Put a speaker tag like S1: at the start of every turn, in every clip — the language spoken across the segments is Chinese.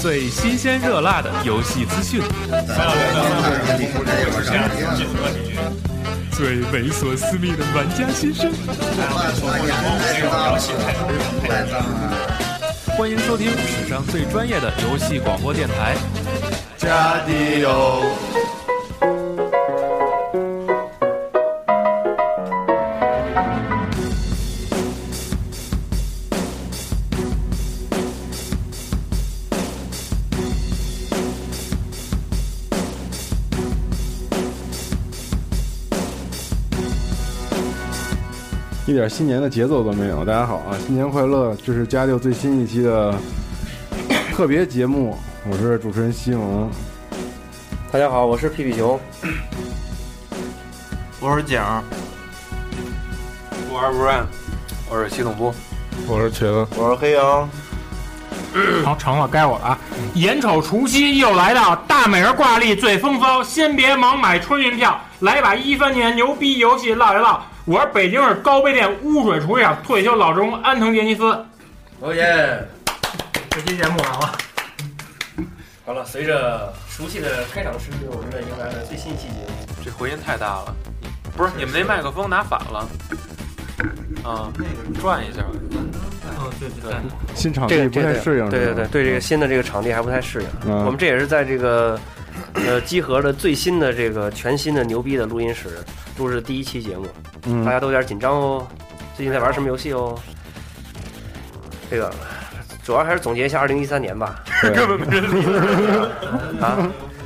S1: 最新鲜热辣的游戏资讯，最猥琐私密的玩家心声。欢迎收听史上最专业的游戏广播电台。
S2: 加迪欧，
S3: 一点新年的节奏都没有。大家好啊，新年快乐！这是家六最新一期的特别节目，我是主持人西蒙。
S4: 大家好，我是屁屁熊。
S2: 我是景，
S4: 我是 Brian，我是系统部。
S2: 我是黑羊，
S5: 好，成了，该我了啊！眼瞅除夕又来到，大美人挂历最风骚，先别忙买春运票，来把一三年牛逼游戏唠一唠。我是北京市高碑店污水处理厂退休老职工安藤杰尼斯。
S4: 哦耶！
S5: 这期节目啊完了，
S4: 好了，随着熟悉的开场诗，我们迎来了最新一期节目。
S1: 这回音太大了，不是你们那麦克风拿反了。啊，转一下。
S5: 嗯，对对对，
S3: 新场
S4: 这
S3: 地
S4: 个
S3: 不太
S4: 这个
S3: 适应，
S4: 对对对
S3: 是吧
S4: 对，这个新的这个场地还不太适应。
S3: 嗯
S4: 我们这也是在这个呃集合了最新的这个全新的牛逼的录音室录制的第一期节目，大
S3: 嗯，
S4: 家都有点紧张哦。最近在玩什么游戏哦？这个主要还是总结一下二零一三年吧。
S3: 对，
S4: 啊，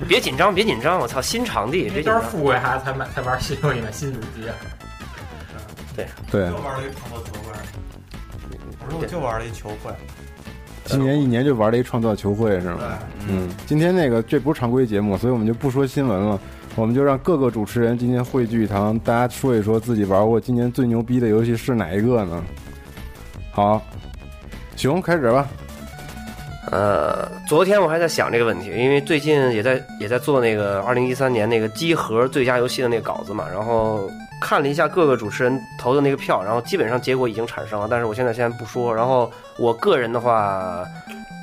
S4: 别紧张，别紧张，我操，新场地，别紧
S5: 都
S4: 张
S5: 是。富贵孩子才买才玩新游戏，买新主机。啊
S3: 对，
S2: 玩了一朋友球会，我说我就玩了一球会，
S3: 今年一年就玩了一创造球会是吗？嗯，今天那个这不是常规节目，所以我们就不说新闻了，我们就让各个主持人今天汇聚一堂，大家说一说自己玩过今年最牛逼的游戏是哪一个呢？好，熊开始吧。
S4: 呃，昨天我还在想这个问题，因为最近也在也在做那个二零一三年那个机核最佳游戏的那个稿子嘛，然后看了一下各个主持人投的那个票，然后基本上结果已经产生了，但是我现在先不说。然后我个人的话，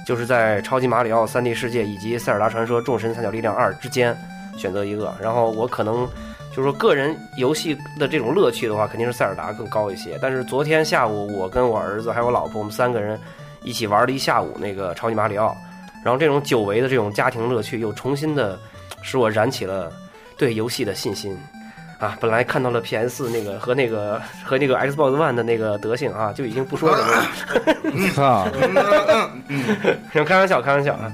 S4: 就是在《超级马里奥 3D 世界》以及《塞尔达传说：众神三角力量二》之间选择一个，然后我可能。就是说，个人游戏的这种乐趣的话，肯定是塞尔达更高一些。但是昨天下午，我跟我儿子还有我老婆，我们三个人一起玩了一下午那个超级马里奥，然后这种久违的这种家庭乐趣又重新的使我燃起了对游戏的信心啊！本来看到了 PS 那个和那个和那个 Xbox One 的那个德性啊，就已经不说什么了。
S3: 操，
S4: 开玩笑，开玩笑啊。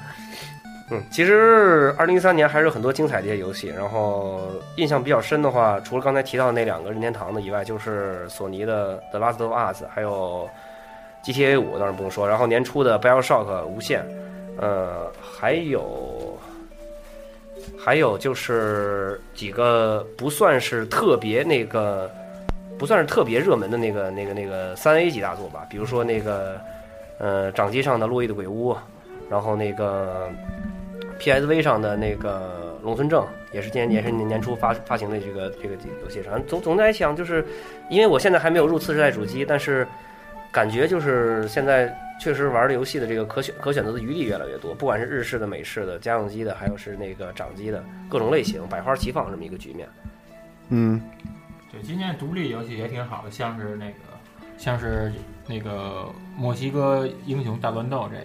S4: 嗯，其实二零一三年还是有很多精彩的一些游戏，然后印象比较深的话，除了刚才提到的那两个任天堂的以外，就是索尼的《The Last of Us》，还有 GTA 五，当然不用说，然后年初的《BioShock 无限》，呃，还有还有就是几个不算是特别那个，不算是特别热门的那个那个那个三 A 级大作吧，比如说那个呃掌机上的《洛伊的鬼屋》，然后那个 PSV 上的那个《龙村证》，也是今年也是年年初发发行的这个这个这个游戏。反正总总的来讲，就是因为我现在还没有入次世代主机，但是感觉就是现在确实玩的游戏的这个可选可选择的余地越来越多，不管是日式的、美式的、家用机的，还有是那个掌机的各种类型，百花齐放这么一个局面。
S3: 嗯，
S5: 对，今年独立游戏也挺好的，像是那个像是那个墨西哥英雄大乱斗这个，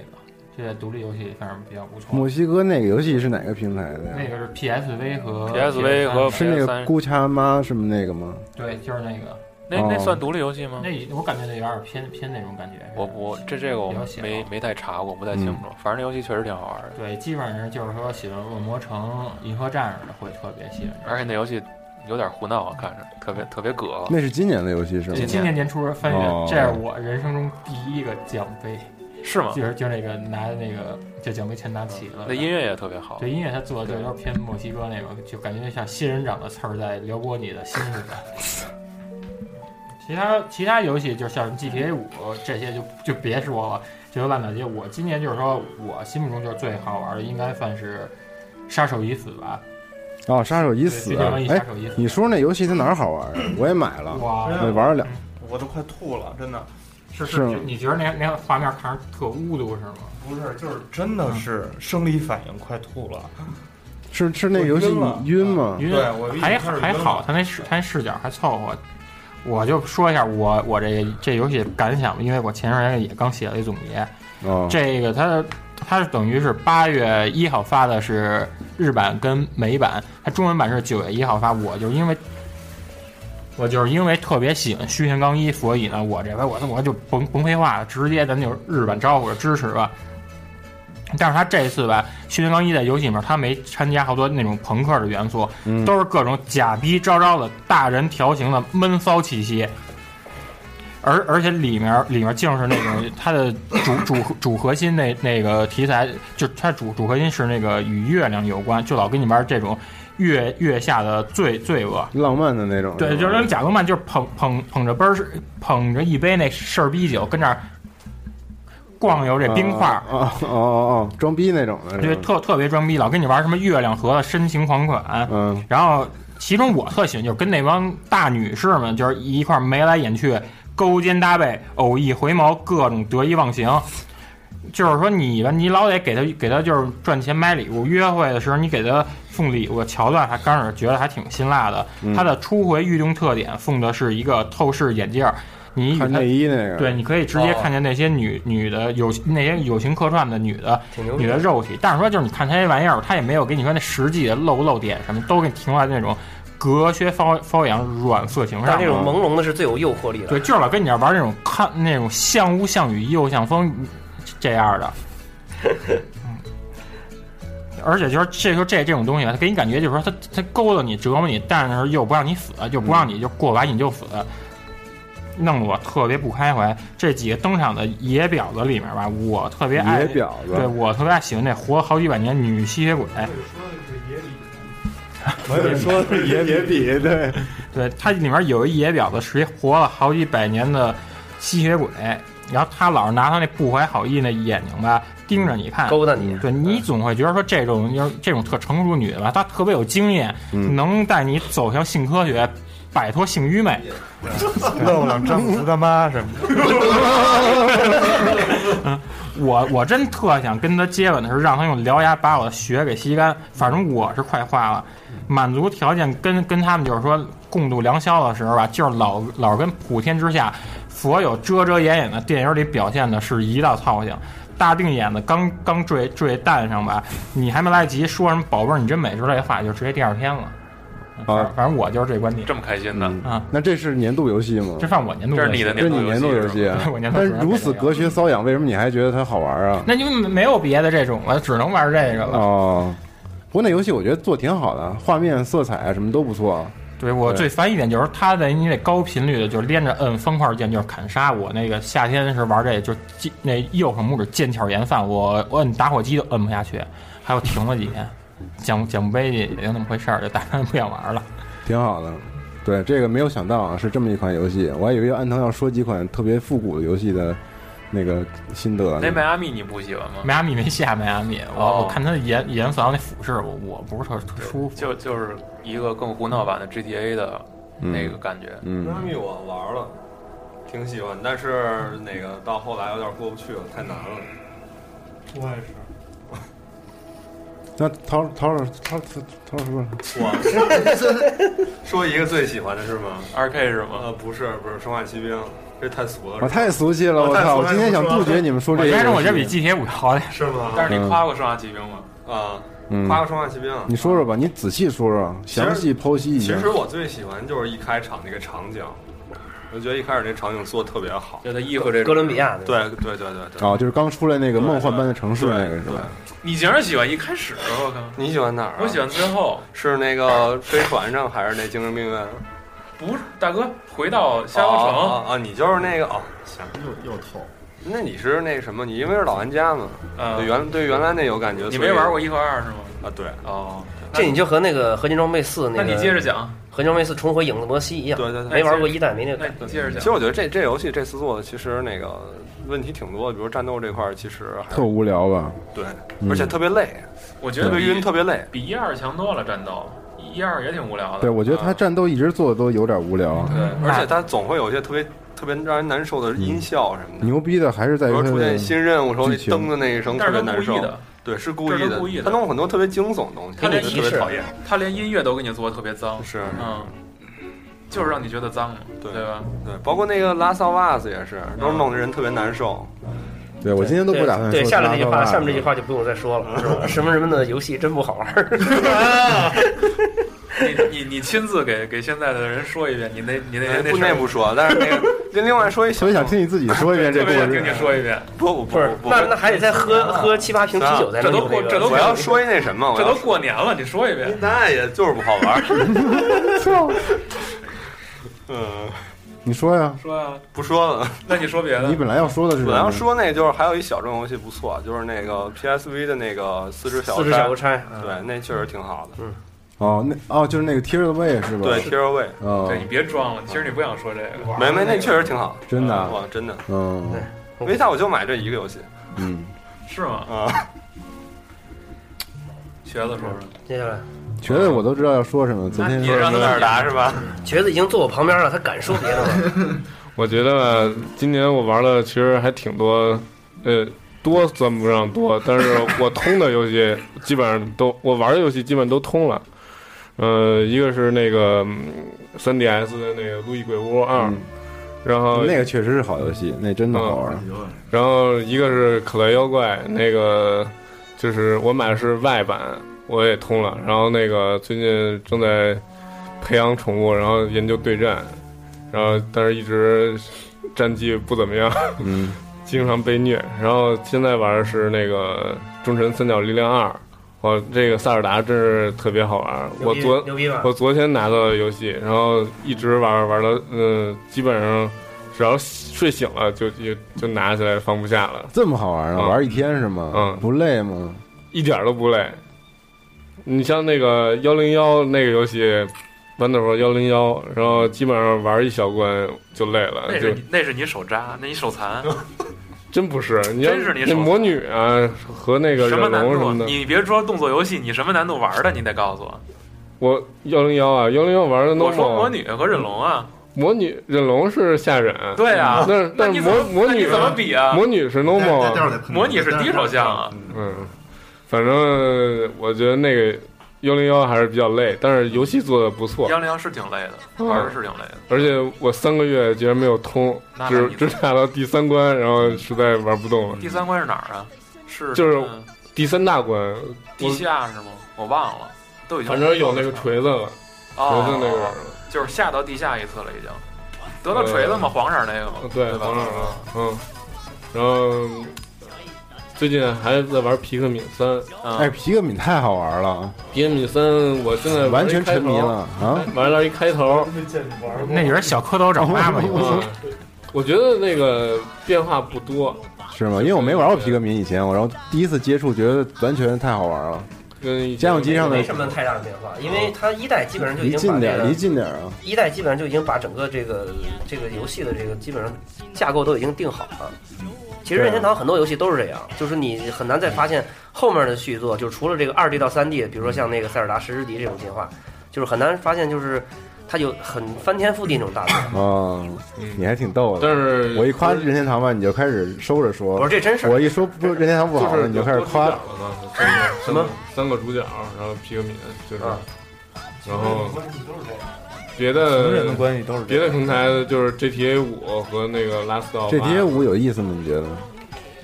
S5: 这个独立游戏反正比较不错。
S3: 墨西哥那个游戏是哪个平台的呀？
S5: 那个是 PSV 和
S1: PSV 和
S3: 是那个
S1: PS3
S3: 姑cha妈什么那个吗？
S5: 对，就是那个，
S1: 那那算独立游戏吗？
S5: 那我感觉那有点偏偏那种感觉。
S1: 我我这这个我
S5: 了解
S1: 没
S5: 了
S1: 没太查过，不太清楚。
S2: 嗯
S1: 反正这游戏确实挺好玩的，
S5: 对，基本上就是说喜欢恶魔城、银河战士的会特别吸引人。
S1: 而且那游戏有点胡闹，看着特别特别葛。
S3: 那是今年的游戏是吗
S1: 今？
S5: 今年年初翻
S3: 哦
S5: 阅，这是我人生中第一个奖杯，
S1: 是吗？哦
S5: 就是就是那个拿的那个就奖杯全拿齐了。
S1: 那音乐也特别好。
S5: 对音乐，他做的就有点偏墨西哥那种，就感觉像仙人掌的刺儿在撩拨你的心似的。 其他其他游戏就像什么 GTA 五这些就就别说了，这都烂大街。我今年就是说我心目中就是最好玩的，应该算是《杀手已死》吧。
S3: 哦，杀手已
S5: 已
S3: 死啊
S5: 对，
S3: 哎
S5: 杀，手已死。
S3: 你说那游戏它哪儿好玩啊？我也买了，
S5: 哇，
S3: 那玩了。
S2: 我都快吐了，真的。
S5: 是
S3: 是
S5: 是，你觉得那那画面看着特污毒是吗？
S2: 不是，就是真的是生理反应快吐了。
S3: 嗯是是那个游戏你晕吗？
S5: 晕
S2: 啊对我一
S5: 还
S2: 开始晕
S5: 还好，
S2: 了
S5: 他那视他那视角还凑合。我就说一下我我这这游戏感想吧，因为我前段时间也刚写了一总结。
S3: 啊，
S5: 这个它它是等于是八月一号发的是日版跟美版，它中文版是九月一号发。我就是因为我就是因为特别喜欢虚线刚一，所以呢，我这回我我就甭甭废话了，直接咱就日版招呼着支持吧。但是他这次吧，虚线刚一在游戏里面他没掺加好多那种朋克的元素，
S3: 嗯
S5: 都是各种假逼招招的大人调情的闷骚气息。而而且里面里面竟是那种它的主 主主核心那那个题材，就它主主核心是那个与月亮有关，就老跟你玩这种月月下的罪罪恶。
S3: 浪漫的那种。
S5: 对，就是那种假动漫，就是捧捧捧着杯儿，捧着一杯那事儿逼酒，跟这儿逛悠这冰块儿，
S3: 啊哦哦哦，装逼那种的。
S5: 对，
S3: 是吧
S5: 特特别装逼，老跟你玩什么月亮河的深情款款，
S3: 嗯
S5: 然后其中我特喜欢就是跟那帮大女士们就是一块儿眉来眼去、勾肩搭背、偶一回眸，各种得意忘形。就是说你吧，你老得给他给他就是赚钱买礼物，约会的时候你给他送礼物，桥段还刚开始觉得还挺辛辣的。
S3: 嗯
S5: 他的初回御用特点送的是一个透视眼镜儿，你与
S3: 看
S5: 他
S3: 内衣那个。
S5: 对，你可以直接
S4: 哦
S5: 看见那些女女的友那些友情客串的女的
S4: 挺牛逼
S5: 你的肉体，但是说就是你看他那玩意儿，他也没有给你说那实际的露不露点什么，都给你停留在那种隔靴搔搔痒、软色情
S4: 但
S5: 上
S4: 那。种朦胧的是最有诱惑力的
S5: 对，。就是老跟你这玩那种看那种像雾像雨又像风这样 的。嗯，而且就是这就这这种东西啊，它给你感觉就是说它它勾搭你折磨你，但是又不让你死，就不让你
S3: 嗯
S5: 就过完瘾就死，弄得我特别不开怀。这几个登场的野婊子里面吧，我特别爱
S3: 野婊子
S5: 对我特别爱喜欢那活了好几百年女吸血鬼。
S2: 我有说的是
S3: 也也比对，
S5: 对，它里面有一野婊子，谁活了好几百年的吸血鬼，然后他老是拿他那不怀好意那眼睛吧盯着你看，
S4: 勾搭你
S5: 对你总会觉得说这种就是这种特成熟女的吧，她特别有经验，
S3: 嗯
S5: 能带你走向性科学，摆脱性愚昧。
S2: 愣愣詹姆斯他妈什么的，
S5: 我我真特想跟他接吻的时候，让他用獠牙把我的血给吸干。反正我是快化了，
S3: 嗯
S5: 满足条件跟跟他们就是说共度良宵的时候吧，就是老老跟普天之下所有遮遮掩掩的电影里表现的是一道操性。大腚眼子刚刚坠坠蛋上吧，你还没来得及说什么“宝贝儿，你真美”之类的话，就直接第二天了。
S3: 啊嗯
S5: 反反正我就是这观点
S1: 这么开心的，
S5: 啊，
S3: 那这是年度游戏吗？
S5: 这算我年度
S1: 这
S5: 游戏，
S1: 是你的
S3: 这是你年度游戏啊
S5: 是吧我年！度
S3: 但
S5: 游
S3: 是
S5: 戏
S3: 如此隔靴搔痒，为什么你还觉得它好玩啊？
S5: 那就没有别的这种了，只能玩这个了。
S3: 哦，不过那游戏我觉得做挺好的，画面、色彩啊什么都不错。
S5: 对我
S3: 对
S5: 最烦一点就是它在你得高频率的，就是连着摁方块键就是砍杀。我那个夏天是玩这，就鸡那右手拇指腱鞘炎犯，我我摁打火机都摁不下去，还有停了几天。奖奖杯也就那么回事儿，就打算不想玩了。
S3: 挺好的。对，这个没有想到啊，是这么一款游戏，我还以为安藤要说几款特别复古的游戏的那个心得
S1: 那
S3: 呢。
S1: 迈阿密你不喜欢吗？
S5: 迈阿密没下迈阿密，我、
S1: 哦
S5: 我看它的颜颜色还有那俯视，我我不是特特舒服。
S1: 就就是一个更胡闹版的 GTA 的那个感觉，
S3: 嗯，
S6: Rami 我玩了，挺喜欢，但是那个到后来有点过不去了，太难了。
S2: 我也是。
S3: 那涛涛涛涛涛说，
S6: 说一个最喜欢的是吗？
S1: 二 K 是吗？
S6: 呃，不是，不是《生化奇兵》，这太俗
S3: 我
S6: 了，
S3: 太俗气了，
S6: 我
S3: 我
S6: 太
S3: 操！
S6: 俗
S3: 我
S6: 了
S3: 今天想杜绝你们说这
S5: 我
S3: 个游
S5: 觉
S3: 戏。
S5: 着我这比 GTA 五好点。
S6: 是吗？
S1: 但是你夸过《生化奇兵》吗？
S6: 啊，
S3: 嗯
S6: 夸个《生化奇兵》。
S3: 你说说吧，你仔细说说，
S6: 其实
S3: 详细剖析一
S6: 其
S3: 下。
S6: 实我最喜欢就是一开场那个场景，我觉得一开始那场景做的特别好。
S1: 就他衣服这
S4: 哥
S1: 种，
S4: 伦比亚的，
S6: 对对对对对。
S3: 啊，就是刚出来那个
S6: 对
S3: 梦幻般的城市那个是吧？？
S1: 你竟然喜欢一开始，我
S6: 对
S1: 靠！
S6: 对你喜欢哪儿、啊？
S1: 我喜欢最后，
S6: 是那个飞船上还是那精神病院？啊
S1: 不是大哥回到
S6: 夏
S1: 夏洛城。
S6: 啊啊！你就是那个哦，行，
S2: 又又透。
S6: 那你是那什么？你因为是老玩家嘛，
S1: 嗯
S6: 对原对原来那有感觉。
S1: 你
S6: 所以
S1: 没玩过一和二是吗？
S6: 啊？对
S1: 哦，
S4: 这你就和那个合金装备四
S1: 那
S4: 那
S1: 你接
S4: 个
S1: 着讲，
S4: 合金装备四重回影子摩西一样，
S6: 对对对。
S4: 没玩过一代没那个
S1: 那
S4: 感
S1: 你
S4: 觉。
S1: 接着
S6: 其实
S1: 讲。
S6: 我觉得这这游戏这次做的其实那个问题挺多的，比如战斗这块儿其实还
S3: 特无聊吧？
S6: 对
S3: 嗯，
S6: 而且特别累，
S1: 我觉
S6: 特
S1: 得
S6: 别
S1: 比
S6: 晕，特别累。
S1: 比一二强多了，战斗一二也挺无聊的。
S3: 对，我觉得他
S1: 啊
S4: 嗯
S3: 战斗一直做的都有点无聊。
S1: 对，
S6: 而且它总会有一些特别特别让人难受
S3: 嗯
S6: 的音效什么的。
S3: 牛逼的还是在
S6: 比
S3: 于
S6: 如
S3: 它
S6: 出现
S3: 的，
S6: 新任务时候那
S3: 剧情
S6: 灯的那一声
S1: 但
S6: 特别
S1: 是他
S6: 难
S1: 故
S6: 受
S1: 意，的，
S6: 对，是故意
S1: 这是
S6: 的，
S1: 故意的
S6: 他弄很多特别惊悚的东西，
S1: 他连
S6: 特别讨厌。
S1: 他连音乐都给你做的特别脏，
S6: 是，
S1: 嗯，就是让你觉得脏嘛，
S6: 对
S1: 对吧？
S6: 对，包括那个拉萨瓦斯也
S4: 嗯
S6: 是，都弄得人特别难受。
S3: 对我今天都不打算
S4: 对对
S3: 嗯说
S4: 下面这句话，
S3: 拉萨瓦
S4: 下面这句话就不用再说 了，是吧？什么什么的游戏真不好玩儿。
S1: 你你你亲自给 给现在的人说一遍，你那你那
S6: 哎
S1: 那
S6: 不那
S1: 事儿
S6: 不说，但是那 个另另外说一小
S3: 特别想听你自己说一遍这
S1: 特
S3: 故
S1: 别想听
S3: 事
S1: 你。说一遍，
S6: 不不不
S4: 不是，
S6: 不
S4: 那那还得再喝喝七八瓶啤酒
S6: 啊
S4: 才能有
S1: 这都
S6: 我
S1: 过
S4: 个。
S6: 要说一那什么，我
S1: 这
S6: 要
S1: 都过年了，你说一遍。
S6: 那也就是不好玩儿。 嗯，
S3: 你说呀，
S1: 说呀、啊，
S6: 不说了。
S1: 那你说别的
S3: 你。本来要说的是什
S6: 本来要
S3: 么？
S6: 说那个就是还有一小众游戏不错，就是那个 PSV 的那个四只小
S4: 四只
S6: 山
S4: 小邮，差，
S1: 嗯
S4: 啊
S6: 对，那确实挺好的。
S3: 哦，那哦就是那个 Tear the Way 是吧？
S6: 对 t e a r Away，
S3: 哦
S1: 对你别装了，其实你不想说这个。
S6: 没没，那确实挺好，
S3: 真的啊
S6: 哇，真的。
S3: 嗯
S6: 微萨我就买这一个游戏
S3: 嗯，
S1: 哦是吗？
S6: 啊，
S1: 瘸子说说，
S4: 接下来，
S3: 觉得我都知道要说什么。昨天
S1: 你
S6: 也让纳尔达是吧？
S4: 瘸子已经坐我旁边了，他敢说别的 吗？
S7: 我觉得吧今年我玩了其实还挺多，呃，多算不上多，但是我通的游戏基本上都，我玩的游戏基本都通了。呃，一个是那个嗯三 DS 的那个《路易鬼屋二》
S3: 嗯
S7: 然后
S3: 那个确实是好游戏，那真的好玩。
S7: 然后一个是可乐妖怪，那个就是我买的是外版，我也通了。然后那个最近正在培养宠物，然后研究对战，然后但是一直战绩不怎么样，
S3: 嗯，
S7: 经常被虐。然后现在玩的是那个《忠臣三角力量二》，我这个塞尔达真是特别好玩。我昨
S4: 牛逼吧？
S7: 我昨天拿到的游戏，然后一直玩玩到，嗯、基本上只要睡醒了就就就拿起来放不下了，
S3: 这么好玩啊！
S7: 嗯
S3: 玩一天是吗？
S7: 嗯
S3: 不累吗？
S7: 一点都不累。你像那个幺零幺那个游戏，Wonderful 幺零幺，然后基本上玩一小关就累了，
S1: 那
S6: 呃
S7: 就是
S1: 你那是你手渣，那你 手残，
S7: 真不是。你要
S1: 真是你
S7: 那
S1: 手
S7: 魔女啊和那个
S1: 什么
S7: 忍
S1: 难
S7: 龙什
S1: 度？啊
S7: 么的，
S1: 你别说动作游戏，你什么难度玩的，你得告诉我。
S7: 我幺零幺啊幺零幺玩的 normal，
S1: 我说魔女和忍龙啊，
S7: 魔女忍龙是下忍，
S1: 对啊，
S7: 但是
S1: 那
S7: 但
S1: 你
S7: 是
S1: 怎
S7: 魔
S1: 么
S7: 魔
S1: 那
S7: 女
S1: 你怎么比啊？
S7: 魔女是 normal 啊。
S1: 模拟是低手项啊，
S7: 嗯，反正我觉得那个幺零幺还是比较累，但是游戏做的不错，
S1: 幺零幺是挺累的，
S7: 嗯
S1: 玩的是挺累的。
S7: 而且我三个月竟然没有通
S1: 那，
S7: 只
S1: 你
S7: 只打到第三关，然后实在玩不动了。
S1: 第三关是哪儿啊？是
S7: 就是
S1: 嗯
S7: 第三大关，
S1: 地下是吗？我忘了，都已经
S7: 反正有那个锤子了，锤子那个
S1: 哦，，就是下到地下一次了，已经得到锤子嘛，黄色儿那个嘛，
S7: 呃对，
S1: 吧
S7: 王者荣耀，嗯，然后。最近还在玩皮克敏三，
S3: 哎，
S1: 嗯，
S3: 皮克敏太好玩了，
S7: 皮克敏三，我现在玩
S3: 完
S7: 一
S3: 全
S7: 开
S3: 沉迷
S7: 头
S3: 了，啊！
S7: 玩了一开头，
S5: 那有点小蝌蚪找妈 妈，
S7: 嗯，我觉得那个变化不多，
S3: 是吗？因为我没玩过皮克敏以前，我然后第一次接触，觉得完全太好玩了。
S7: 跟
S3: 家用机上
S4: 没
S3: 的
S4: 什么太大的变化，因为他一代基本上就已
S3: 离
S4: 经把
S3: 近
S4: 这
S3: 点儿，
S4: 个
S3: 离近点儿啊！
S4: 一代基本上就已经把整个这个这个游戏的这个基本上架构都已经定好了。其实任
S8: 啊
S4: 天堂很多游戏都是这样，就是你很难再发现后面的续作，就是除了这个二 D 到三 D，比如说像那个塞尔达史诗迪这种进化，就是很难发现就是它有很翻天覆地那种大作。
S3: 啊，你还挺逗的。
S7: 但是
S3: 我一夸任天堂吧，你就开始收着
S4: 我说
S3: 说；
S4: 这真事儿
S3: 我一说不任天堂不好，
S7: 就是
S3: 你就开始夸。
S7: 什么三个主角，然后皮克敏就是
S4: 啊，
S7: 然后别的
S2: 关系都是
S7: 别的平台的就是 GTA 五和那个 Last of Us
S3: 这 GTA，五有意思吗？你觉得？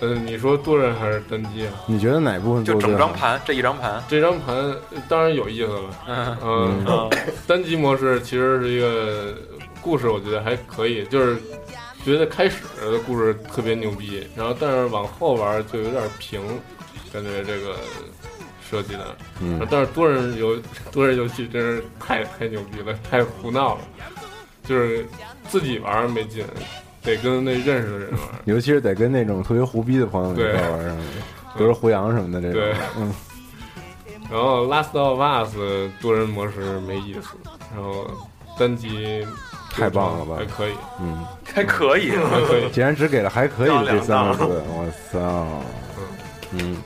S7: 嗯，你说多人还是单机啊？
S3: 你觉得哪部分做啊得
S1: 就整
S3: 最
S1: 张
S3: 好？
S1: 盘，这一张盘，
S7: 这张盘呃当然有意思了，
S1: 嗯
S7: 嗯，
S1: 嗯，
S7: 单机模式其实是一个故事，我觉得还可以，就是觉得开始的故事特别牛逼，然后但是往后玩就有点平，感觉这个设计的。
S3: 嗯
S7: 但是多人游多人游戏真是太太牛逼了，太胡闹了，就是自己玩儿没劲，得跟那认识的人玩儿。
S3: 尤其是得跟那种特别胡逼的朋友一
S7: 对
S3: 块玩儿，嗯比如说胡杨什么的这
S7: 对
S3: 种。嗯，
S7: 然后 Last of Us 多人模式没意思，然后单机
S3: 太棒了吧
S7: 还可以，
S3: 嗯，
S1: 还可以，
S7: 还可以。
S3: 竟然只给了还可以
S6: 当
S3: 这
S4: 啊
S6: 两
S3: 三个
S6: 当
S3: 字，
S7: 嗯
S3: 我操！嗯，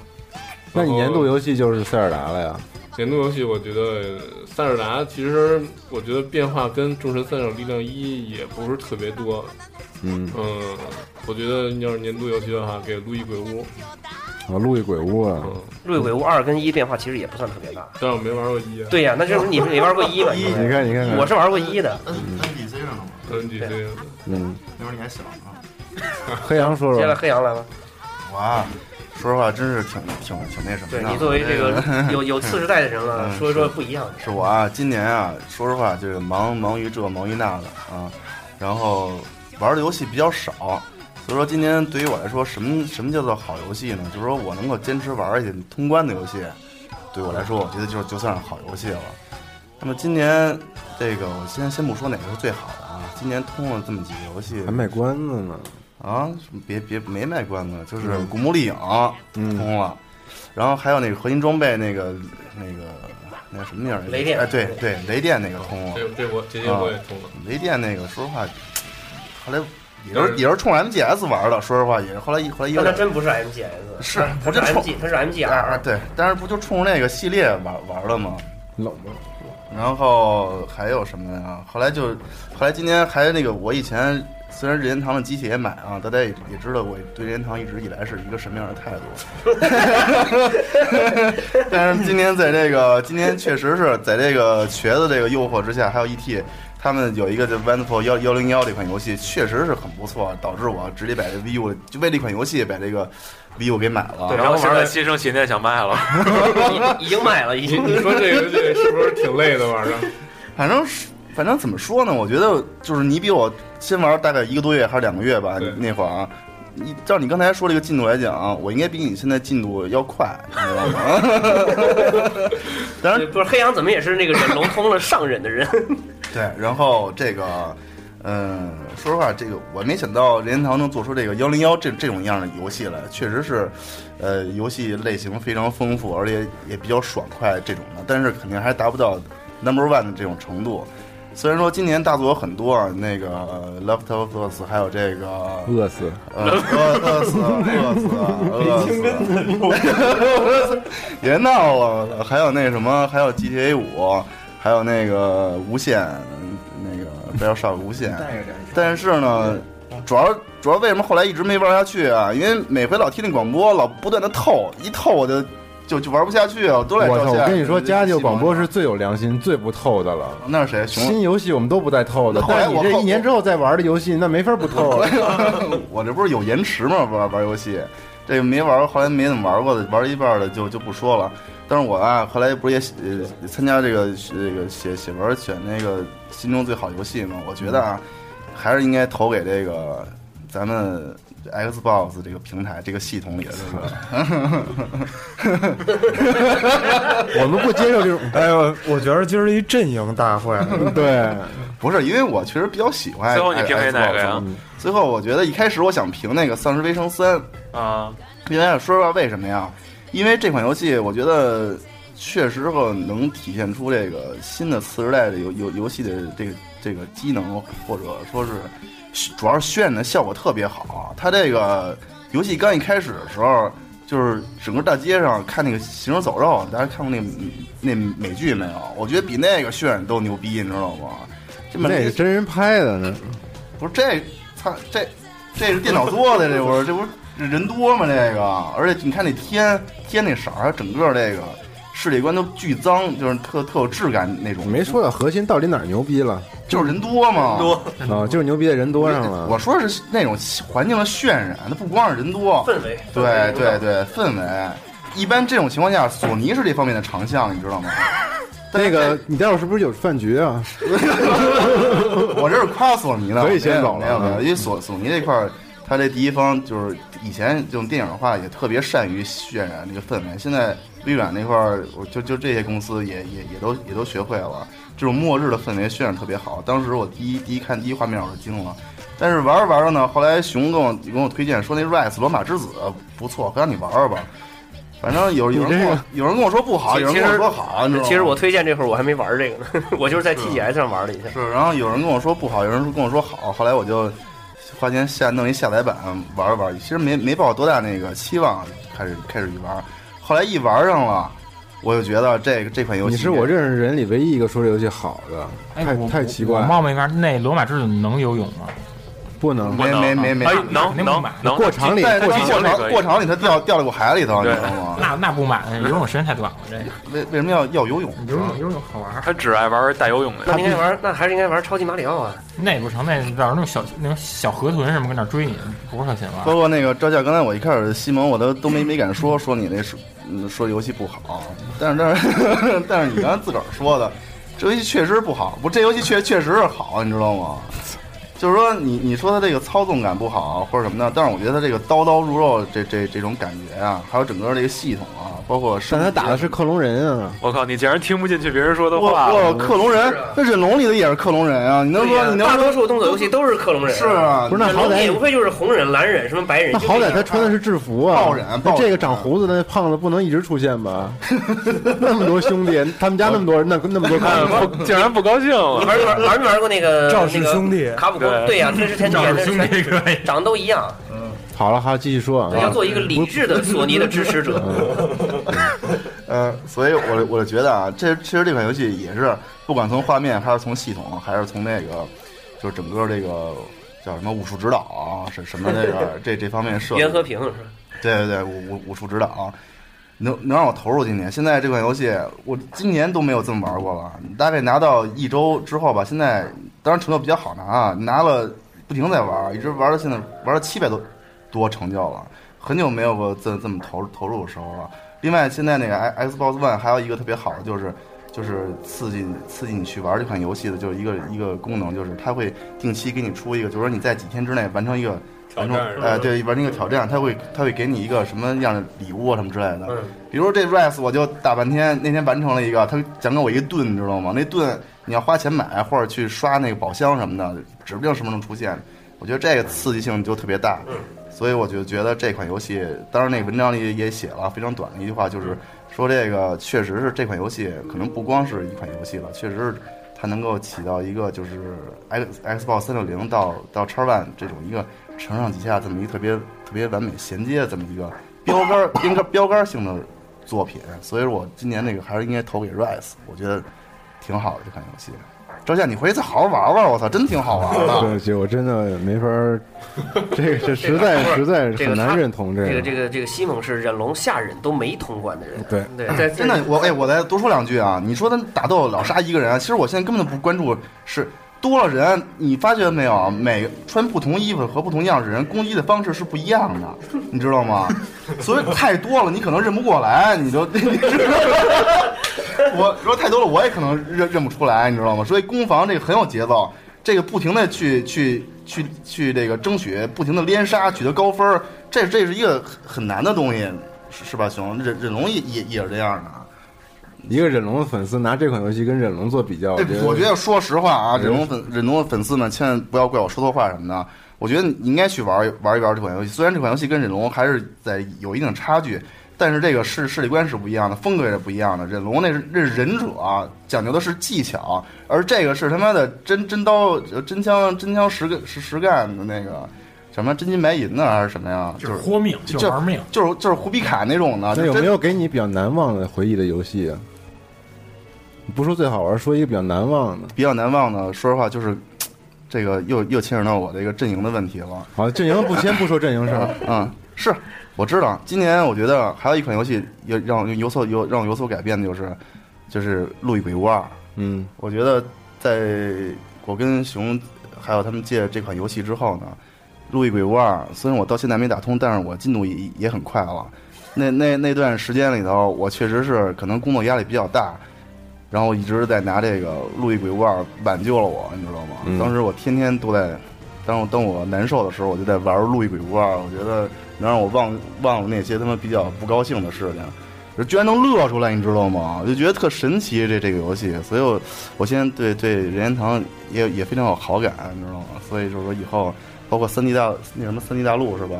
S3: 那你年度游戏就是塞尔达了呀？
S7: 年度游戏，我觉得塞尔达其实我觉得变化跟《众神三手力量一》也不是特别多。
S3: 嗯，
S7: 嗯，我觉得要是年度游戏的话，给《路易鬼屋》。
S3: 我路易鬼屋啊，
S7: 嗯，
S4: 《路易鬼屋二》跟一变化其实也不算特别大。
S7: 但是我没玩过一啊。
S4: 对呀、那就是你你玩过一 吗？
S3: 你看你看看，
S4: 我是玩过一的。
S2: N N D C 上的嘛，
S7: NGC
S3: 嗯，
S2: 那会儿你还小 啊。
S3: 黑羊说
S4: 接下来
S3: 说，
S4: 黑羊来吧。
S8: 我啊，说实话，真是挺挺挺那什么的。
S4: 对你作为这 个有有次时代的人了，
S8: 嗯
S4: 说一说不一样的。
S8: 是我啊，今年啊，说实话，这个忙忙于这忙于那的啊，然后玩的游戏比较少，所以说今年对于我来说，什么什么叫做好游戏呢？就是说我能够坚持玩而且通关的游戏，对我来说，我觉得就就算是好游戏了。那么今年这个，我先先不说哪个是最好的啊，今年通了这么几个游戏
S3: 还卖关 子呢，
S8: 啊，别别没卖关子，就是《古墓丽影》
S3: 嗯，
S8: 通了，然后还有那个核心装备那个那个那个什么名儿？
S4: 雷电
S8: 哎，对对，雷电那个通了。啊
S7: 这这我这些我也通了。
S8: 雷电那个，说实话，后来也是也是冲 MGS 玩的，说实话也是后来后来也
S4: 但它
S8: 有
S4: 真不是 MGS，
S8: 是
S4: 它
S8: 不
S4: 是
S8: 就冲
S4: MG，它是 MG
S8: 啊啊
S4: 二。
S8: 对，但是不就冲那个系列玩玩了吗？
S3: 冷吗？
S8: 然后还有什么呀？后来就，后来今年还那个，我以前虽然任天堂的机器也买啊，大家也也知道我对任天堂一直以来是一个什么样的态度， 但是今年在这个今年确实是在这个瘸子这个诱惑之下，还有 ET 他们有一个叫 Wonderful 幺幺零幺这款游戏，确实是很不错，导致我直接把这 VU 就为这款游戏把这个 VU 给买了。
S4: 对
S1: 然
S4: 然后
S1: 后现
S4: 玩
S1: 在
S4: 了
S1: 心生邪念想卖了，
S4: 啊 已已经买了，已
S7: 你
S4: 经。
S7: 你说这个游戏是不是挺累的玩儿的？
S8: 反正是，反正怎么说呢？我觉得就是你比我先玩大概一个多月还是两个月吧
S7: 对，
S8: 那会儿啊，你照你刚才说这个进度来讲啊，我应该比你现在进度要快，你知道吗？当然
S4: 对不是黑羊怎么也是那个忍龙通了上忍的人，
S8: 对，然后这个，嗯，说实话，这个我没想到任天堂能做出这个幺零幺这这种样的游戏来，确实是，呃，游戏类型非常丰富，而且也比较爽快这种的，但是肯定还达不到 number one 的这种程度。虽然说今年大作有很多啊，那个呃《Left of Us》，还有这个
S3: 饿死，
S8: 呃，饿死，饿死，饿死！别闹了，我操！还有那什么，还有 GTA 五，还有那个无限，那个不要上无限。但是呢，主要主要为什么后来一直没玩下去啊？因为每回老听那广播，老不断的透，一透我就就就玩不下去了，都来
S3: 我
S8: 照
S3: 操！
S8: 相。
S3: 我跟你说，家就广播是最有良心、最不透的了。
S8: 那是谁？熊
S3: 新游戏我们都不带透的，
S8: 后来
S3: 但是你
S8: 我
S3: 这
S8: 后
S3: 一年之后再玩的游戏，那没法不透了。
S8: 我这不是有延迟吗？玩玩游戏，这个没玩过，后来没怎么玩过的，玩一半的就就不说了。但是我啊，后来不是也写呃参加这个这个写写文选那个心中最好游戏嘛？我觉得啊，还是应该投给这个咱们 Xbox 这个平台这个系统里的这个。
S3: 我们不接受这种，
S2: 哎呦，我觉得今儿一阵营大会，
S3: 对，
S8: 不是，因为我确实比较喜欢 Xbox。
S1: 最后你评给哪个呀
S8: 嗯？最后我觉得一开始我想评那个《丧尸围城三》，
S1: 啊，
S8: 因为说实话，为什么呀？因为这款游戏，我觉得确实够能体现出这个新的次时代的游游游戏的这个这个机能，或者说是主要是渲染的效果特别好。它这个游戏刚一开始的时候，就是整个大街上看那个行尸走肉，大家看过那那美剧没有？我觉得比那个渲染都牛逼，你知道吗？这么
S3: 那是真人拍的 呢。
S8: 不是这，操这，这是电脑做的，这不是这不是人多吗？这个，而且你看那天天那色儿，还有整个这个世界观都巨脏，就是特特有质感那种。
S3: 没，说到核心到底哪儿牛逼了
S8: 就是人多嘛，
S6: 多
S3: 啊？就是牛逼在人多上
S8: 我
S3: 了。
S8: 说是那种环境的渲染，它不光是人多，
S4: 氛围。
S8: 对对，对，氛围。一般这种情况下，索尼是这方面的长项，你知道吗？
S3: 那个，你待会儿是不是有饭局啊？
S8: 我这是夸索尼的，
S3: 可以先走了
S8: 没有没有没
S3: 啊
S8: 有，因为索索尼这块儿，它这第一方就是以前这种电影化也特别善于渲染这个氛围，现在微软那块儿，我就就这些公司也也也都也都学会了这种末日的氛围渲染特别好。当时我第一第一看第一画面我就惊了。但是玩着玩着呢，后来熊跟我跟我推荐说那 Rise 罗马之子不错，让你玩玩吧。反 正有有人跟我有人跟我说不好，
S4: 其
S8: 有人
S4: 其
S8: 跟
S4: 实
S8: 我说好，你知道吗？啊
S4: 其实我推荐这会儿我还没玩这个呢， 我就是在 TGS 上玩了一下。
S8: 是，然后有人跟我说不好，有人跟我说好，后来我就花钱下弄一下载版玩了玩，其实没没抱多大那个期望，开始开始一玩，后来一玩上了，我就觉得这个这款游戏
S3: 你是我认识人里唯一一个说这游戏好的，
S5: 哎，
S3: 太
S5: 我
S3: 太
S5: 我
S3: 奇怪
S5: 我
S3: 了，
S5: 冒昧一下，那罗马之子能游泳吗？
S3: 不能
S8: 没没没没
S1: 哎，能
S5: 那
S1: 能
S5: 不买
S1: 能
S3: 过场里
S8: 在
S1: 过
S8: 过
S1: 场里
S8: 场
S1: 可以
S8: 过场里他掉掉到我海里头，你知道吗？
S5: 那那不买，哎游泳时间太 短了。这个
S8: 为为什么要要游泳？
S5: 游泳游泳好玩儿，
S1: 他只爱玩带游泳的
S4: 那应该玩，那还是应该玩超级马里奥啊。
S5: 那也不成，那老是那种小那种小河豚什么跟那儿追你，不是很行
S8: 包
S5: 玩。
S8: 括那个赵夏，刚才我一开始西蒙我都都没没敢说 说你那是嗯说游戏不好，但是但是 但是你刚才自个儿说的，这游戏确实不好，不这游戏确确实是好，你知道吗？就是说你你说它这个操纵感不好或者什么的，但是我觉得它这个刀刀入肉这这这种感觉啊，还有整个这个系统啊，包括
S3: 但
S8: 但
S3: 他打的是克隆人啊，
S1: 我靠，你竟然听不进去别人说的
S8: 我
S1: 话了！
S7: 嗯
S8: 我克隆人，那忍龙里的也是克隆人啊，你能
S4: 对
S8: 说
S4: 呀
S8: 你能
S4: 大
S8: 说
S4: 多数动作游戏都是克隆人，
S8: 是啊？
S3: 不是那好
S4: 忍龙也无
S3: 歹
S4: 非就是红人、蓝人、什么白人。
S3: 那
S4: 就
S3: 好
S4: 这
S3: 歹
S4: 样
S3: 他穿的是制服啊，
S8: 暴忍暴忍
S3: 那这个长胡子的那胖子不能一直出现吧？那么多兄弟，他们家那么多人，那那么多
S1: 看
S3: 胖 子，
S1: 不竟然不高兴
S4: 你
S1: 了，
S4: 玩没玩玩没玩过 那个
S2: 赵氏
S4: 那个
S2: 兄弟
S4: 卡普空
S1: 对
S4: 对呀，真是天
S5: 赵
S4: 地，
S5: 氏兄弟可以。
S4: 长得都一
S8: 啊
S4: 样，
S3: 好了，好继续说
S4: 对要
S3: 啊，
S4: 做一个理智的索尼的支持者。
S8: 嗯，所以我我就觉得啊，这其实这款游戏也是，不管从画面还是从系统，还是从那个，就是整个这个叫什么武术指导啊，什什么这个这这方面设计
S4: 袁，和平是吧？
S8: 对对对，武武武术指导啊、能能让我投入进去。现在这款游戏我今年都没有这么玩过了，大概拿到一周之后吧，现在当然成就比较好拿啊，拿了不停地在玩，一直玩到现在玩了七百多多成就了，很久没有过这这么投投入的时候了。另外，现在那个 X- Xbox One 还有一个特别好的就是。就是刺激刺激你去玩这款游戏的，就是一个一个功能，就是它会定期给你出一个，就是说你在几天之内完成一个
S6: 挑战是吧
S8: 哎、对，玩那个挑战，它会它会给你一个什么样的礼物啊什么之类的。
S4: 嗯，
S8: 比如这 res 我就打半天，那天完成了一个，他奖给我一个盾，你知道吗？那盾你要花钱买或者去刷那个宝箱什么的，指不定什么时候能出现。我觉得这个刺激性就特别大，所以我就觉得这款游戏，当然那个文章里也写了非常短的一句话，就是说这个确实是这款游戏可能不光是一款游戏了，确实是它能够起到一个就是 X Xbox 三六零到到叉 One 这种一个承上启下这么一个特别特别完美衔接的这么一个标杆儿应该标杆性的作品，所以我今年那个还是应该投给 Rise，我觉得挺好的这款游戏。赵夏，你回去好好玩玩，我操，真挺好玩的。
S3: 对，就我真的没法儿，这个 这实在实在
S4: 这
S3: 是
S4: 个
S3: 很
S4: 他
S3: 难认同
S4: 这个
S3: 个
S4: 这个这个西蒙是忍龙下忍都没通关的人。
S3: 对
S4: 对，在
S8: 真的，我哎，我再多说两句啊。你说他打斗老杀一个人，其实我现在根本都不关注是多了人，你发觉没有？啊每穿不同衣服和不同样式的人攻击的方式是不一样的，你知道吗？所以太多了，你可能认不过来，你就你知道吗。 我说太多了，我也可能认认不出来，你知道吗？所以攻防这个很有节奏，这个不停的去去去去这个争取，不停的连杀，取得高分儿，这这是一个很很难的东西，是是吧，熊？忍忍龙也也也是这样的。
S3: 一个忍龙的粉丝拿这款游戏跟忍龙做比较，
S8: 对，哎我觉
S3: 得
S8: 得说实话啊，
S3: 嗯
S8: 忍龙粉忍龙的粉丝们千万不要怪我说错话什么的。啊我觉得你应该去玩一玩一玩这款游戏，虽然这款游戏跟忍龙还是在有一定差距，但是这个世世界观是不一样的，风格也是不一样的。忍龙那是那是忍者啊，讲究的是技巧，而这个是他妈的真真刀呃真枪真枪实干实实干的那个什么真金白银的还是什么呀？就是
S5: 豁命，就
S8: 就
S5: 玩命。
S8: 就是就是胡比卡那种
S1: 啊
S8: 的，
S3: 那有
S8: 就真
S3: 没有给你比较难忘的回忆的游戏啊？不说最好玩，说一个比较难忘的。
S8: 比较难忘的？说实话就是。这个又又牵扯到我这个阵营的问题了，
S3: 好，阵营不先不说阵营事儿，
S8: 嗯，是我知道。今年我觉得还有一款游戏有让我有所有让我有所改变的就是，就是《路易鬼屋二》。
S3: 嗯，
S8: 我觉得在我跟熊还有他们借这款游戏之后呢，《路易鬼屋二》虽然我到现在没打通，但是我进度也也很快了。那那那段时间里头，我确实是可能工作压力比较大，然后一直在拿这个《路易鬼屋二》挽救了我，你知道吗？
S3: 嗯
S8: 当时我天天都在，当我当我难受的时候，我就在玩《路易鬼屋二》，我觉得能让我忘忘了那些他妈比较不高兴的事情。就居然能乐出来，你知道吗？我就觉得特神奇这这个游戏，所以我我现在对对任天堂也也非常有好感，你知道吗？所以就是说以后包括三 D 大那什么三 D 大陆是吧？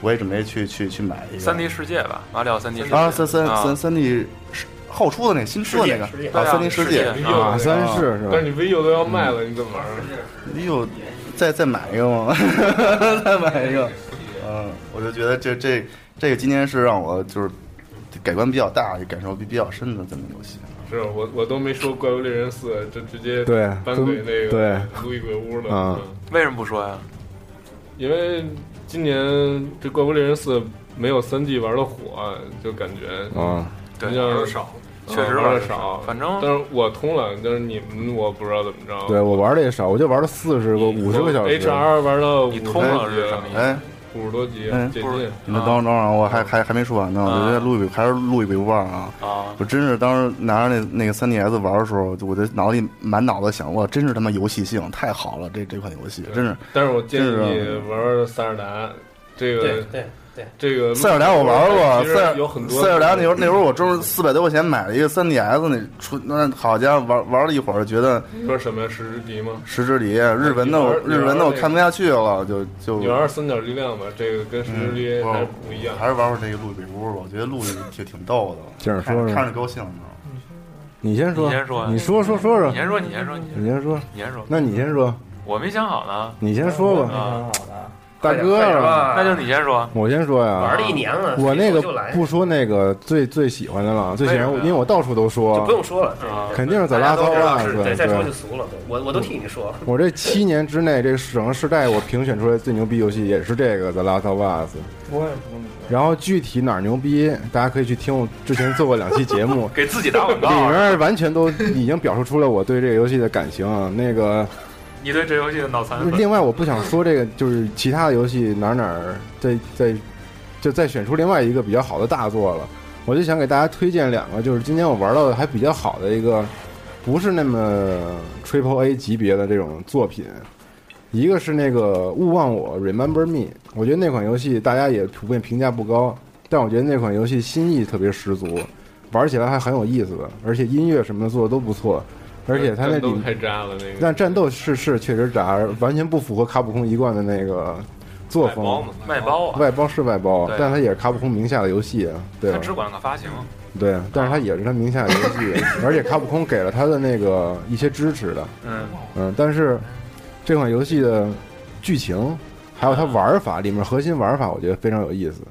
S8: 我也准备去去去买一个
S1: 三 D 世界吧，马里奥三 D 世界
S8: 啊三三
S1: 啊
S8: 三三 D 后出的那个新出的那个
S4: 世界世界
S8: 啊
S1: 对啊
S8: 三 D 世界，
S1: 世界
S7: 啊
S3: 马三世是
S7: 但是
S3: 吧？
S7: 你 VU 都要卖了，你怎么玩啊？
S8: 你有再再买一个吗？ 再买一个，嗯，我就觉得这这这个今年是让我就是改观比较大，也感受比比较深的这么一个游戏。
S7: 是我我都没说《怪物猎人四》，就直接
S3: 对
S7: 搬
S3: 都
S7: 鬼那个
S3: 对
S7: 路易鬼屋了。
S3: 嗯
S7: 嗯
S1: 为什么不说呀？
S7: 因为今年这《怪物猎人四》没有三 G 玩的火，就感觉
S3: 啊，
S1: 对，
S7: 像
S6: 玩的少，
S1: 确实
S7: 玩
S1: 玩
S7: 的
S1: 得
S7: 少，
S1: 反正
S7: 但是我通了，但是你们我不知道怎么
S1: 哦
S7: 着。
S3: 对我玩的也少，我就玩了四十个、五十个小时。
S7: HR 玩到
S1: 你通了是什么意思？
S8: 哎，
S7: 五十多级，
S8: 嗯
S7: 解
S1: 不
S7: 禁
S1: 是。
S8: 你们等会儿等会儿，我还还还没说完呢。我觉得
S1: 啊
S8: 路易比还是路易比乌二啊，
S1: 啊，
S8: 我真是当时拿着那那个 3DS 玩的时候，我这脑里满脑子想，哇，真是他妈游戏性太好了，这这款游戏真是。
S7: 但是我建议
S8: 这个
S7: 你玩玩塞尔达，这
S4: 对
S7: 个
S4: 对，
S7: 这个
S8: 塞尔达我玩过，
S7: 其实
S8: 塞尔
S7: 有很多
S8: 塞尔达那 时候那时候我正四百多块钱买了一个 3DS，那出那好家伙玩玩了一会儿，觉得
S7: 你说什么呀？十之敌吗？
S8: 十之敌日文的我日文的我
S7: 你玩你玩那个
S8: 看不下去了，就就
S7: 你玩玩三角力量吧，这个跟十之敌
S8: 嗯
S7: 还是不一样。
S8: 还是玩玩这个路易比屋吧，我觉得路易挺挺逗的，
S3: 接着说
S8: 看着
S3: 说
S8: 看着高兴呢。
S3: 你先说，
S1: 你先说
S3: 你说说说说
S1: 你，先说，你先说，你先
S3: 你先说，
S1: 你先说，
S3: 那你先说，
S1: 我没想好呢，
S3: 你先说吧，
S1: 啊，
S3: 大哥
S4: 快点
S3: 啊，
S4: 吧
S1: 那就你先说。
S3: 我先说呀。
S4: 玩了一年了，
S3: 我那
S4: 就
S3: 个
S4: 来，
S3: 不说那个最最喜欢的了，最喜欢
S1: 为什么
S3: 因为
S1: 呀
S3: 我到处都
S4: 就
S3: 说
S4: 不，用说了。
S1: 啊，，
S3: 肯定是走
S4: 大家
S3: 拉
S4: 都
S3: 骚
S4: 知道
S3: 了，
S4: 是
S3: 对
S4: 再说
S3: 对
S4: 就。俗了。对我我都替你说，
S3: 我这七年之内，这个整个世代我评选出来最牛逼游戏也是这个《The Last of Us》。
S2: 我也 不这么觉
S3: 然后具体哪儿牛逼，大家可以去听我之前做过两期节目
S1: 给自己打广
S3: 里
S1: 告。啊
S3: 面完全都已经表述出了我对这个游戏的感情啊。那 个，
S1: 你对这游戏的脑残粉
S3: 另外我不想说这个，就是其他的游戏哪儿哪儿再再就再选出另外一个比较好的大作了。我就想给大家推荐两个，就是今年我玩到的还比较好的一个，不是那么 Triple A 级别的这种作品。一个是那个《勿忘我 Remember Me》，我觉得那款游戏大家也普遍评价不高，但我觉得那款游戏新意特别十足，玩起来还很有意思的，而且音乐什么的做的都不错，而且它那
S7: 战斗
S3: 里
S7: 太渣了，那个
S3: 但战斗是是确实渣，完全不符合卡普空一贯的那个作
S6: 卖包
S3: 风。
S6: 嘛，
S1: 卖包啊，
S3: 外包是外包
S1: 对，
S3: 但它也是卡普空名下的游戏啊，对
S1: 他
S3: 啊
S1: 只管个发行。
S3: 对，但是它也是它名下的游 戏，而且卡普空给了它的那个一些支持的，
S1: 嗯，
S3: 嗯，但是这款游戏的剧情还有它玩法里面核心玩法，我觉得非常有意思。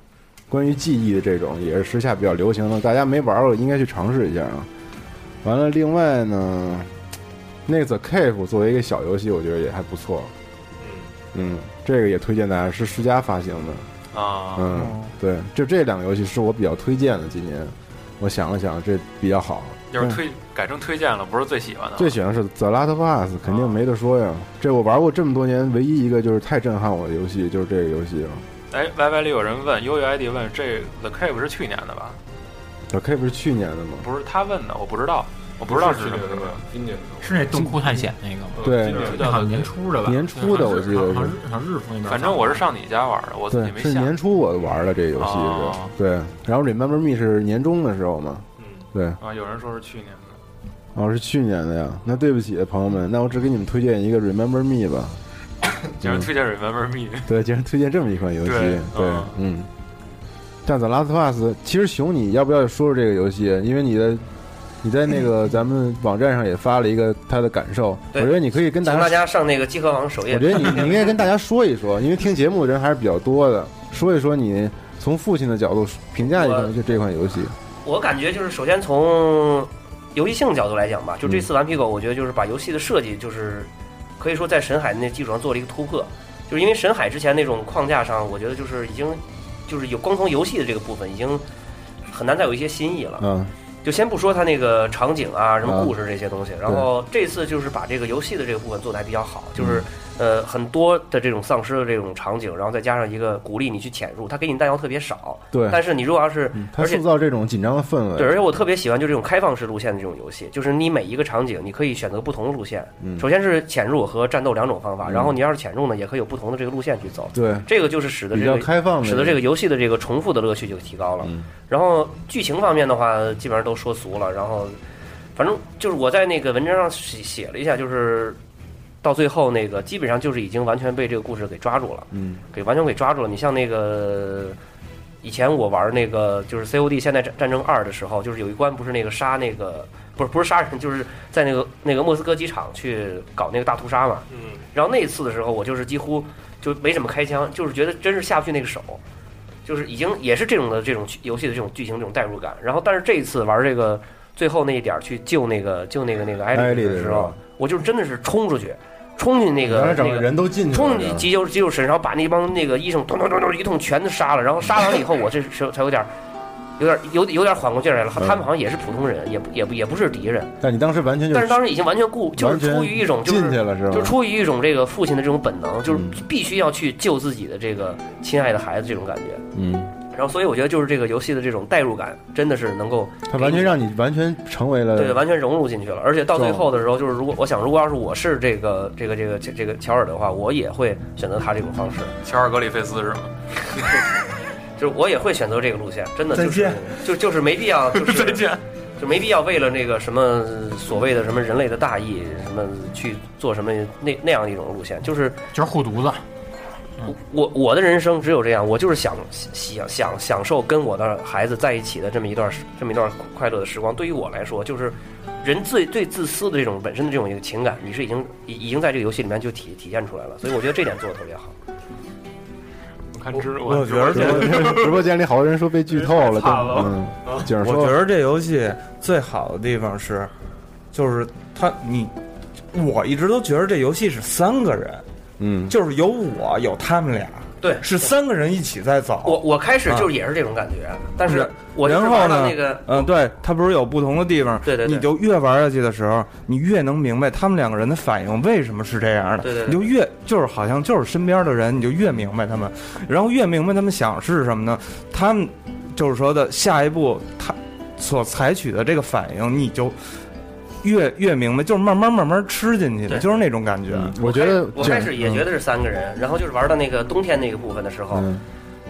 S3: 关于记忆的这种也是时下比较流行的，大家没玩过应该去尝试一下啊。完了，另外呢，那个 The Cave 作为一个小游戏，我觉得也还不错。嗯，这个也推荐大家，是世嘉发行的。
S1: 啊，
S3: 嗯，对，就这两个游戏是我比较推荐的。今年我想了想，这比较好。
S1: 就是推改成推荐了，不是最喜欢的。
S3: 最喜欢是《The Last of Us》，肯定没得说
S1: 啊
S3: 呀。这我玩过这么多年，唯一一个就是太震撼我的游戏就是这个游戏了。
S1: 哎，Y Y 里有人问，悠悠 ID 问这 The Cave 是去年的吧？啊
S3: 小 K 不是去年的吗？
S1: 不是他问的，我不知道，我不知道
S7: 是
S1: 是
S7: 去
S1: 什
S7: 年
S1: 么
S7: 的
S1: 时候
S7: 吧。？今年的
S5: 是那洞窟探险那个吗？
S7: 嗯
S3: 对
S7: 今年
S1: 对
S7: 的
S5: 那好像年初的吧，
S3: 年初的我记得是
S5: 好像日好像日服那边。
S1: 反正我是上你家玩的，我自己
S3: 对，
S1: 没
S3: 是
S1: 下。
S3: 年初我玩的这个游戏是
S1: 哦。
S3: 对，然后 Remember Me 是年中的时候嘛？
S1: 嗯
S3: 对，
S1: 啊，有人说是去年的，
S3: 哦是去年的呀。那对不起朋友们，那我只给你们推荐一个 Remember Me 吧。
S1: 竟然推荐 Remember Me。
S3: 对，竟然推荐这么一款游戏，
S1: 对
S3: 对，
S1: 嗯
S3: 嗯。但《The Last of Us》，其实熊，你要不要说说这个游戏？因为你的你在那 个咱们网站上也发了一个他的感受，我
S4: 对
S3: 觉得你可以跟
S4: 请
S3: 大
S4: 大
S3: 家，
S4: 家上那个集合网首页
S3: 我觉。得你你应该跟大家说一说，因为听节目的人还是比较多的，说一说你从父亲的角度评价一下
S4: 我
S3: 就这款游戏，
S4: 我感觉就是，首先从游戏性角度来讲吧，就这次
S3: 嗯
S4: 顽皮狗，我觉得就是把游戏的设计，就是可以说在神海那基础上做了一个突破。就是因为神海之前那种框架上，我觉得就是已经就是有光从游戏的这个部分已经很难再有一些新意了。
S3: 嗯
S4: 就先不说它那个场景啊、什么
S3: 啊
S4: 故事这些东西，然后这次就是把这个游戏的这个部分做的还比较好，就是呃很多的这种丧尸的这种场景，然后再加上一个鼓励你去潜入，它给你弹药特别少，
S3: 对，
S4: 但是你如果要是
S3: 嗯他
S4: 而且
S3: 塑造这种紧张的氛围，
S4: 对，而且我特别喜欢就这种开放式路线的这种游戏，就是你每一个场景你可以选择不同的路线，
S3: 嗯
S4: 首先是潜入和战斗两种方法，
S3: 嗯
S4: 然后你要是潜入呢，也可以有不同的这个路线去走，
S3: 对
S4: 这个就是使得
S3: 比
S4: 这
S3: 较
S4: 个
S3: 开放的，
S4: 使得这个游戏的这个重复的乐趣就提高了。
S3: 嗯
S4: 然后剧情方面的话，基本上都说俗了。然后，反正就是我在那个文章上写写了一下，就是到最后那个基本上就是已经完全被这个故事给抓住了，
S3: 嗯
S4: 给完全给抓住了。你像那个以前我玩那个就是 COD 现代战战争二的时候，就是有一关不是那个杀那个不是不是杀人，就是在那个那个莫斯科机场去搞那个大屠杀嘛。
S6: 嗯，
S4: 然后那一次的时候，我就是几乎就没怎么开枪，就是觉得真是下不去那个手。就是已经也是这种的这种游戏的这种剧情这种代入感。然后，但是这一次玩这个最后那一点儿去救那个救那个那个艾
S3: 艾
S4: 丽
S3: 丽
S4: 的
S3: 的
S4: 时
S3: 时
S4: 候
S3: 候，
S4: 我就真的是冲出去，冲进那个
S3: 原来整
S4: 那
S3: 个
S4: 个
S3: 人都进去
S4: 冲
S3: 了
S4: 进去
S3: 是吧，
S4: 急救急救室，然后把那帮那个医生咚咚咚咚一通全都杀了，然后杀完了以后，我这时候才有点儿，有点儿有有点儿缓过劲儿来了。
S3: 嗯
S4: 他们好像也是普通人，也不也不也不是敌人，
S3: 但你当时完全就
S4: 但是当时已经完全顾，就是
S3: 完全
S4: 出于一种就
S3: 进去
S4: 是
S3: 了是吧？
S4: 就出于一种这个父亲的这种本能，就是
S3: 嗯
S4: 必须要去救自己的这个亲爱的孩子这种感觉。
S3: 嗯，
S4: 然后，所以我觉得就是这个游戏的这种代入感，真的是能够
S3: 他完全让你完全成为
S2: 呃
S3: 了
S4: 对，完全融入进去了。而且到最后的时候，就是如果我想，如果要是我是这个这个这个这这个乔尔的话，我也会选择他这种方式，
S1: 乔尔格里菲斯是吗？
S4: 就是我也会选择这个路线。 真的
S2: 再
S4: 就是
S2: 见
S4: 就就是没必要， 就
S1: 再
S4: 是
S1: 见。
S4: 就没必要为了那个什么所谓的什么人类的大义什么去做什么那那样一种路线，就是
S5: 就是护犊子，
S4: 我我的人生只有这样，我就是想想想享受跟我的孩子在一起的这么一段时这么一段快乐的时光。对于我来说，就是人最最自私的这种本身的这种一个情感，你是已经已已经在这个游戏里面就体体现出来了。所以我觉得这点做的特别好。
S1: 我看直
S2: 我
S1: 我
S2: 觉得
S3: 直播
S2: 这，
S3: 直播间里好多人说被剧透了，
S1: 惨了
S3: 对，嗯，景儿
S2: 我觉
S3: 说
S2: 得这游戏最好的地方是，就是它你，我一直都觉得这游戏是三个人，
S3: 嗯，
S2: 就是有我有他们俩，
S4: 对，
S2: 是三个人一起在
S4: 我
S2: 走。嗯
S4: 我开始就是也是这种感觉，啊但是我就是
S2: 然后
S4: 玩
S2: 呢
S4: 到那个，
S2: 嗯，对，它不是有不同的地方，
S4: 对对对
S2: 你就越玩下去的时候，你越能明白他们两个人的反应为什么是这样的，
S4: 对对对
S2: 你就越就是好像就是身边的人，你就越明白他们，然后越明白他们想是什么呢？他们就是说的下一步他所采取的这个反应，你就越越明白，就是慢慢慢慢吃进去的，
S4: 对
S2: 就是那种感觉。
S3: 嗯我觉得
S4: 我
S3: 景
S4: 开
S3: 儿
S4: 始也觉
S2: 嗯
S4: 得是三个人，然后就是玩到那个冬天那个部分的时候，
S3: 嗯，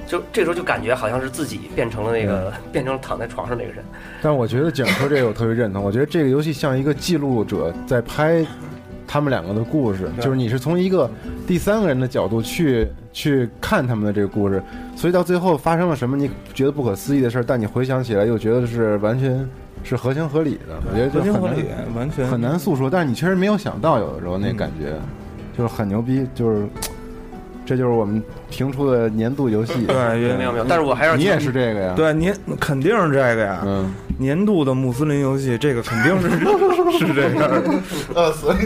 S4: 就这时候就感觉好像是自己变成了那
S2: 嗯
S4: 个、变成了躺在床上那个人。
S3: 但是我觉得景儿说这个我特别认同，我觉得这个游戏像一个记录者在拍他们两个的故事，就是你是从一个第三个人的角度去去看他们的这个故事，所以到最后发生了什么你觉得不可思议的事儿，但你回想起来又觉得是完全是合情合理的，我觉得就
S2: 合情
S3: 很
S2: 合
S3: 难
S2: 理，完全
S3: 很难诉说，但是你确实没有想到，有的时候那感觉、
S2: 嗯
S3: 就是很牛逼，就是这就是我们评出的年度游戏，
S2: 对，
S4: 没有
S2: 也
S4: 没有，但是我还是
S3: 你也是这个呀，，
S2: 对，您肯定是这个呀。
S3: 嗯，
S2: 年度的穆斯林游戏，这个肯 定是是这 样的。
S8: 呃，所以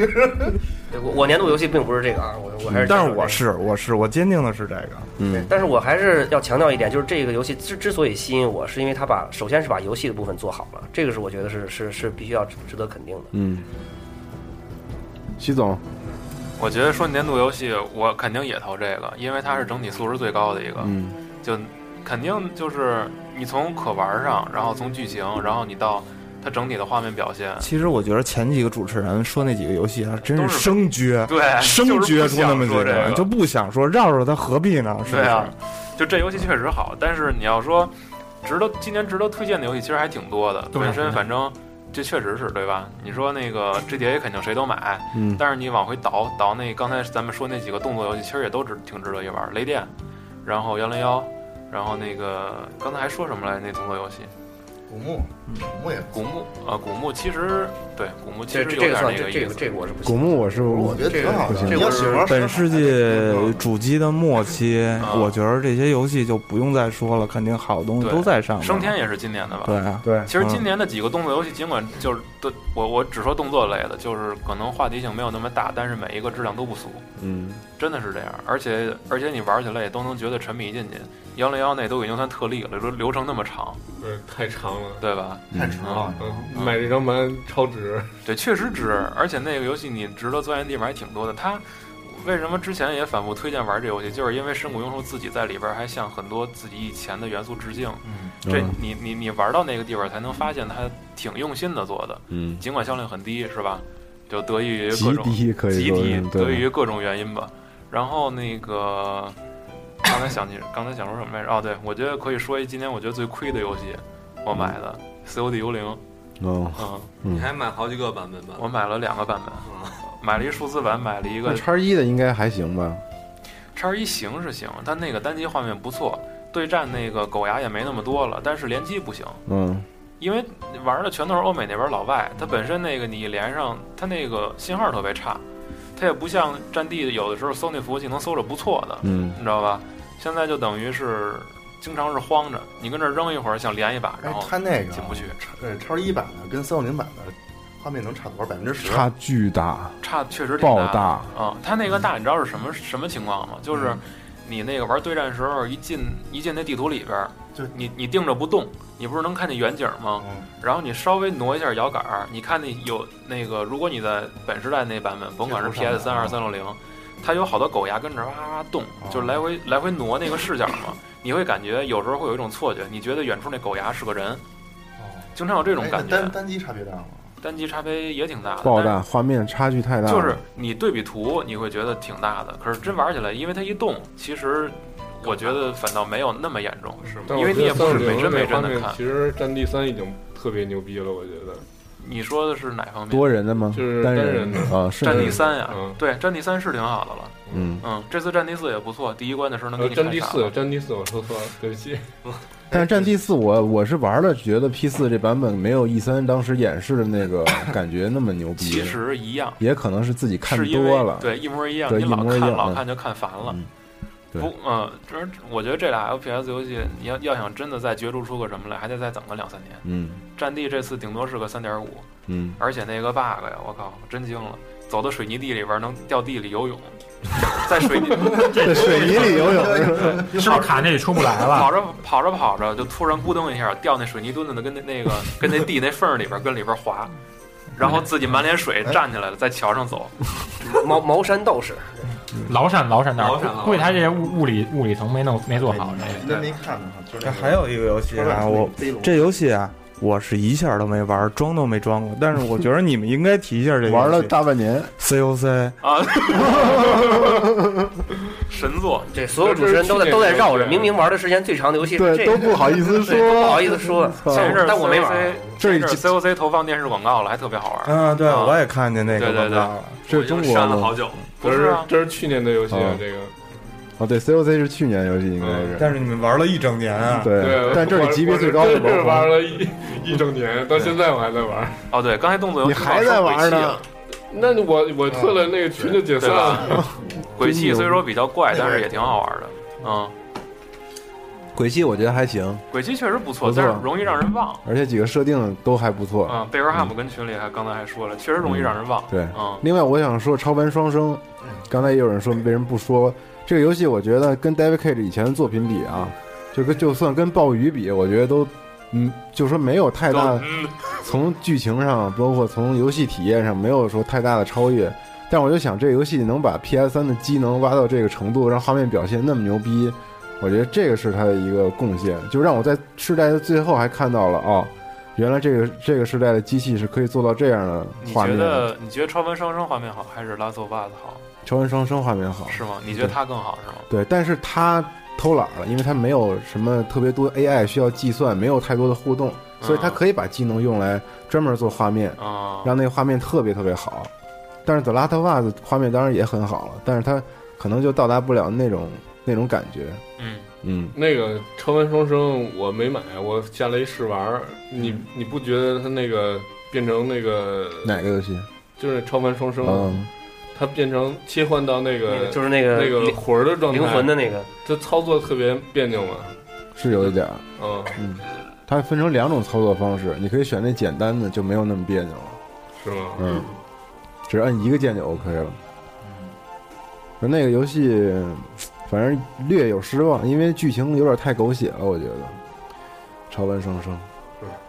S4: 对我我年度游戏并不是这个啊，我我还是，
S2: 但是我，是我是我坚定的是这个，
S3: 嗯，
S4: 但是我还是要强调一点，就是这个游戏之之所以吸引我，是因为它把首先是把游戏的部分做好了，这个是我觉得是是是必须要值值得肯定的。
S3: 嗯，徐总，
S1: 我觉得说年度游戏，我肯定也投这个，因为它是整体素质最高的一个，
S3: 嗯
S1: 就肯定就是你从可玩上，然后从剧情，然后你到它整体的画面表现，
S2: 其实我觉得前几个主持人说那几个游戏啊，真
S1: 都
S2: 是
S1: 是
S2: 生撅，
S1: 对，
S2: 生
S1: 就是
S2: 撅
S1: 不
S2: 出那么
S1: 想
S2: 几
S1: 说这
S2: 人，
S1: 个
S2: 就不想说绕绕他何必呢？是不
S1: 对啊
S2: 是？，
S1: 就这游戏确实好，但是你要说值得今年值得推荐的游戏，其实还挺多的。
S5: 对
S1: 本身反正这确实是对吧？你说那个 GTA 肯定谁都买，
S3: 嗯，
S1: 但是你往回倒倒那刚才咱们说那几个动作游戏，其实也都值挺值得一玩。雷电，然后幺零幺，然后那个刚才还说什么来？那动作游戏，
S8: 古墓，古墓也
S1: 古墓呃，古墓其实对古墓其
S4: 这这
S1: 实
S4: 这
S1: 有点
S4: 个算
S1: 那
S4: 这这
S1: 意
S4: 个
S1: 思。
S4: 这个我是不
S3: 古
S4: 行。
S3: 墓我是
S8: 我觉得挺好的。你要喜欢玩
S2: 本世
S3: 嗯
S2: 纪主机的末期，
S1: 啊
S2: 我觉得这些游戏就不用再说了，肯定好东西
S1: 对
S2: 都在上面。
S1: 升天也是今年的吧？
S2: 对啊，
S3: 对，
S1: 其实今
S2: 嗯
S1: 年的几个动作游戏，尽管就是都我我只说动作类的，就是可能话题性没有那么大，但是每一个质量都不俗，
S3: 嗯，
S1: 真的是这样。而且而且你玩起来也都能觉得沉迷进去。幺零幺那都已经算特例了，流流程那么长，
S7: 嗯，太长了，
S1: 对吧？
S8: 太迟
S1: 啊
S8: 了，
S7: 嗯，买这张盘超值，
S1: 对，确实值。而且那个游戏你值得钻研的地方还挺多的。它为什么之前也反复推荐玩这游戏，就是因为深谷英树自己在里边还向很多自己以前的元素致敬。这
S3: 嗯
S1: 你你你玩到那个地方才能发现他挺用心的做的。
S3: 嗯，
S1: 尽管销量很低，是吧？就得益于各
S3: 极
S1: 种
S3: 低可以
S1: 极
S3: 说
S1: 低
S3: 是，
S1: 得益
S3: 对，
S1: 于各种原因吧。然后那个刚才想起，刚才想说什么来着？哦，对，我觉得可以说一今年我觉得最亏的游戏，我买的《COD 幽灵》，
S3: 嗯，
S1: 嗯，
S6: 啊你还买好几个版本吧？
S1: 我买了两个版本，
S6: 啊，
S1: 买了一数字版，买了一
S3: 那
S1: 个嗯
S3: 叉一的应该还行吧，
S1: 叉一行是行，但那个单机画面不错，对战那个狗牙也没那么多了，但是联机不行。
S3: 嗯，
S1: 因为玩的全都是欧美那边老外，它本身那个你连上，它那个信号特别差，它也不像战地有的时候搜那服务器能搜着不错的，
S3: 嗯
S1: 你知道吧？现在就等于是经常是慌着，你跟这儿扔一会儿想连一把，然
S8: 哎
S1: 后，
S8: 它那个
S1: 进不去，
S8: 呃，超一版的跟三六零版的画面能差多少？百分之十？
S3: 差巨大，
S1: 差确实挺
S3: 爆
S1: 大的。
S3: 大，嗯
S1: 啊，它那个大，你知道是什么什么情况吗？就是你那个玩对战时候，一进一进那地图里边儿，
S8: 就
S1: 你你定着不动，你不是能看见远景吗？
S8: 嗯
S1: 然后你稍微挪一下摇杆儿，你看那有那个，如果你在本时代那版本，甭管是
S8: 这不
S1: PS
S8: 是
S1: 三
S8: 啊
S1: 还是三六零，它有好多狗牙跟着哇哇哇动，就是来回来回挪那个视角嘛，你会感觉有时候会有一种错觉，你觉得远处那狗牙是个人，经常有这种
S8: 哦哎那
S1: 感觉。
S8: 单单机差别大吗？
S1: 单机差别也挺大的，
S3: 爆
S1: 但是
S3: 大，画面差距太大了，
S1: 就是你对比图，你会觉得挺大的，可是真玩起来，因为它一动，其实我觉得反倒没有那么严重。
S6: 是吗？
S7: 但
S1: 因为
S7: 我觉得
S1: 你也不是每帧每帧
S7: 360那
S1: 地
S7: 画面
S1: 看
S7: 其实《战地三》已经特别牛逼了，我觉得。
S1: 你说的是哪方面？
S3: 多人的吗？
S7: 就是
S3: 单
S7: 单
S3: 人
S7: 人的
S3: 啊，是
S1: 战
S3: 那
S1: 地
S3: 个
S1: 三呀、
S7: 嗯
S1: 对，战地三是挺好的了。
S3: 嗯，
S1: 嗯，这次战地四也不错，第一关的时候能给
S7: 呃，
S1: 你
S7: 战
S1: 看
S7: 地
S1: 傻
S7: 四，
S1: 了。
S7: 战地四，我说错了，对不 起。
S3: 但是战地四我我是玩了，觉得 P 四这版本没有 E 三当时演示的那个感觉那么牛逼，
S1: 其实一样，
S3: 也可能是自己看
S1: 是因
S3: 多
S1: 为
S3: 了，
S1: 对一模一样，
S3: 对
S1: 你老
S3: 一模一
S1: 看
S3: 样
S1: 老
S3: 嗯
S1: 看就看烦了。
S3: 嗯对
S1: 不，嗯，就是我觉得这俩 FPS 游戏，你要要想真的再角逐出个什么来，还得再等个两三年。
S3: 嗯
S1: 战地这次顶多是个三点五，
S3: 嗯，
S1: 而且那个 bug 呀，我靠，我真惊了！走到水泥地里边儿能掉地里游泳，在水泥
S3: 在水泥里 游泳，
S5: 是不是卡那里出不来
S1: 跑
S5: 了？
S1: 着跑着跑着，就突然咕噔一下掉那水泥墩子的，跟那那个跟那地那缝儿里边儿跟里边儿滑， 然后自己满脸水站起来了，在桥上走。
S4: 茅茅山道士，
S5: 崂山崂山那
S6: 崂山崂山
S5: 儿，估计他这些物物理物理层没弄没做好，这
S8: 那没看呢，就是
S2: 这还有一个游戏啊，我这游戏啊，我是一下都没玩，装都没装过。但是我觉得你们应该提一下这个游戏
S3: 玩了大半年，
S2: COC，
S1: 啊， 神作！
S4: 对，所有主持人都在都在绕着，明明玩的时间最长的游戏是这
S3: 对，都
S4: 个，
S3: 不好意思
S4: 对都不好
S3: 说，
S4: 意思说，
S1: 前一阵
S4: 但我没玩儿。
S1: 这
S3: 这
S1: COC 投放电视广告了，还特别好玩。
S2: 啊，对，
S1: 啊
S2: 我也看见那个
S1: 对对
S2: 广告
S1: 对
S2: 了。
S3: 这
S1: 我
S3: 是
S1: 已
S3: 中
S1: 经
S3: 国
S1: 删了好
S3: 吗？
S1: 久，不
S7: 这
S1: 是
S7: 是
S1: 啊，
S7: 这是去年的游戏啊
S3: 哦，
S7: 这个
S3: 哦，对，COC 是去年游戏应该是，
S2: 嗯但是你们玩了一整年啊，
S3: 对，
S7: 对。
S3: 但这里级别最高
S7: 我
S3: 的
S7: 是真是
S3: 王
S7: 玩
S3: 牌，
S7: 了一一整年，到现在我还在玩。
S1: 哦对，刚才动作游戏
S3: 你还在玩呢
S1: 说鬼泣啊了
S7: 那我我退了那个群就解散 了。
S1: 鬼泣
S3: 真牛
S1: 虽说比较怪，但是也挺好玩的。嗯，
S3: 鬼泣我觉得还行，
S1: 鬼泣确实不错，
S3: 不错
S1: 但是容易让人忘。
S3: 而且几个设定都还不错。
S1: 嗯，贝尔汉姆跟群里还刚才还说了，确实容易让人忘。
S3: 对，
S1: 嗯，
S3: 另外我想说超凡双生，刚才也有人说为什么不说这个游戏？我觉得跟 David Cage 以前的作品比啊，就跟就算跟鲍鱼比，我觉得都。嗯，就说没有太大
S1: 都，嗯
S3: 从剧情上，包括从游戏体验上，没有说太大的超越。但我就想，这个游戏能把 PS 三的机能挖到这个程度，让画面表现那么牛逼，我觉得这个是它的一个贡献，就让我在世代的最后还看到了哦，原来这个这个世代的机器是可以做到这样的
S1: 你
S3: 画
S1: 觉
S3: 面。
S1: 得你觉得超凡双生画面好还是拉索巴的好
S3: 超人双生画面好，
S1: 是吗？你觉得它更好是吗？
S3: 对，但是他偷懒了，因为他没有什么特别多 AI 需要计算，没有太多的互动，所以他可以把技能用来专门做画面，
S1: 嗯啊，
S3: 让那个画面特别特别好。但是 The Last of Us 画面当然也很好了，但是它可能就到达不了那种那种感觉。
S1: 嗯，
S3: 嗯，
S7: 那个《超凡双生》我没买，我下了一试玩儿。你你不觉得它那个变成那个
S3: 嗯哪个游戏？
S7: 就是《超凡双生》
S3: 嗯，
S7: 它变成切换到那
S4: 那
S7: 个
S4: 个就是那个
S7: 那个
S4: 灵
S7: 魂儿的状态，
S4: 灵魂的那个，
S7: 它操作特别别扭嘛。
S3: 是有一点儿。
S7: 嗯，
S3: 它分成两种操作方式，你可以选那简单的，就没有那么别扭了。
S7: 是吗？
S3: 嗯，只按一个键就 OK 了。而那个游戏，反正略有失望，因为剧情有点太狗血了，我觉得。超凡双生，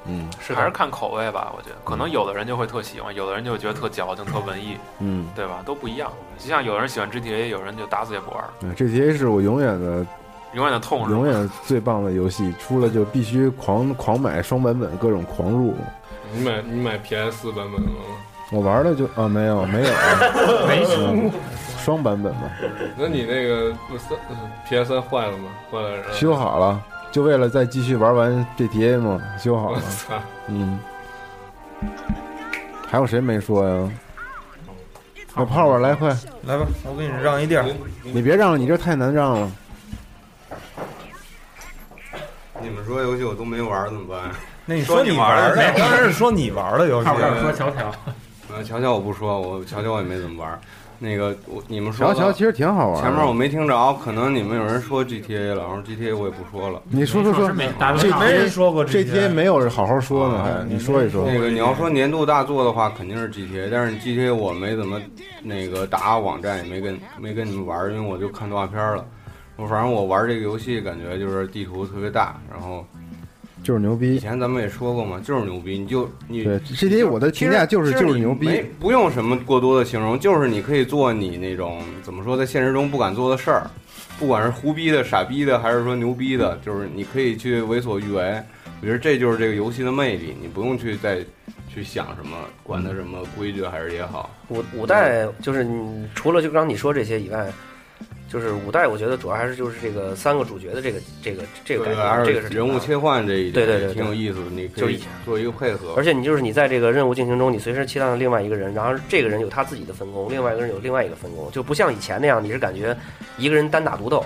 S3: 嗯
S4: 是
S1: 还是
S4: 的，
S1: 看口味吧，我觉得可能有的人就会特喜欢，有的人就觉得特矫情、特文艺，
S3: 嗯
S1: 对吧？都不一样。就像有人喜欢 GTA，有人就打死也不玩，
S3: 嗯，GTA 是我永远的
S1: 永远的痛是吗
S3: 永远最棒的游戏，出了就必须狂狂买双版本，各种狂入。
S7: 你买你买 PS 版本了吗？
S3: 我玩的就啊没有 没有、
S5: 没
S3: 嗯双版本嘛，
S7: 那你那个三 PS 三坏了吗？坏了，然后
S3: 修。好了，就为了再继续玩完 GTA 嘛，修好
S7: 我
S3: 了。
S7: 操！
S3: 嗯，还有谁没说呀？那泡泡来快，
S2: 来吧，我给你让一地儿。
S6: 嗯
S3: 你别让了，你这太难让了。
S6: 你们说游戏我都没玩儿怎么办？
S2: 那你
S6: 说
S2: 你
S6: 你玩
S2: 玩
S6: 儿的
S2: 的，当然是说你玩的游戏
S5: 看。我这儿说条条，
S6: 嗯、呃，乔乔我不说，我乔乔我也没怎么玩儿。那个我你们说
S3: 乔
S6: 了
S3: 乔其实挺好玩的。
S6: 前面我没听着，可能你们有人说 GTA 了，然后 GTA 我也不说了。
S3: 你说说说，
S5: 没打
S3: 这
S5: 没
S3: 没人
S2: 说过
S3: 这天没有好好说呢，哎还你说一说。
S6: 啊那个你要说年度大作的话，肯定是 GTA，但是 GTA 我没怎么那个打网站，也没跟没跟你们玩儿，因为我就看动画片儿了。我反正我玩这个游戏感觉就是地图特别大，然后
S3: 就是牛
S6: 以
S3: 逼。
S6: 前咱们也说过嘛，就是牛逼，你就你
S3: 对，GTA 我的呃评价就是
S6: 其实
S3: 就是牛逼
S6: 你没，不用什么过多的形容，就是你可以做你那种怎么说，在现实中不敢做的事儿，不管是胡逼的、傻逼的，还是说牛逼的，就是你可以去为所欲为。我觉得这就是这个游戏的魅力，你不用去再去想什么，管它什么规矩还是也好。
S4: 五五代就是你除了就刚你说这些以外，就是五代，我觉得主要还是就是这个三个主角的这个这个这个感
S6: 还
S4: 觉，这
S6: 是
S4: 个是
S6: 人物
S4: 切。
S6: 切换这一点，
S4: 对对对对
S6: 挺有意思的，你可
S4: 就
S6: 以
S4: 一
S6: 做一个配合
S4: 而。且你就是你在这个任务进行中，你随时期待另外一个人，然后这个人有他自己的分工，另外一个人有另外一个分工，就不像以前那样，你是感觉一个人单打独斗。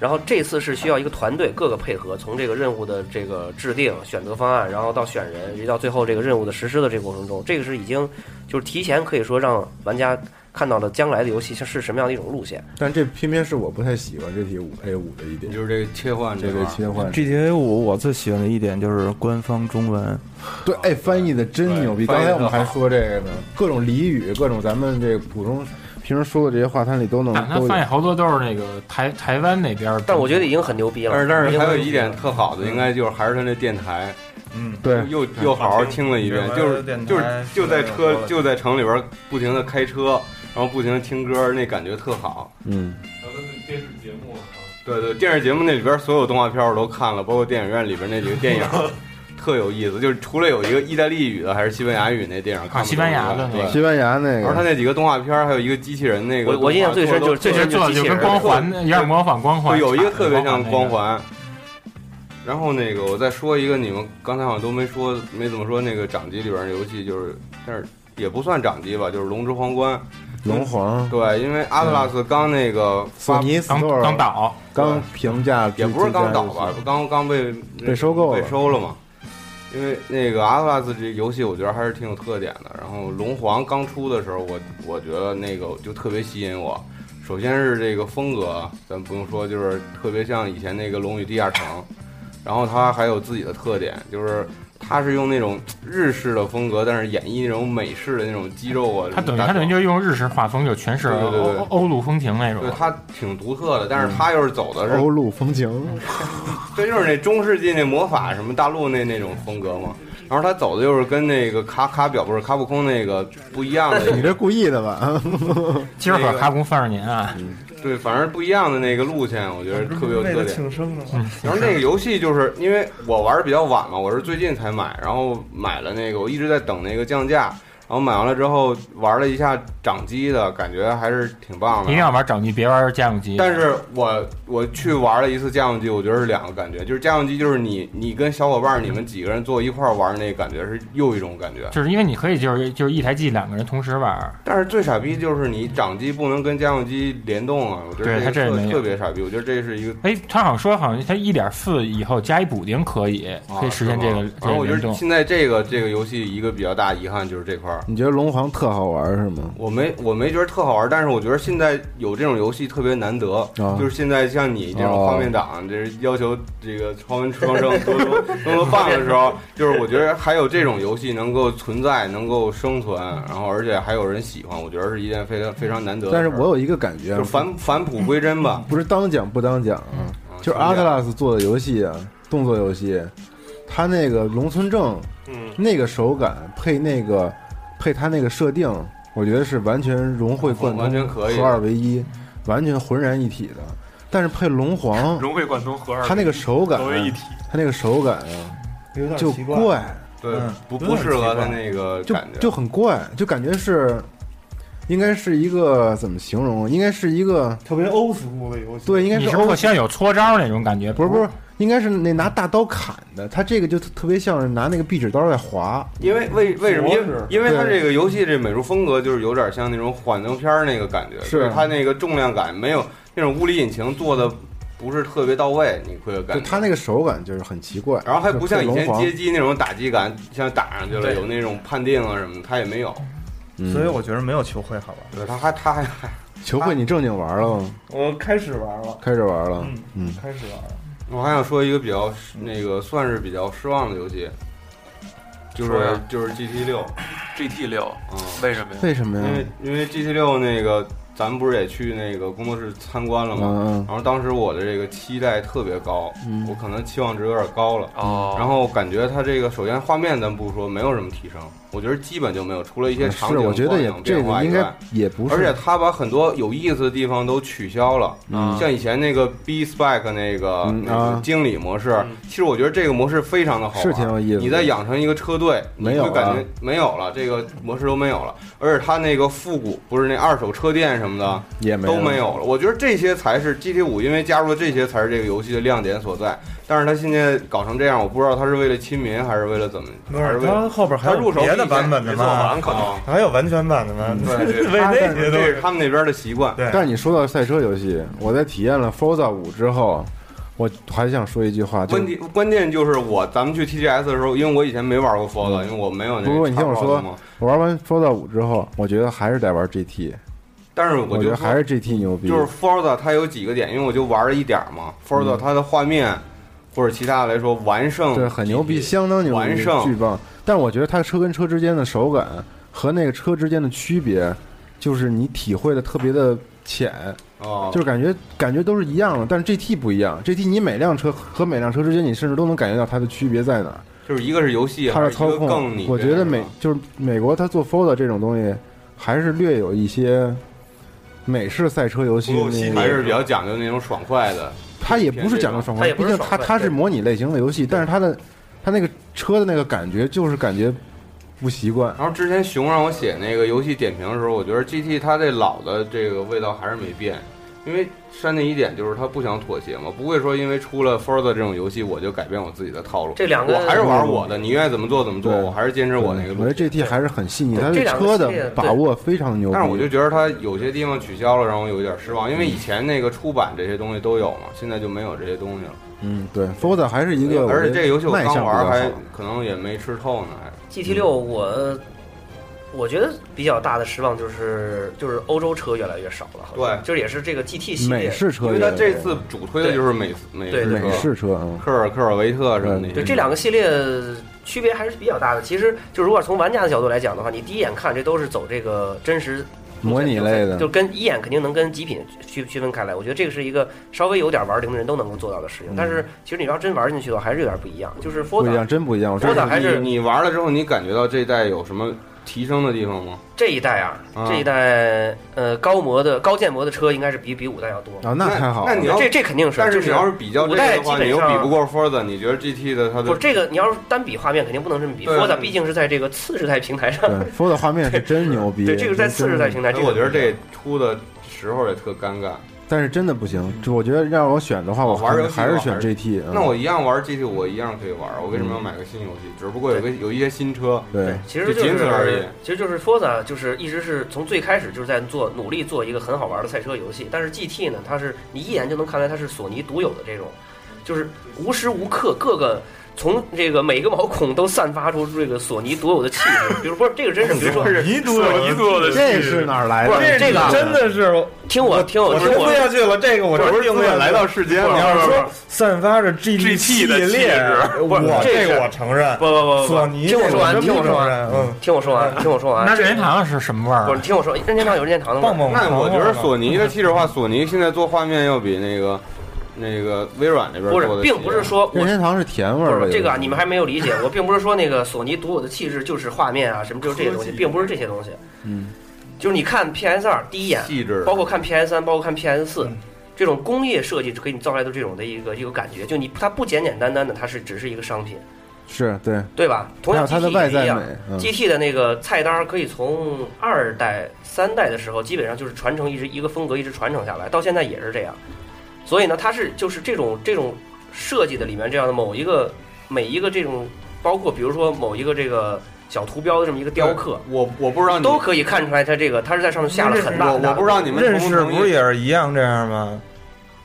S4: 然后这次是需要一个团队各个配合，从这个任务的这个制定、选择方案，然后到选人，一直到最后这个任务的实施的这个过程中，这个是已经就是提前可以说让玩家看到了将来的游戏是什么样的一种路线。
S9: 但这偏偏是我不太喜欢这题五 A 五的一点，
S6: 就是这个切换
S9: 这
S6: 块
S9: 个
S6: 儿
S9: 切换。
S2: GTA 五我最喜欢的一点就是官方中文，
S9: 对，哎，翻译的真牛逼！
S6: 对
S9: 刚
S6: 翻译得
S9: 才我们还说这个呢，各种俚语，各种咱们这个普通
S3: 平时说的这些话，它里都能
S5: 但他
S3: 都有
S5: 发现好多都是那个台台湾那边儿，
S4: 但我觉得已经很牛逼了。
S6: 但是但
S4: 已
S6: 是
S4: 经
S6: 还有
S4: 很
S6: 一点特好的，应该就是还是他那电台，
S2: 嗯，
S3: 对，
S6: 又又好好听了一遍，就是就是就在车就在城里边不停的开车，然后不停的听歌，那感觉特好。
S3: 嗯，
S1: 电视节目，
S6: 对对，电视节目那里边所有动画片我都看了，包括电影院里边那几个电影， 特有意思。就是除了有一个意大利语的还是西班牙语那电影，看
S5: 啊西班牙的那个
S6: 对。
S3: 西班牙那
S6: 然后他
S3: 个
S6: 那几个动画片，还有一个机器人那个，
S4: 我我印象最深就是最
S5: 其实
S4: 深
S5: 做的就跟光环有点模仿光环，
S6: 对，有一个特别像光
S5: 光环
S6: 环。然后那个，我再说一个，你们刚才好像都没说，没怎么说那个掌机里边的游戏，就是，但是也不算掌机吧，就是《龙之皇冠》。
S9: 龙皇、
S6: 对，因为阿特拉斯刚那个
S9: 索
S6: 发，
S9: 尼
S5: 那个
S9: Store
S5: 刚刚倒，
S9: 刚评价最，
S6: 也不是刚倒
S9: 最佳
S6: 吧
S9: 游戏，
S6: 刚刚被
S9: 被收购了
S6: 被收了嘛。因为那个阿特拉斯这游戏，我觉得还是挺有特点的。然后龙皇刚出的时候，我我觉得那个就特别吸引我。首先是这个风格，咱不用说，就是特别像以前那个《龙与地下城》，然后它还有自己的特点，就是它是用那种日式的风格，但是演绎那种美式的那种肌肉啊。
S5: 他等于
S6: 那种大
S5: 他等于就是用日式画风，就全是
S6: 对对对对
S5: 欧欧陆风情那种
S6: 对。它挺独特的，但是它又是走的是
S9: 欧陆风情，
S6: 这就是那中世纪那魔法什么大陆那那种风格嘛。然后他走的又是跟那个卡卡表不是卡普空那个 不一样的，
S9: 你这故意的吧？
S5: 今儿可卡工三十年啊，
S6: 对，反正不一样的那个路线，我觉得特别嗯有特点。
S2: 生啊的
S6: 然后那个游戏就是因为我玩的比较晚嘛，我是最近才买，然后买了那个，我一直在等那个降价，然后买完了之后玩了一下掌机的，感觉还是挺棒
S5: 一
S6: 的。
S5: 定要玩掌机，别玩家用机。
S6: 但是我我去玩了一次家用机，我觉得是两个感觉，就是家用机就是你你跟小伙伴儿你们几个人坐一块儿玩，那感觉是又一种感觉。
S5: 就是因为你可以就是就是一台机两个人同时玩，
S6: 但是最傻逼就是你掌机不能跟家用机联动啊，我觉得
S5: 对它
S6: 这
S5: 这
S6: 个
S5: 没
S6: 特
S5: 有
S6: 特别傻逼，我觉得这是一个。
S5: 哎，他好像说好像他一点四以后加一补丁可以，可以实现这个这
S6: 啊然后
S5: 个
S6: 我觉
S5: 联
S6: 得
S5: 动。
S6: 现在这个这个游戏一个比较大遗憾就是这块儿，
S3: 你觉得龙皇特好玩是吗？
S6: 我没我没觉得特好玩，但是我觉得现在有这种游戏特别难得，
S3: 啊
S6: 就是现在像你这种
S3: 哦
S6: 画面党，这是要求这个超文双生多多多多放的时候，就是我觉得还有这种游戏能够存在，能够生存，然后而且还有人喜欢，我觉得是一件非常非常难得的
S9: 但
S6: 事
S9: 是
S6: 儿。
S9: 我有一个感觉啊
S6: 就，返返璞归真吧，
S9: 不是当讲不当讲啊，
S6: 啊
S9: 就是阿特，拉斯做的游戏啊，动作游戏，他那个农村证
S6: 嗯，
S9: 那个手感配那个配他那个设定，我觉得是完全融会贯通，
S6: 完全可以
S9: 合二为一，完全浑然一体的。但是配龙
S3: 啊
S9: 皇，
S1: 融会贯通，合二
S9: 他那个手感
S1: 合，为一体。
S9: 他那个手感啊，
S2: 有点
S9: 就
S2: 奇怪。
S9: 怪，
S6: 对
S2: 嗯，
S6: 不
S2: 有
S6: 不
S2: 点
S6: 适合
S2: 奇
S6: 他
S2: 怪
S6: 那个
S9: 就
S6: 感觉，
S9: 就很怪，就感觉是，应该是一个怎么形容？应该是一个
S2: 特别 old school 的游戏，
S9: 对，应该
S5: 你是
S9: 欧
S5: 不是像有搓招那种感觉？
S9: 不是不是，应该是那拿大刀砍的，他这个就特特别像是拿那个壁纸刀在划，
S6: 因为为为什么？因为因为它
S9: 对
S6: 这个游戏这美术风格就是有点像那种幻灯片儿那个感觉，
S9: 是
S6: 就是它那个重量感没有那种物理引擎做的不是特别到位，你会有感
S9: 就
S6: 觉。
S9: 他那个手感就是很奇怪，
S6: 然后还不像以
S9: 就配
S6: 前
S9: 龙皇
S6: 街机那种打击感，像打上去了
S5: 对
S6: 有那种判定啊什么的，它也没有。
S3: 嗯
S2: 所以我觉得没有球会好玩。
S6: 对，他还他还
S3: 球
S6: 啊
S3: 会你正经玩了吗？
S6: 嗯
S2: 我开始玩了，
S3: 开始玩了，
S2: 嗯
S3: 嗯，
S2: 开始玩了。
S6: 我还想说一个比较那个算是比较失望的游戏，就
S1: 说
S6: 是
S1: 呀
S6: 就是 GT 六，
S1: GT 六
S6: 嗯，
S1: 为什么呀？
S3: 为什么
S6: 因为
S3: 呀？
S6: 因为 GT 六那个咱们不是也去那个工作室参观了吗？
S3: 嗯
S6: 然后当时我的这个期待特别高，
S3: 嗯
S6: 我可能期望值有点高了。
S1: 哦，
S6: 然后感觉它这个首先画面咱不说，没有什么提升，我觉得基本就没有，除了一些
S3: 嗯，
S6: 场
S3: 是，
S6: 景
S3: 我觉得也
S6: 光影
S3: 这
S6: 变化
S3: 个
S6: 以
S3: 应
S6: 外
S3: 该。也不是，
S6: 而且他把很多有意思的地方都取消了，
S1: 嗯
S6: 像以前那个 B Spec 那个、
S3: 嗯
S6: 那
S3: 啊
S6: 个经理模式、
S1: 嗯
S6: 其实我觉得这个模式非常的好玩，
S3: 是挺有意思的
S6: 你在养成一个车队，
S3: 没有
S6: 你
S3: 啊了
S6: 会感觉没有了，这个模式都没有了。而且它那个复古，不是那二手车店什么的、
S3: 也没
S6: 都没有了。我觉得这些才是 GT 五，因为加入了这些才是这个游戏的亮点所在。但是它现在搞成这样，我不知道它是为了亲民还是为了怎么，
S2: 不
S6: 还
S2: 是，
S6: 为了
S2: 它后边还
S6: 它入
S2: 有
S6: 手
S2: 别的版本的
S1: 没做完
S2: 吗？
S1: 可能。
S2: 还有完全版的吗？
S6: 对
S2: 为
S6: 他
S2: 那些
S6: 这
S2: 都
S6: 是他们那边的习惯。
S2: 对，
S3: 嗯但是你说到赛车游戏，我在体验了 Forza 五之后，我还想说一句话，就
S6: 问题关键就是我咱们去 TGS 的时候，因为我以前没玩过 Forza，、因为我没有那个。
S3: 嗯不过你听我说，
S6: 嘛，
S3: 我玩完 Forza 五之后，我觉得还是得玩 GT，
S6: 但是就
S3: 我觉
S6: 说
S3: 得还是 GT 牛逼，
S6: 就是 Forza 它有几个点，因为我就玩了一点儿嘛。Forza 它的画面或者其他的来说完胜，
S3: 嗯对，很牛逼，相当牛逼，
S6: 完胜
S3: 巨棒。但我觉得它车跟车之间的手感和那个车之间的区别，就是你体会的特别的浅，
S6: 哦，
S3: 就是感觉感觉都是一样的，但是 GT 不一样，GT 你每辆车和每辆车之间，你甚至都能感觉到它的区别在哪儿，
S6: 就是一个是游戏，
S3: 它
S6: 还
S3: 的
S6: 是一
S3: 操
S6: 个更
S3: 控
S6: 你。
S3: 我觉得美
S6: 美
S3: 就是美国它做 Fold 这种东西，还是略有一些美式赛车游戏那
S6: 还
S3: 个，
S6: 是比较讲究那种爽快的。
S3: 它也不是讲究爽
S4: 它
S3: 快，
S4: 也不
S3: 毕
S4: 是
S3: 竟
S4: 爽
S3: 它
S4: 快
S3: 它是
S4: 对
S3: 模拟类型的游戏，但是它的它那个车的那个感觉就是感觉不习惯。
S4: 啊
S6: 然后之前熊让我写那个游戏点评的时候，我觉得 GT 它这老的这个味道还是没变，因为删那一点就是它不想妥协嘛，不会说因为出了 Forza 这种游戏我就改变我自己的套路。
S4: 这两个
S6: 我还是玩我的，你愿意怎么做怎么做，
S3: 对
S6: 我还是坚持我那个路
S3: 我觉得。GT 还是很细腻，
S4: 对
S3: 它
S4: 这
S3: 对
S4: 两个
S3: 车
S4: 系列
S3: 的
S4: 对
S3: 把握非常牛逼。
S6: 但是我就觉得它有些地方取消了，让我有一点失望，因为以前那个出版这些东西都有嘛，现在就没有这些东西了。
S3: 嗯，对，Fold 还是一个，
S6: 而且这个游戏我
S3: 卖相
S6: 刚
S3: 比较
S6: 玩还
S3: 好
S6: 可能也没吃透呢，还
S4: GT 六
S3: 嗯
S4: 我我觉得比较大的失望就是就是欧洲车越来越少了，好像
S6: 对
S4: 就是也是这个 GT 系
S3: 美
S4: 列，
S3: 式车
S6: 因
S3: 也
S6: 为
S3: 有，
S6: 它这次主推的就是美美
S4: 对对
S6: 式
S3: 美
S6: 车
S3: 式车，嗯
S6: 科尔科尔维特什么的，
S4: 对这两个系列区别还是比较大的。其实就如果从玩家的角度来讲的话，你第一眼看这都是走这个真实
S3: 模拟类的
S4: 就跟一眼肯定能跟极品区区分开来。我觉得这个是一个稍微有点玩龄的人都能够做到的事情。但是其实你要真玩进去的话，还是有点不一样。就是
S3: 嗯不一
S4: Forza
S3: 样，真不一样。我
S4: 多
S3: 这
S4: 的还是
S6: 你你玩了之后，你感觉到这一代有什么提升的地方吗？
S4: 这一代啊，
S6: 啊
S4: 这一代呃高模的高建模的车应该是比比五代要多。
S3: 啊，那太好
S6: 那
S3: 了
S6: 你。要
S4: 这这肯定是，
S6: 但
S4: 就是
S6: 你要是比较这
S4: 五
S6: 个
S4: 代
S6: 的
S4: 基
S6: 话，你
S4: 本
S6: 又
S4: 上
S6: 比不过 Forza，你觉得 GT 的它
S4: 不
S6: 的
S4: 这个你要是单比画面肯定不能这么比
S6: 啊对啊
S4: ，Forza 毕竟是在这个次世代平台上，
S3: 对，Fold 画面是真牛逼。
S4: 对，这个是在次世代
S3: 真
S4: 平台，
S6: 所
S4: 这
S6: 以
S4: 个
S6: 我觉得这出的时候也特尴尬。啊
S3: 但是真的不行。就我觉得让我选的话，我
S6: 哦玩游戏
S3: 哦还是
S6: 我
S3: 选
S6: 还是
S3: GT 嗯。
S6: 那我一样玩 GT，我一样可以玩，我为什么要买个新游戏？只不过有个有一些新车，
S3: 对，
S4: 其实
S6: 就
S4: 就
S6: 仅此而已
S4: 是，其实就是 Forza 就是一直是从最开始就是在做努力做一个很好玩的赛车游戏，但是 GT 呢，它是你一眼就能看出来它是索尼独有的这种，就是无时无刻各个。从这个每个毛孔都散发出这个索尼独有的气质，比如不是这个真是，比如说
S2: 尼多尼多的
S3: 这是哪儿来
S4: 不是
S3: 的？
S4: 这个啊
S2: 真的是
S4: 听我听我
S2: 我
S4: 听
S2: 听
S4: 我
S2: 不下去了，这个我
S6: 不是
S2: 听不下
S6: 来
S2: 来
S6: 到世间
S2: 你
S6: 了。
S2: 要是说散发着 GT 系
S1: 的气
S2: 列
S1: 质，
S2: 我
S4: 不是这
S2: 这
S4: 是
S2: 个我承认。
S4: 不不不不
S2: 索
S4: 不，
S2: 尼
S4: 听我说完，
S2: 这个
S4: 听我说
S2: 真不承
S4: 完，
S2: 认，嗯，
S4: 听我说完，听我说完。
S5: 那任天堂是什么味儿
S4: 不是，
S5: 啊？
S4: 听我说，任天堂有任天堂的味
S2: 棒
S4: 儿。
S2: 棒糖。啊
S6: 那我觉
S4: 哦
S6: 得索尼的汽车化，索尼现在做画面要比那个那个微软那边
S4: 不
S6: 做
S4: 是
S6: 的齐，
S4: 并不是说我
S3: 任天堂是甜味
S4: 不
S3: 儿吧
S4: 是？这个啊，
S3: 有
S4: 你们还没有理解。我并不是说那个索尼独有的气质就是画面啊，什么就是这些东西，并不是这些东西。
S3: 嗯，
S4: 就是你看 PS 二第一眼，
S6: 细致，
S4: 包括看 PS 三，包括看 PS 四。
S2: 嗯
S4: 这种工业设计给你造出来的这种的一个一个感觉，就你它不简简单单的，它是只是一个商品，
S3: 是对，
S4: 对吧？同
S3: 还有
S4: 样
S3: 它的
S4: GT
S3: 外
S4: 也一
S3: 在
S4: 样
S3: 美。嗯
S4: GT 的那个菜单儿可以从二代、三代的时候，基本上就是传承一直一个风格一直传承下来，到现在也是这样。所以呢，它是就是这种这种设计的里面这样的某一个每一个这种，包括比如说某一个这个小图标的这么一个雕刻，
S6: 我我不知道你
S4: 都可以看出来它这个它是在上面下了很大
S6: 我
S4: 很大的
S6: 我不知道你们
S2: 认
S6: 同
S2: 识
S6: 同意
S2: 不是也是一样这样吗？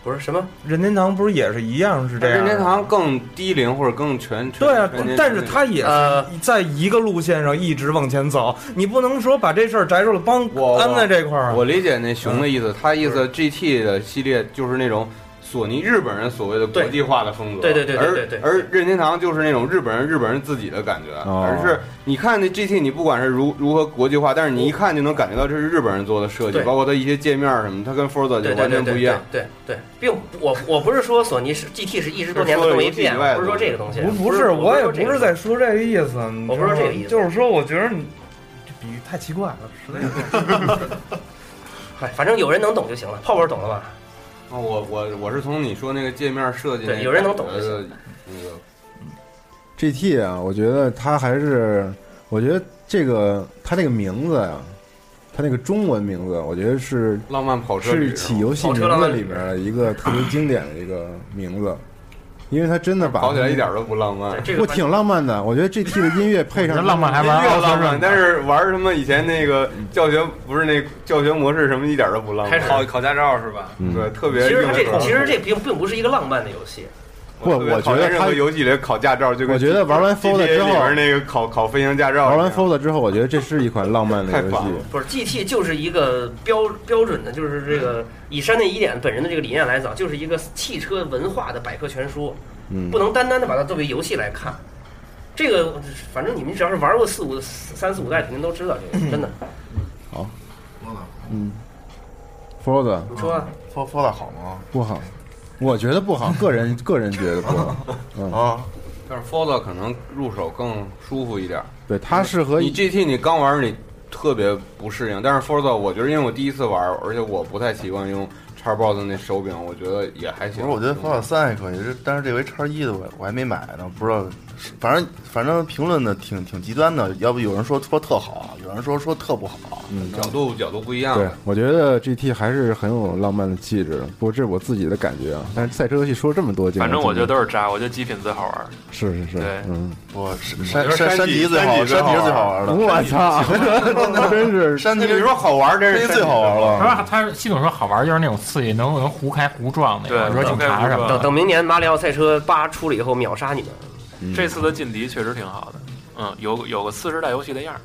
S4: 不是什么
S2: 任天堂不是也是一样是这样
S6: 任
S2: 的？
S6: 天堂更低龄或者更全全
S2: 对啊
S6: 全年，
S2: 但是它也
S4: 呃
S2: 是在一个路线上一直往前走，你不能说把这事儿摘出来帮
S6: 我我
S2: 安在这块儿啊。
S6: 我理解那熊的意思，他意
S4: 嗯
S6: 思 GT 的系列就是那种索尼日本人所谓的国际化的风格，
S4: 对对对对对对
S6: 而而任天堂就是那种日本人日本人自己的感觉，
S10: 哦
S6: 而是你看那 GT，你不管是如如何国际化，但是你一看就能感觉到这是日本人做的设计，
S4: 哦对
S6: 包括它一些界面什么，它跟 Forza
S4: 对对
S6: 就
S4: 对
S6: 完全
S4: 对
S6: 不
S4: 对
S6: 一样。
S4: 对对，并不我我不是说索尼是 GT 是一十多年的
S6: 是说
S4: 东西
S6: 游戏
S4: 变
S6: 以外，的
S4: 不是说这个东西，
S2: 不
S4: 不
S2: 不是，
S4: 我
S2: 我也
S4: 说这
S2: 不
S4: 个
S2: 是在说这个意思，
S4: 我不是这个意思
S2: 就是说我觉得你这比喻太奇怪了，实在是。
S4: 哎，反正有人能懂就行了。泡泡懂了吧？
S6: 啊我我我是从你说那个界面设计那个感
S4: 对
S6: 觉的，
S4: 有人能懂就
S6: 那个
S3: GT 啊，我觉得它还是，我觉得这个它这个名字呀、它那个中文名字，我觉得是
S6: 浪漫跑车旅
S3: 是
S6: 是
S3: 起
S6: 吗
S3: 游戏
S4: 跑
S3: 名
S4: 车浪
S3: 字
S4: 漫
S3: 里面的一个特别经典的一个名字，因为它真的把
S6: 跑起来一点都不浪漫
S4: 对，，这个
S3: 我挺浪漫的。我觉得 GT 的音乐配
S5: 这
S3: 上
S5: 浪漫还玩
S6: 越
S5: 奥德
S6: 浪漫，
S5: 润，
S6: 但是玩什么以前那个教学不是那教学模式什么一点都不浪
S4: 开
S6: 漫
S4: 始，
S11: 考考驾照是吧？
S3: 嗯
S6: 对，特别
S4: 其实它
S6: 硬核
S4: 这其实这并并不是一个浪漫的游戏，
S3: 不
S6: 特别
S3: 我觉
S6: 讨
S3: 得
S6: 厌任
S3: 它
S6: 何游戏里考驾照就跟
S3: 我觉得玩完 Fold 之
S6: GTA
S3: 后
S6: 里边那个考考飞行驾照一样，
S3: 玩完 Fold 之后，我觉得这是一款浪漫的游
S6: 太棒
S3: 戏
S6: 了。
S4: 不是 GT 就是一个标标准的，就是这个以山内一点本人的这个理念来讲，就是一个汽车文化的百科全书，
S3: 嗯
S4: 不，能单单的把它作为游戏来看。这个反正你们只要是玩过四五三四五代，肯定都知道这个，真的。
S3: 嗯，Fold
S4: 你说啊
S8: 说说的好吗？
S3: 不好，我觉得不好，个人个人觉得不好。嗯
S6: 哦
S8: 啊，
S6: 但是 Fold 可能入手更舒服一点。
S3: 对，它适合
S6: 嗯你 GT 你刚玩你特别不适应，但是 Fold 我觉得因为我第一次玩，而且我不太习惯用 Xbox 那手柄，我觉得也还
S8: 不
S6: 行。
S8: 是，我觉得《方法三》还可以，这但是这回叉一的我我还没买呢，不知道，是反正反正评论的挺挺极端的，要不有人说说特好，啊有人说说特不好，啊
S1: 嗯
S6: 角度角度不一样
S1: 啊
S3: 对，，我觉得 GT 还是很有浪漫的气质的，不过这是我自己的感觉啊。但是赛车游戏说这么多，
S1: 反正我觉得
S3: 得
S1: 都是渣，我觉得极品最好玩。
S3: 是是是
S1: 对，
S3: 嗯，
S8: 我山
S6: 我
S8: 山
S6: 觉得山
S8: 山
S6: 脊
S8: 脊最好，山
S6: 山脊
S8: 脊
S6: 最
S8: 是最
S6: 好
S8: 好玩
S6: 玩
S8: 的，
S3: 我操，真是
S8: 山脊
S6: 你说好玩，这
S8: 山
S6: 是
S8: 脊最好玩
S5: 他
S8: 了。
S5: 说他系统说好玩就是那种刺激，能能胡开胡撞那
S1: 对
S5: 种，，惹警察什么的。
S4: 等等明年《马里奥赛车八》出了以后，秒杀你们。
S3: 嗯
S1: 这次的劲敌确实挺好的，嗯，有有个四十代游戏的样儿，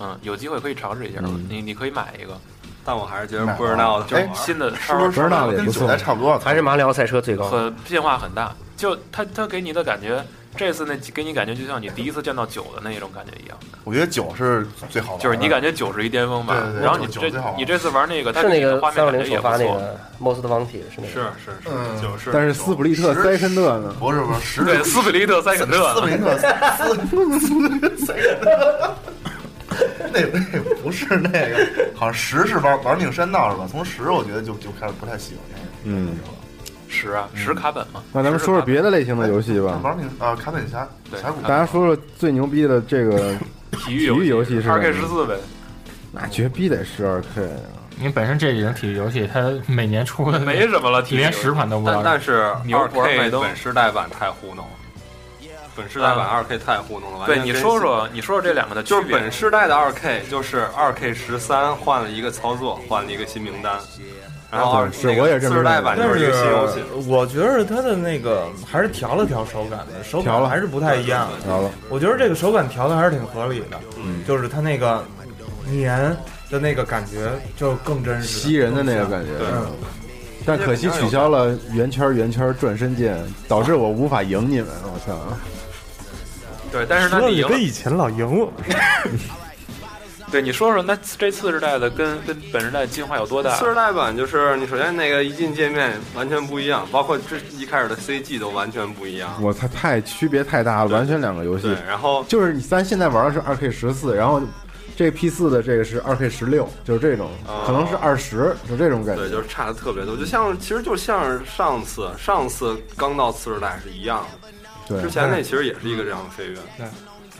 S1: 嗯，有机会可以尝试一下，
S3: 嗯
S1: 你你可以买一个哎
S11: 但我还是觉得波尔闹的真好玩
S1: 新的
S8: 哎是
S1: 叉
S8: 不
S1: 儿，
S8: 是
S3: 不知道也
S8: 跟
S3: 不
S8: 九
S3: 错
S8: 代差不多？啊
S4: 还是马里奥赛车最高。
S1: 很变化很大。就它它给你的感觉，这次那给你感觉就像你第一次见到九的那种感觉一样，
S8: 我觉得九是最好玩的，
S1: 就是你感觉九是一巅峰吧
S8: 对对，对
S1: 然后你
S8: 九
S1: 这
S8: 九最好玩
S1: 你这次玩那个，它
S4: 是那
S1: 给你的
S4: 个
S1: 画面
S4: 三六
S1: 感
S4: 零
S1: 觉也
S4: 首
S1: 不
S4: 发那
S1: 错。
S4: 个 Most Wanted 是那
S11: 是
S4: 个。
S11: 是
S8: 嗯
S11: 是，
S1: 啊
S11: 就是
S3: 但是斯普利特
S8: 十
S3: 塞肯特呢？
S8: 不是不是十
S1: 对，斯普利特塞肯
S8: 斯普
S1: 特，
S8: 林特斯斯那那不是那个，好像十是玩玩命山道是吧？从十我觉得就就开始不太喜欢那个。 嗯
S3: 嗯，
S1: 十啊，十卡本嘛。
S3: 那咱们说说别的类型的游戏吧。
S8: 玩命啊，卡本峡
S1: 对
S8: 峡谷
S3: 大家说说最牛逼的这个，
S1: 体
S3: 体育
S1: 育
S3: 游戏是
S1: 二 K 十四呗，
S3: 那绝逼得是二 K 啊！
S5: 因为本身这几种体育游戏，它每年出的
S1: 没什么了，体育游
S5: 连
S1: 戏
S5: 十款都不
S11: 但
S5: 到。
S11: 但是
S1: 牛
S11: 二
S1: 脖儿麦
S11: K
S1: 兜
S11: 本世代版太糊弄了，本世
S4: 嗯
S11: 代版二 K 太糊弄了。完
S1: 对，
S11: 全
S1: 你
S11: 跟
S1: 说说，你说说这两个的区
S11: 就是
S1: 别。
S11: 本世代的二 K，就是二 K 十三换了一个操作，换了一个新名单，然后
S3: 啊
S11: 二
S3: 对是我也这么
S11: 四代版
S3: 认
S11: 就
S3: 为
S11: 是一个新游戏。
S2: 我觉得它的那个还是调了调手感的，手
S3: 调
S2: 感
S3: 了
S2: 还是不太一样。
S3: 好了，
S2: 我觉得这个手感调的还是挺合理的，
S3: 嗯
S2: 就是它那个粘的那个感觉就更真实，
S3: 吸人的那个
S2: 觉。
S3: 感觉，啊
S2: 嗯，
S3: 但可惜取消了圆圈圆圈转身键，导致我无法赢你们。我操！
S1: 对，但是那你赢了
S2: 以前老赢我，
S1: 对，你说说，那这次世代的跟跟本世代进化有多大
S11: 四？十代版就是你首先那个一进界面完全不一样，包括这一开始的 CG 都完全不一样。
S3: 我操，太区别太大了，完全两个游戏
S11: 对。，然后
S3: 就是你咱现在玩的是二 K 十四，然后这 P 四的这个是二 K 十六，就是这种，
S11: 哦
S3: 可能是二十，就这种感
S11: 对，
S3: 觉。
S11: 就是差的特别多，就像其实就像是上次上次刚到次世代是一样的，
S3: 对，
S11: 之前那其实也是一个这样的飞跃。
S1: 嗯
S2: 对。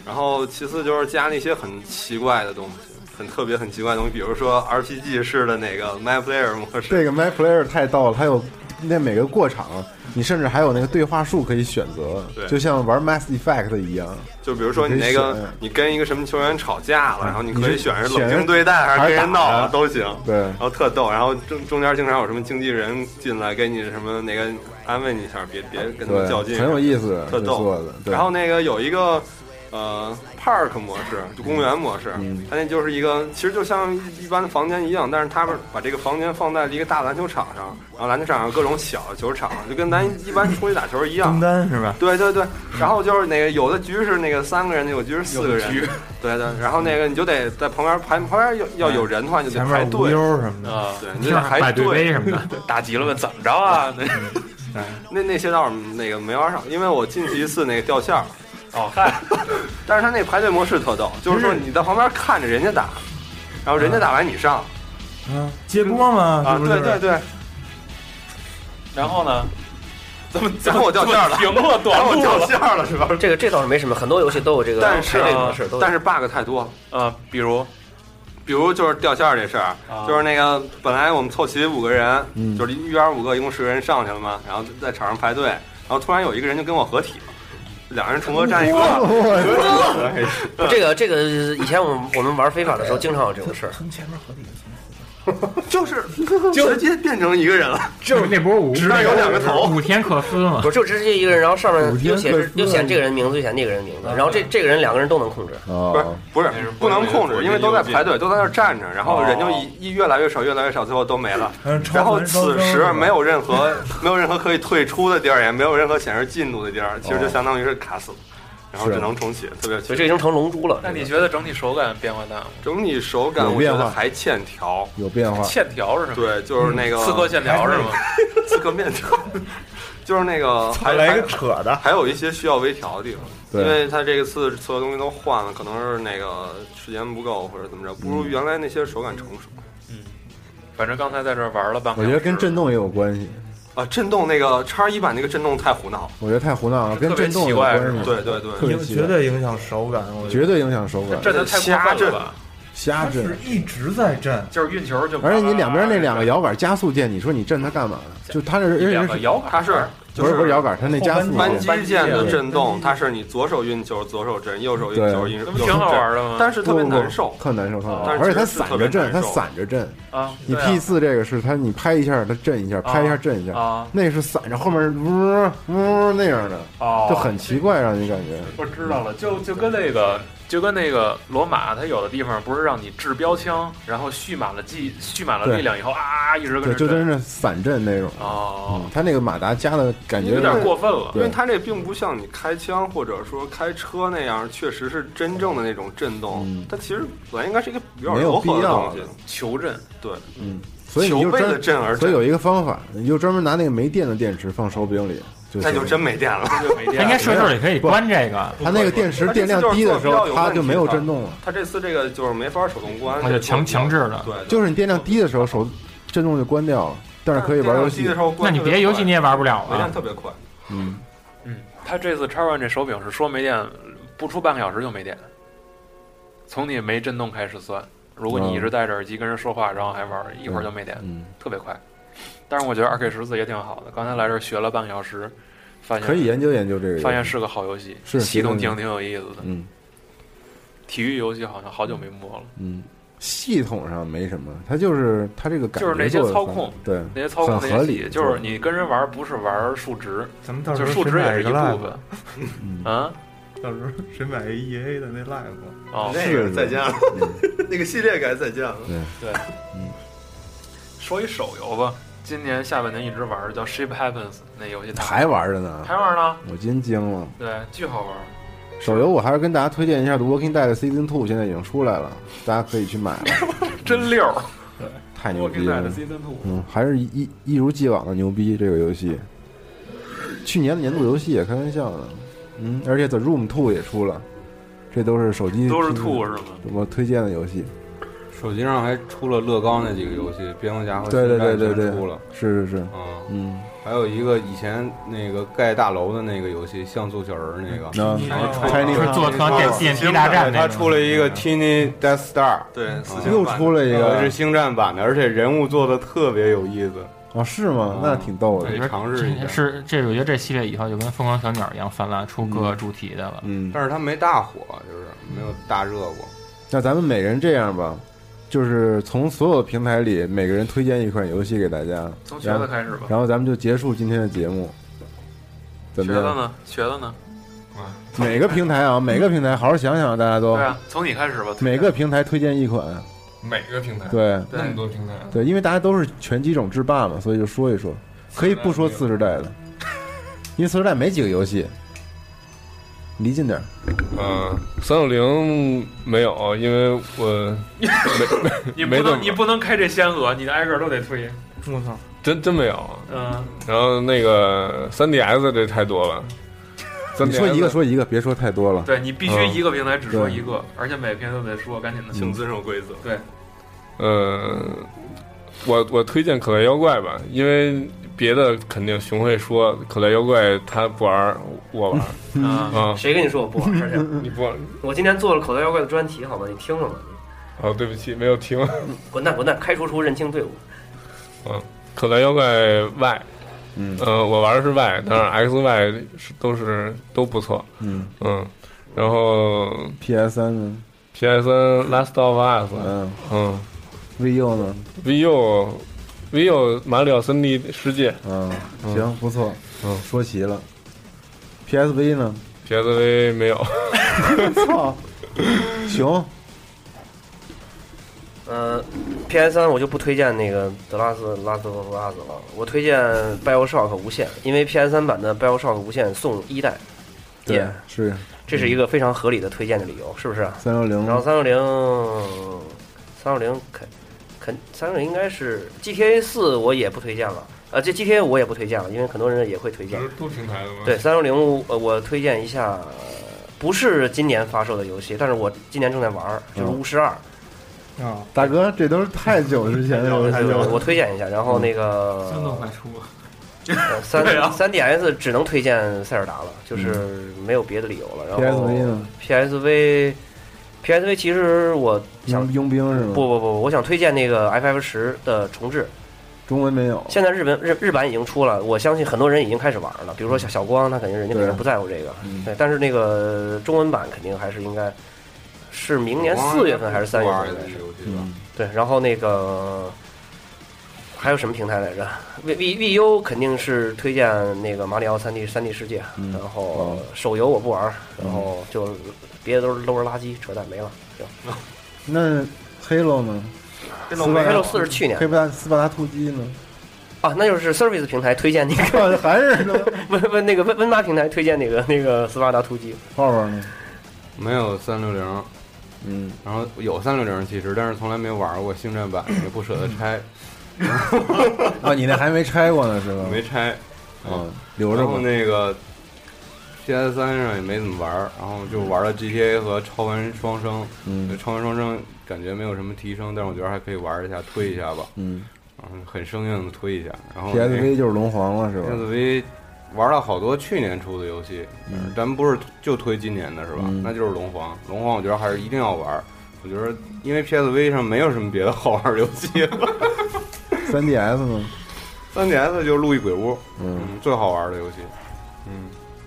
S11: 然后其次就是加了一些很奇怪的东西，很特别很奇怪的东西，比如说 RPG 式的那个 My Player 模式，
S3: 这个 My Player 太逗了，它有那每个过场，你甚至还有那个对话术可以选择
S11: 对，
S3: 就像玩 Mass Effect 一样，
S11: 就比如说你那
S3: 你可以选嗯
S11: 个，你跟一个什么球员吵架了，然后你可以选是
S3: 选
S11: 冷静对待还是跟
S3: 还是
S11: 人
S3: 打
S11: 闹
S3: 呀
S11: 啊都行。
S3: 对
S11: 然后特逗，然后中中间经常有什么经纪人进来给你什么那个安慰你一下，别别跟他们较劲，
S3: 对，很有意思，
S11: 特
S3: 这
S11: 逗
S3: 做的。。对
S11: 然后那个有一个呃 park 模式，就公园模式，
S3: 嗯
S11: 它那就是一个其实就像一般的房间一样，但是他们把这个房间放在了一个大篮球场上，然后篮球场上有各种小的球场，就跟咱一般出去打球一样
S2: 中。单是吧？
S11: 对对对，然后就是那个有的局是那个三个人，有的局是四个人，对对，然后那个你就得在旁边排，旁边要要有人的话，你就
S2: 哎前
S11: 得排
S2: 面无
S11: 队，
S2: 忧什么的，
S1: 啊，
S11: 对，你
S5: 就
S11: 就是得排
S5: 摆对杯什么 的。
S1: 打急了问怎么着啊？ 那
S11: 那那些倒是那个没玩上，因为我进去一次那个掉线儿，
S1: 哦嗨，
S11: 但是他那排队模式特逗，就是说你在旁边看着人家打，然后人家打完你上
S2: 嗯，接锅嘛，
S11: 啊，
S2: 是不是
S11: 对对对，
S1: 然后呢？怎么
S11: 然后我掉线儿了
S1: 停 了，
S11: 然
S1: 短
S11: 后我
S1: 路
S11: 掉
S1: 了。
S11: 线儿了是吧？
S4: 这个这倒是没什么，很多游戏都有这个
S11: 但是
S4: 排队
S11: 啊
S4: 模式，都有
S11: 但是 bug 太多了，
S1: 呃，比如啊
S11: 比如就是掉线儿这事儿，就是那个本来我们凑齐五个人，就是一边五个，一共十个人上去了嘛，然后在场上排队，然后突然有一个人就跟我合体了，两人重合站一块儿，
S4: 这个这个以前我们我们玩非法的时候经常有这种事儿，
S11: 就是直接变成一个人了，
S5: 就是那波五，
S11: 只是有两个头
S5: 五天可思嘛
S4: 不。是就直接一个人，然后上面
S3: 古天
S4: 又显
S3: 克
S4: 示
S3: 斯
S4: 又显这个人名字，又显那个人名字，然后这这个人两个人都能控制。
S11: 不是
S3: 哦，
S11: 不是
S1: 是
S11: 不能控
S1: 不
S11: 制，
S1: 是
S11: 因为都在排队，都在那儿站着，然后人就
S1: 哦
S11: 一一越来越少，越来越少，最后都没了。
S2: 嗯，超
S11: 然后
S2: 凡双
S11: 此
S2: 生
S11: 时没有任何没有任何可以退出的地儿，也没有任何显示进度的地儿，其实就相当于是卡死了，然后
S3: 是
S11: 只能重启，特别有
S4: 所
S11: 趣
S4: 以这已经成龙珠了。
S1: 那你
S4: 这
S1: 觉得整体手感变化大吗？
S11: 整体手感
S3: 有
S11: 我觉
S3: 变
S11: 得
S3: 化
S11: 还欠条，
S3: 有变化，
S1: 欠条是什么？
S11: 对，就是那个
S1: 刺客欠条是吗？
S11: 刺客面条，就是那个还
S2: 来一个
S11: 还
S2: 扯的，
S11: 还有一些需要微调的地方，
S3: 对
S11: 因为它这个次所有东西都换了，可能是那个时间不够或者怎么着，不如原来那些手感成熟。
S1: 反正刚才在这儿玩了半个
S3: 我
S1: 小
S3: 觉
S1: 时，
S3: 得跟震动也有关系，
S11: 啊，震动那个叉一版那个震动太胡闹了，
S3: 我觉得太胡闹了，跟
S1: 特别
S3: 震动有
S1: 奇怪
S3: 关
S1: 是
S3: 系，
S1: 吗
S11: 对对对，
S3: 特别
S2: 影
S3: 奇
S2: 绝
S3: 怪，
S2: 对影响手感，我觉得
S3: 绝对影响手感，
S1: 震的太过分了吧？
S3: 瞎
S2: 他
S3: 震
S2: 是。一直在震，
S1: 就是运球就，
S3: 而且你两边那两个摇杆加速键，你说你震它干嘛
S11: 嗯
S3: 呢？就它是，
S1: 两
S3: 而
S1: 个
S3: 且是
S1: 摇杆，
S11: 它是就
S3: 不是不是摇杆，它那加速
S2: 后
S11: 扳
S3: 键
S11: 机
S1: 扳机
S11: 键的
S1: 键
S11: 震动，它是你左手运球左手震，右手运球
S3: 对
S11: 右
S1: 那
S11: 手
S1: 不
S11: 震，
S1: 挺好玩的吗？
S11: 但是特别难受。嗯
S3: 特难受，特难
S11: 但
S3: 受。
S11: 是
S3: 而且
S11: 确
S3: 它
S11: 实是
S3: 散
S11: 特别
S3: 着震，
S11: 难
S3: 它
S11: 受
S3: 散着震。
S1: 啊，
S3: 你
S1: 对啊
S3: P 四这个是它，你拍一下它震一下，拍一下
S1: 啊
S3: 震一下，
S1: 啊
S3: 那是散着，后面是呜呜那样的，
S1: 哦，
S3: 就很奇怪，让你感觉。
S1: 我知道了，就就跟那个就跟那个罗马，它有的地方不是让你掷标枪，然后蓄满了技蓄满了
S3: 对
S1: 力量以后啊，一直跟
S3: 对，
S1: 着
S3: 就
S1: 震
S3: 真是散震那种。
S1: 哦
S3: 嗯，，他那个马达加的感觉
S1: 有点过分了。
S11: 因为
S3: 对
S11: 它这并不像你开枪或者说开车那样，确实是真正的那种震动。
S3: 嗯
S11: 它其实本来应该是一个比较
S3: 没有
S11: 柔和
S3: 必
S11: 的
S3: 要
S11: 东西，
S1: 求震，
S11: 对，
S3: 嗯，所以你
S11: 球
S3: 就
S11: 为了
S3: 专，
S11: 震而
S3: 所以有
S11: 震，
S3: 一个方法，你就专门拿那个没电的电池放手柄里，就
S11: 那就
S3: 行
S11: 真。没电了。
S1: 它就没
S5: 他 应
S1: 电
S5: 该
S1: 了。
S5: 设置里可以关这个，
S3: 它那个电池电量低的时候，它就没有震动了。
S11: 它这次这个就是没法手动关，
S5: 那啊就强强制的。
S11: 对，
S3: 就是你电量低的时候，手震动就关掉了，但是可以玩游戏
S11: 的。时候
S5: 那
S11: 关
S5: 你
S11: 特别快，
S5: 别游戏你也玩不了啊
S11: 没电
S5: 了。
S11: 特别快。
S3: 嗯，
S1: 嗯，它这次叉 One 这手柄是说没电，不出半个小时就没电，从你没震动开始算。如果你一直戴着耳机跟人说话，然后还玩，一会儿就没电，
S3: 嗯，
S1: 特别快。但是我觉得二 K 十四也挺好的，刚才来这儿学了半个小时，发现
S3: 可以研究研究这个游戏。
S1: 发现是个好游戏，
S3: 是
S1: 系统
S3: 是
S1: 挺挺有意思的。
S3: 嗯
S1: 体育游戏好像好久没摸了，
S3: 嗯，系统上没什么，它就是它这个嗯感觉
S1: 就是那些
S3: 做得
S1: 操
S3: 很
S1: 控，
S3: 对，
S1: 那些操控
S3: 很
S1: 那
S3: 合
S1: 些
S3: 理
S1: 细就是你跟人玩不是玩数值，
S2: 咱们到时
S1: 就
S2: 候
S1: 数值也是一
S2: 谁买
S1: 部
S2: 个 live，
S1: 分。
S3: 嗯
S1: 啊，
S2: 到时候谁买个 E A 的那 live？
S1: 哦，
S11: 那
S3: 是
S11: 个
S3: 是
S11: 再见了， 那个系列该再见了。
S3: 嗯
S1: 说一手游吧，今年下半年一直玩儿叫《Ship Happens》那游戏大，
S3: 还玩着呢，
S1: 还玩呢？
S3: 我真惊了。
S1: 对，巨好玩儿。
S3: 手游我还是跟大家推荐一下《The Walking Dead Season Two》，现在已经出来了，大家可以去买了，
S1: 真溜儿！
S3: 太牛
S1: 我
S3: 逼
S1: 给买
S3: 了
S1: 的。Season Two，
S3: 嗯，还是一一如既往的牛逼这个游戏。去年的年度游戏也开玩笑呢，嗯，而且《The Room Two》也出了，这都是手机
S1: 都是
S3: 平
S1: 兔是吗？
S3: 我推荐的游戏。
S6: 手机上还出了乐高那几个游戏，蝙蝠
S1: 哦
S6: 侠和
S3: 对
S6: 星
S3: 对
S6: 战
S3: 对对
S6: 全
S3: 对
S6: 出了，，
S3: 是是是，
S6: 嗯，
S3: 嗯，
S6: 还有一个以前那个盖大楼的那个游戏，像做小人儿那个，
S3: 那
S5: 就
S3: Tiny
S5: 是
S3: House
S5: 做成电电梯大战那
S6: 他
S5: 种，
S6: 出了一个 Tiny Death Star，
S11: 嗯
S6: 嗯
S11: 对，四星
S3: 又
S11: 版
S3: 出了一
S6: 这个
S3: 个
S6: 是星战版的，而且人物做的特别有意思。
S3: 啊，是吗？那挺逗的。
S5: 对
S6: 得尝试一下
S5: 是这，我觉得这系列以后就跟《疯狂小鸟》一样泛滥出各主题的了。
S3: 嗯，
S6: 但是它没大火，就是没有大热过。
S3: 那咱们每人这样吧，就是从所有平台里每个人推荐一款游戏给大家，
S1: 从瘸
S3: 然
S1: 子
S3: 后
S1: 开始吧。
S3: 然后咱们就结束今天的节目。怎
S1: 瘸
S3: 么
S1: 子
S3: 样？
S1: 呢？瘸子呢？
S3: 每个平台 啊，每个平台好好想想，大家都
S1: 对啊，从你开始吧。
S3: 每个平台推荐一款。
S7: 每个平台，
S3: 对
S7: 那么多平台，啊
S3: 对，因为大家都是拳击种制霸嘛，所以就说一说，可以不说次世代的，因为次世代没几个游戏。离近点儿，
S7: 嗯，三六零没有，因为 我没
S1: 你
S7: 没
S1: 不
S7: 怎么
S1: 能你不能开这先河，你挨个都得推。
S12: 我操，
S7: 真真没有。
S1: 嗯，
S7: 然后那个三 DS 这太多了，三
S3: 你说
S7: DS
S3: 一个说一个，别说太多了。
S1: 对你必须
S7: 嗯
S1: 一个平台只说
S3: 对
S1: 一个，而且每个平台都得说，赶紧的。
S11: 请遵守规则。
S1: 对，
S7: 呃，我我推荐可乐妖怪吧，因为别的肯定熊会说可乐妖怪他不玩儿，我玩儿
S1: 啊，
S7: 啊，
S4: 谁跟你说我不玩儿去？
S7: 你不玩儿
S4: 我今天做了口袋妖怪的专题，好吗？你听了 吗？
S7: 哦，对不起，没有听
S4: 你滚蛋滚蛋，开除出认清队伍。
S7: 嗯可乐妖怪 Y。
S3: 嗯
S7: 呃，我玩的是 Y，当然 X、Y 是都是都不错，
S3: 嗯
S7: 嗯，然后
S3: ，PS 三呢？
S7: PS 3 Last of Us，
S3: 嗯
S7: 嗯
S3: ，VU 呢？
S7: ，VU VU 马里奥森林世界
S3: 嗯，
S7: 嗯
S3: 行，不错，
S7: 嗯
S3: 说齐了。PSV 呢？
S7: PSV 没有，
S3: 操，熊，
S4: 呃，PS 三我就不推荐那个《德拉斯拉斯夫拉斯》了，我推荐《BioShock 无限》，因为 PS 三版的《BioShock 无限》送一代，
S3: 对
S4: Yeah，，
S3: 是
S4: 这是一个非常合理的推荐的理由，是不是啊？
S3: 嗯三六零
S4: 然后三六零，三六零肯肯三六零应该是 GTA 四，我也不推荐了。呃，这 GTA 我也不推荐了，因为很多人也会推荐。
S7: 多平台的吗
S4: 对，三六零，呃，我推荐一下，呃不是今年发售的游戏，但是我今年正在玩儿，
S3: 嗯
S4: 就是《巫师二》。
S12: 啊，
S3: 大哥，这都是太久之前的 游戏
S4: 我
S3: 了。嗯
S4: 我推荐一下，然后那个
S5: 三动快出，
S4: 呃三
S1: 对啊
S4: 三 DS 只能推荐塞尔达了，就是
S3: 嗯
S4: 没有别的理由了。然后
S3: PSV 呢
S4: PSV PSV 其实我想
S3: 佣佣兵是
S4: 不
S3: 吗？，
S4: 不不，我想推荐那个 FF 十的重置，
S3: 中文没有。
S4: 现在日本日日版已经出了，我相信很多人已经开始玩了。比如说小小光，他肯定人家肯定不在乎这个，
S3: 嗯
S4: 对。但是那个中文版肯定还是应该是明年四月份还是三月份
S6: 玩的
S4: 应该是
S6: 游戏吧
S3: 嗯，
S4: 对，然后那个还有什么平台来着？V V V U 肯定是推荐那个马里奥三 D 三 D 世界，
S3: 嗯
S4: 然后
S3: 哦
S4: 手游我不玩儿，然后就别的都是都是垃圾，扯淡没了。行
S3: 嗯那 Halo 呢？
S1: 这
S3: 四万
S4: ，Halo 四是去年
S3: 黑不达斯巴达突击呢？
S4: 啊，那就是 Service 平台推荐那个
S3: 还 是呢？
S4: 温温那个温温巴平台推荐那个那个斯巴达突击。
S3: 泡泡呢？
S6: 没有三六零，
S3: 嗯，
S6: 然后有三六零其实，但是从来没玩过星战版，也不舍得拆，哦
S3: 啊， 你那还没拆过呢是吧？
S6: 没拆。
S3: 啊，留着
S6: 然后
S3: 吧。
S6: 那个 PS 三上也没怎么玩儿，然后就玩了 GTA 和超凡双生。
S3: 嗯
S6: 超凡双生感觉没有什么提升，但是我觉得还可以玩一下，推一下吧。
S3: 嗯
S6: 然后很生硬的推一下。然后那个
S3: ，PSV 就是龙皇了是吧？
S6: PSV 玩了好多去年出的游戏，
S3: 嗯
S6: 咱们不是就推今年的是吧？
S3: 嗯
S6: 那就是龙皇，龙皇我觉得还是一定要玩。我觉得因为 PSV 上没有什么别的好玩的游戏，
S3: 三 DS 呢？
S6: 3DS 就是《路易鬼屋》，
S3: 嗯，
S6: 嗯，最好玩的游戏，嗯，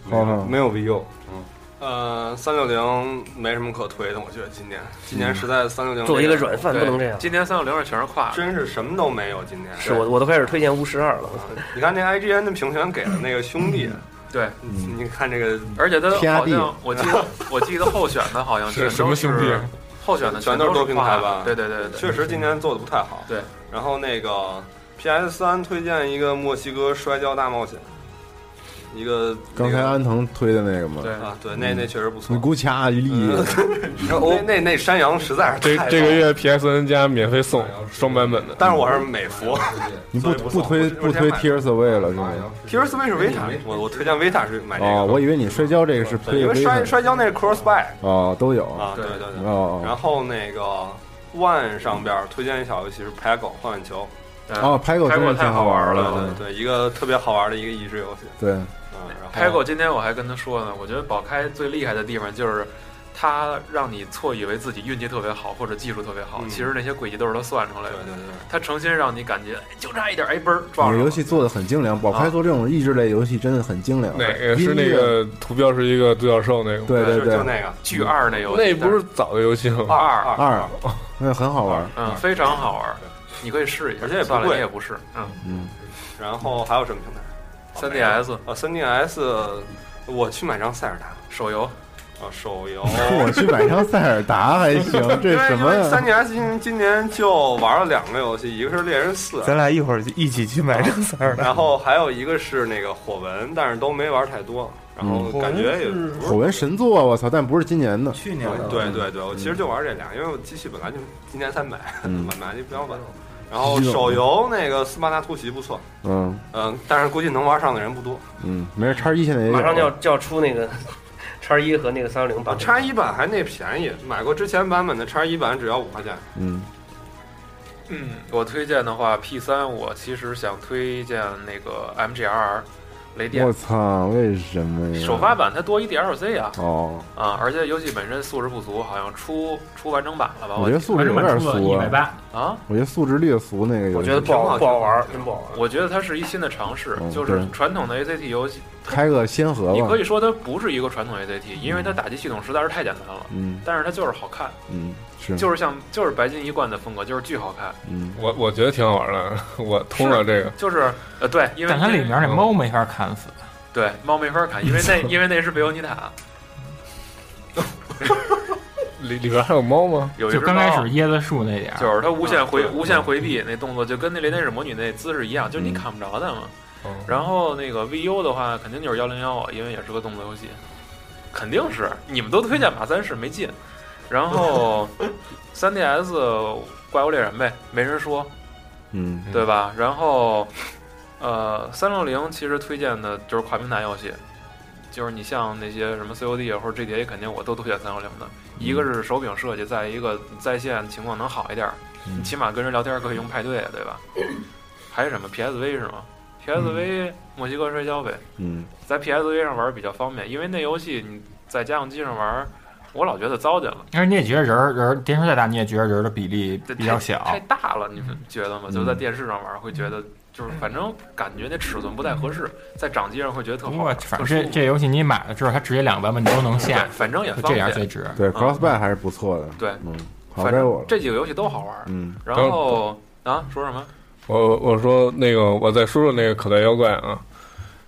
S6: 没
S3: 好
S6: 有
S3: 看
S6: 没有 VU，嗯，
S11: 呃，三六零没什么可推的，我觉得今年
S5: 嗯
S11: 今年实在三六零
S4: 作为一个软饭不能这样，
S1: 今年三六零上全是跨的，
S11: 真是什么都没有。今年
S4: 是我我都开始推荐巫师二了。
S11: 你看那 IGN 的评选给了那个兄弟，
S1: 嗯对，
S7: 嗯
S11: 你你看这个
S1: 而且他
S3: 天涯
S1: 好
S3: 地
S1: 像我记 得我记得候选的好像
S7: 是
S1: 全都
S7: 什么兄弟啊
S1: 是？候选的
S11: 全
S1: 都
S11: 都
S1: 是
S11: 是多平台
S1: 跨的
S11: 吧
S1: 对对对对，
S11: 确实今年做的不太好。
S1: 对，
S11: 然后那个 PS 三推荐一个墨西哥摔跤大冒险，一个
S3: 刚才
S11: 那个
S3: 安藤推的那个嘛。
S1: 对
S11: 啊，对，
S7: 嗯
S11: 那那确实不错
S3: 你。估掐一粒，
S11: 那那那山羊实在
S7: 这
S11: 是太
S7: 这个
S11: 棒了，
S7: 月 PSN 加免费送双版本的，
S11: 但是我是美服。
S3: 你不不推不推 Tears Away 了是吗？
S11: Tears Switch 维塔，我我推荐维塔是买这
S3: 哦，我
S11: 个，
S3: 以为你摔跤这个是
S11: 对
S3: 推
S11: 因为
S3: v
S11: 摔
S3: i
S11: 摔跤那是 Crossbuy
S3: 哦，都有
S11: 啊，对对对。
S3: 哦
S11: 然后那个 One 上边推荐一小游戏是《排狗换换球》，嗯
S3: 哦，拍狗真是挺好玩
S11: 对
S3: 了
S11: 对，对，一个特别好玩的一个益智游戏。
S3: 对，
S11: 嗯，然后
S1: 开过，今天我还跟他说呢，我觉得宝开最厉害的地方就是他让你错以为自己运气特别好或者技术特别好，
S11: 嗯
S1: 其实那些轨迹都是他算出来
S11: 对
S1: 的。
S11: 对对，
S1: 他诚心让你感觉哎就差一点，哎，嘣儿撞
S3: 那
S1: 上
S3: 个
S1: 了。
S3: 游戏做的很精良，宝开做这种益智类游戏真的很精良。
S7: 哪个是那个图标是一个独角兽那个吗？
S3: 对对
S11: 就就
S3: 对，
S11: 那个
S1: 巨二那游戏，
S7: 那不是早的游戏了
S1: 二
S7: 吗？
S1: 二二，
S3: 二，那很好玩。
S1: 嗯，非常好玩，你可以试一下。
S11: 而且也不
S1: 算了，
S11: 贵
S1: 你也不是，嗯，
S11: 然后还有什么平台？
S1: 三 DS
S11: 啊，3 DS，我去买张塞尔达
S1: 手游，
S11: 啊，手游。
S3: 我去买张塞尔达 还行，这
S11: 因为
S3: 什
S11: 因
S3: 么
S11: 为
S3: 呀
S11: 三？DS 今今年就玩了两个游戏，一个是猎人四，
S2: 咱俩一会儿一起去买张 三儿的。
S11: 然后还有一个是那个火纹，但是都没玩太多，然后感觉也不是
S3: 火纹神作，啊我操！但不是今年的，
S2: 去年
S11: 对对对对，我其实就玩这俩，因为我机器本来就今年才买，买买就比较晚。然后手游那个斯巴达突袭不错，
S3: 嗯
S11: 嗯，但是估计能玩上的人不多。
S3: 嗯，没事，叉一现在也有
S4: 马上就要就要出那个 叉一和那个三六零版
S11: 啊，
S4: 本。
S11: 叉一版还那便宜，买过之前版本的叉一版只要五块钱。
S3: 嗯
S1: 嗯，我推荐的话，P 三我其实想推荐那个 MGR 雷电
S3: 我操，为什么呀？
S1: 首发版，它多一 DLC 啊
S3: 哦，
S1: 啊！而且游戏本身素质不足，好像出出完整版了吧？
S3: 我觉得素
S5: 完
S3: 质
S5: 整
S3: 有
S5: 版
S3: 点
S5: 出了
S3: 俗
S5: 一百
S3: 啊，
S5: 八，
S1: 啊，
S3: 我觉得素质略俗那个游戏。
S4: 我觉得不好不好玩，真不好玩。
S1: 我觉得它是一新的尝试，
S3: 嗯
S1: 就是
S3: 对
S1: 传统的 ACT 游戏，
S3: 开个先河
S1: 你
S3: 吧
S1: 可。以说它不是一个传统 ACT，因为它打击系统实在是太简单了。
S3: 嗯
S1: 但是它就是好看，
S3: 嗯，是，
S1: 就是像就是白金一贯的风格，就是巨好看，
S3: 嗯，
S7: 我我觉得挺好玩的，我通了
S4: 嗯
S7: 这个。
S1: 就是呃对，因为
S5: 但它里面那猫没法砍死，
S1: 对猫没法砍，因为那因为那是贝欧尼塔，
S7: 里里边还有猫吗？
S1: 有一只
S5: 就刚开始
S1: 猫
S5: 椰子树那点儿，嗯
S1: 就是它无限回、无限回避那动作，就跟那雷电使魔女那姿势一样，就是你砍不着它嘛。
S5: 哦
S7: 嗯
S1: 然后那个 VU 的话，肯定就是幺零幺啊，因为也是个动作游戏，肯定是你们都推荐马三是没劲。然 后 3DS 怪物猎人呗，没人说，
S3: 嗯
S1: 对吧？然后呃，三六零其实推荐的就是跨平台游戏，就是你像那些什么 COD 啊或者 GTA，肯定我都推荐三六零的。一个是手柄设计，再一个在线情况能好一点儿，你起码跟人聊天可以用派对，对吧？
S3: 嗯
S1: 还有什么 PSV 是吗？PSV 墨西哥摔跤呗，
S3: 嗯，
S1: 在 PSV 上玩比较方便，因为那游戏你在家用机上玩，我老觉得糟践了。
S5: 但是你也觉得人儿人儿电视再大，你也觉得人儿的比例比较小，
S1: 太大了，你们觉得吗？就在电视上玩会觉得，就是反正感觉那尺寸不太合适，在掌机上会觉得特好
S5: 不过
S1: 玩，
S5: 反
S1: 特
S5: 正
S1: 舒
S5: 这
S1: 服。
S5: 这游戏你买了之后，它直接两个版本你都能
S1: 对
S5: 下，，
S1: 反正也
S5: 就
S1: 方
S5: 这样嗯
S1: 便。
S5: 最值。
S3: 对，Crossbuy 还是不错的。
S1: 对，
S3: 嗯，好
S1: 反
S3: 该
S1: 正
S3: 我了。
S1: 这几个游戏都好玩。
S3: 嗯，
S1: 然后啊，说什么？
S7: 我我说那个，我再说说那个口袋妖怪啊，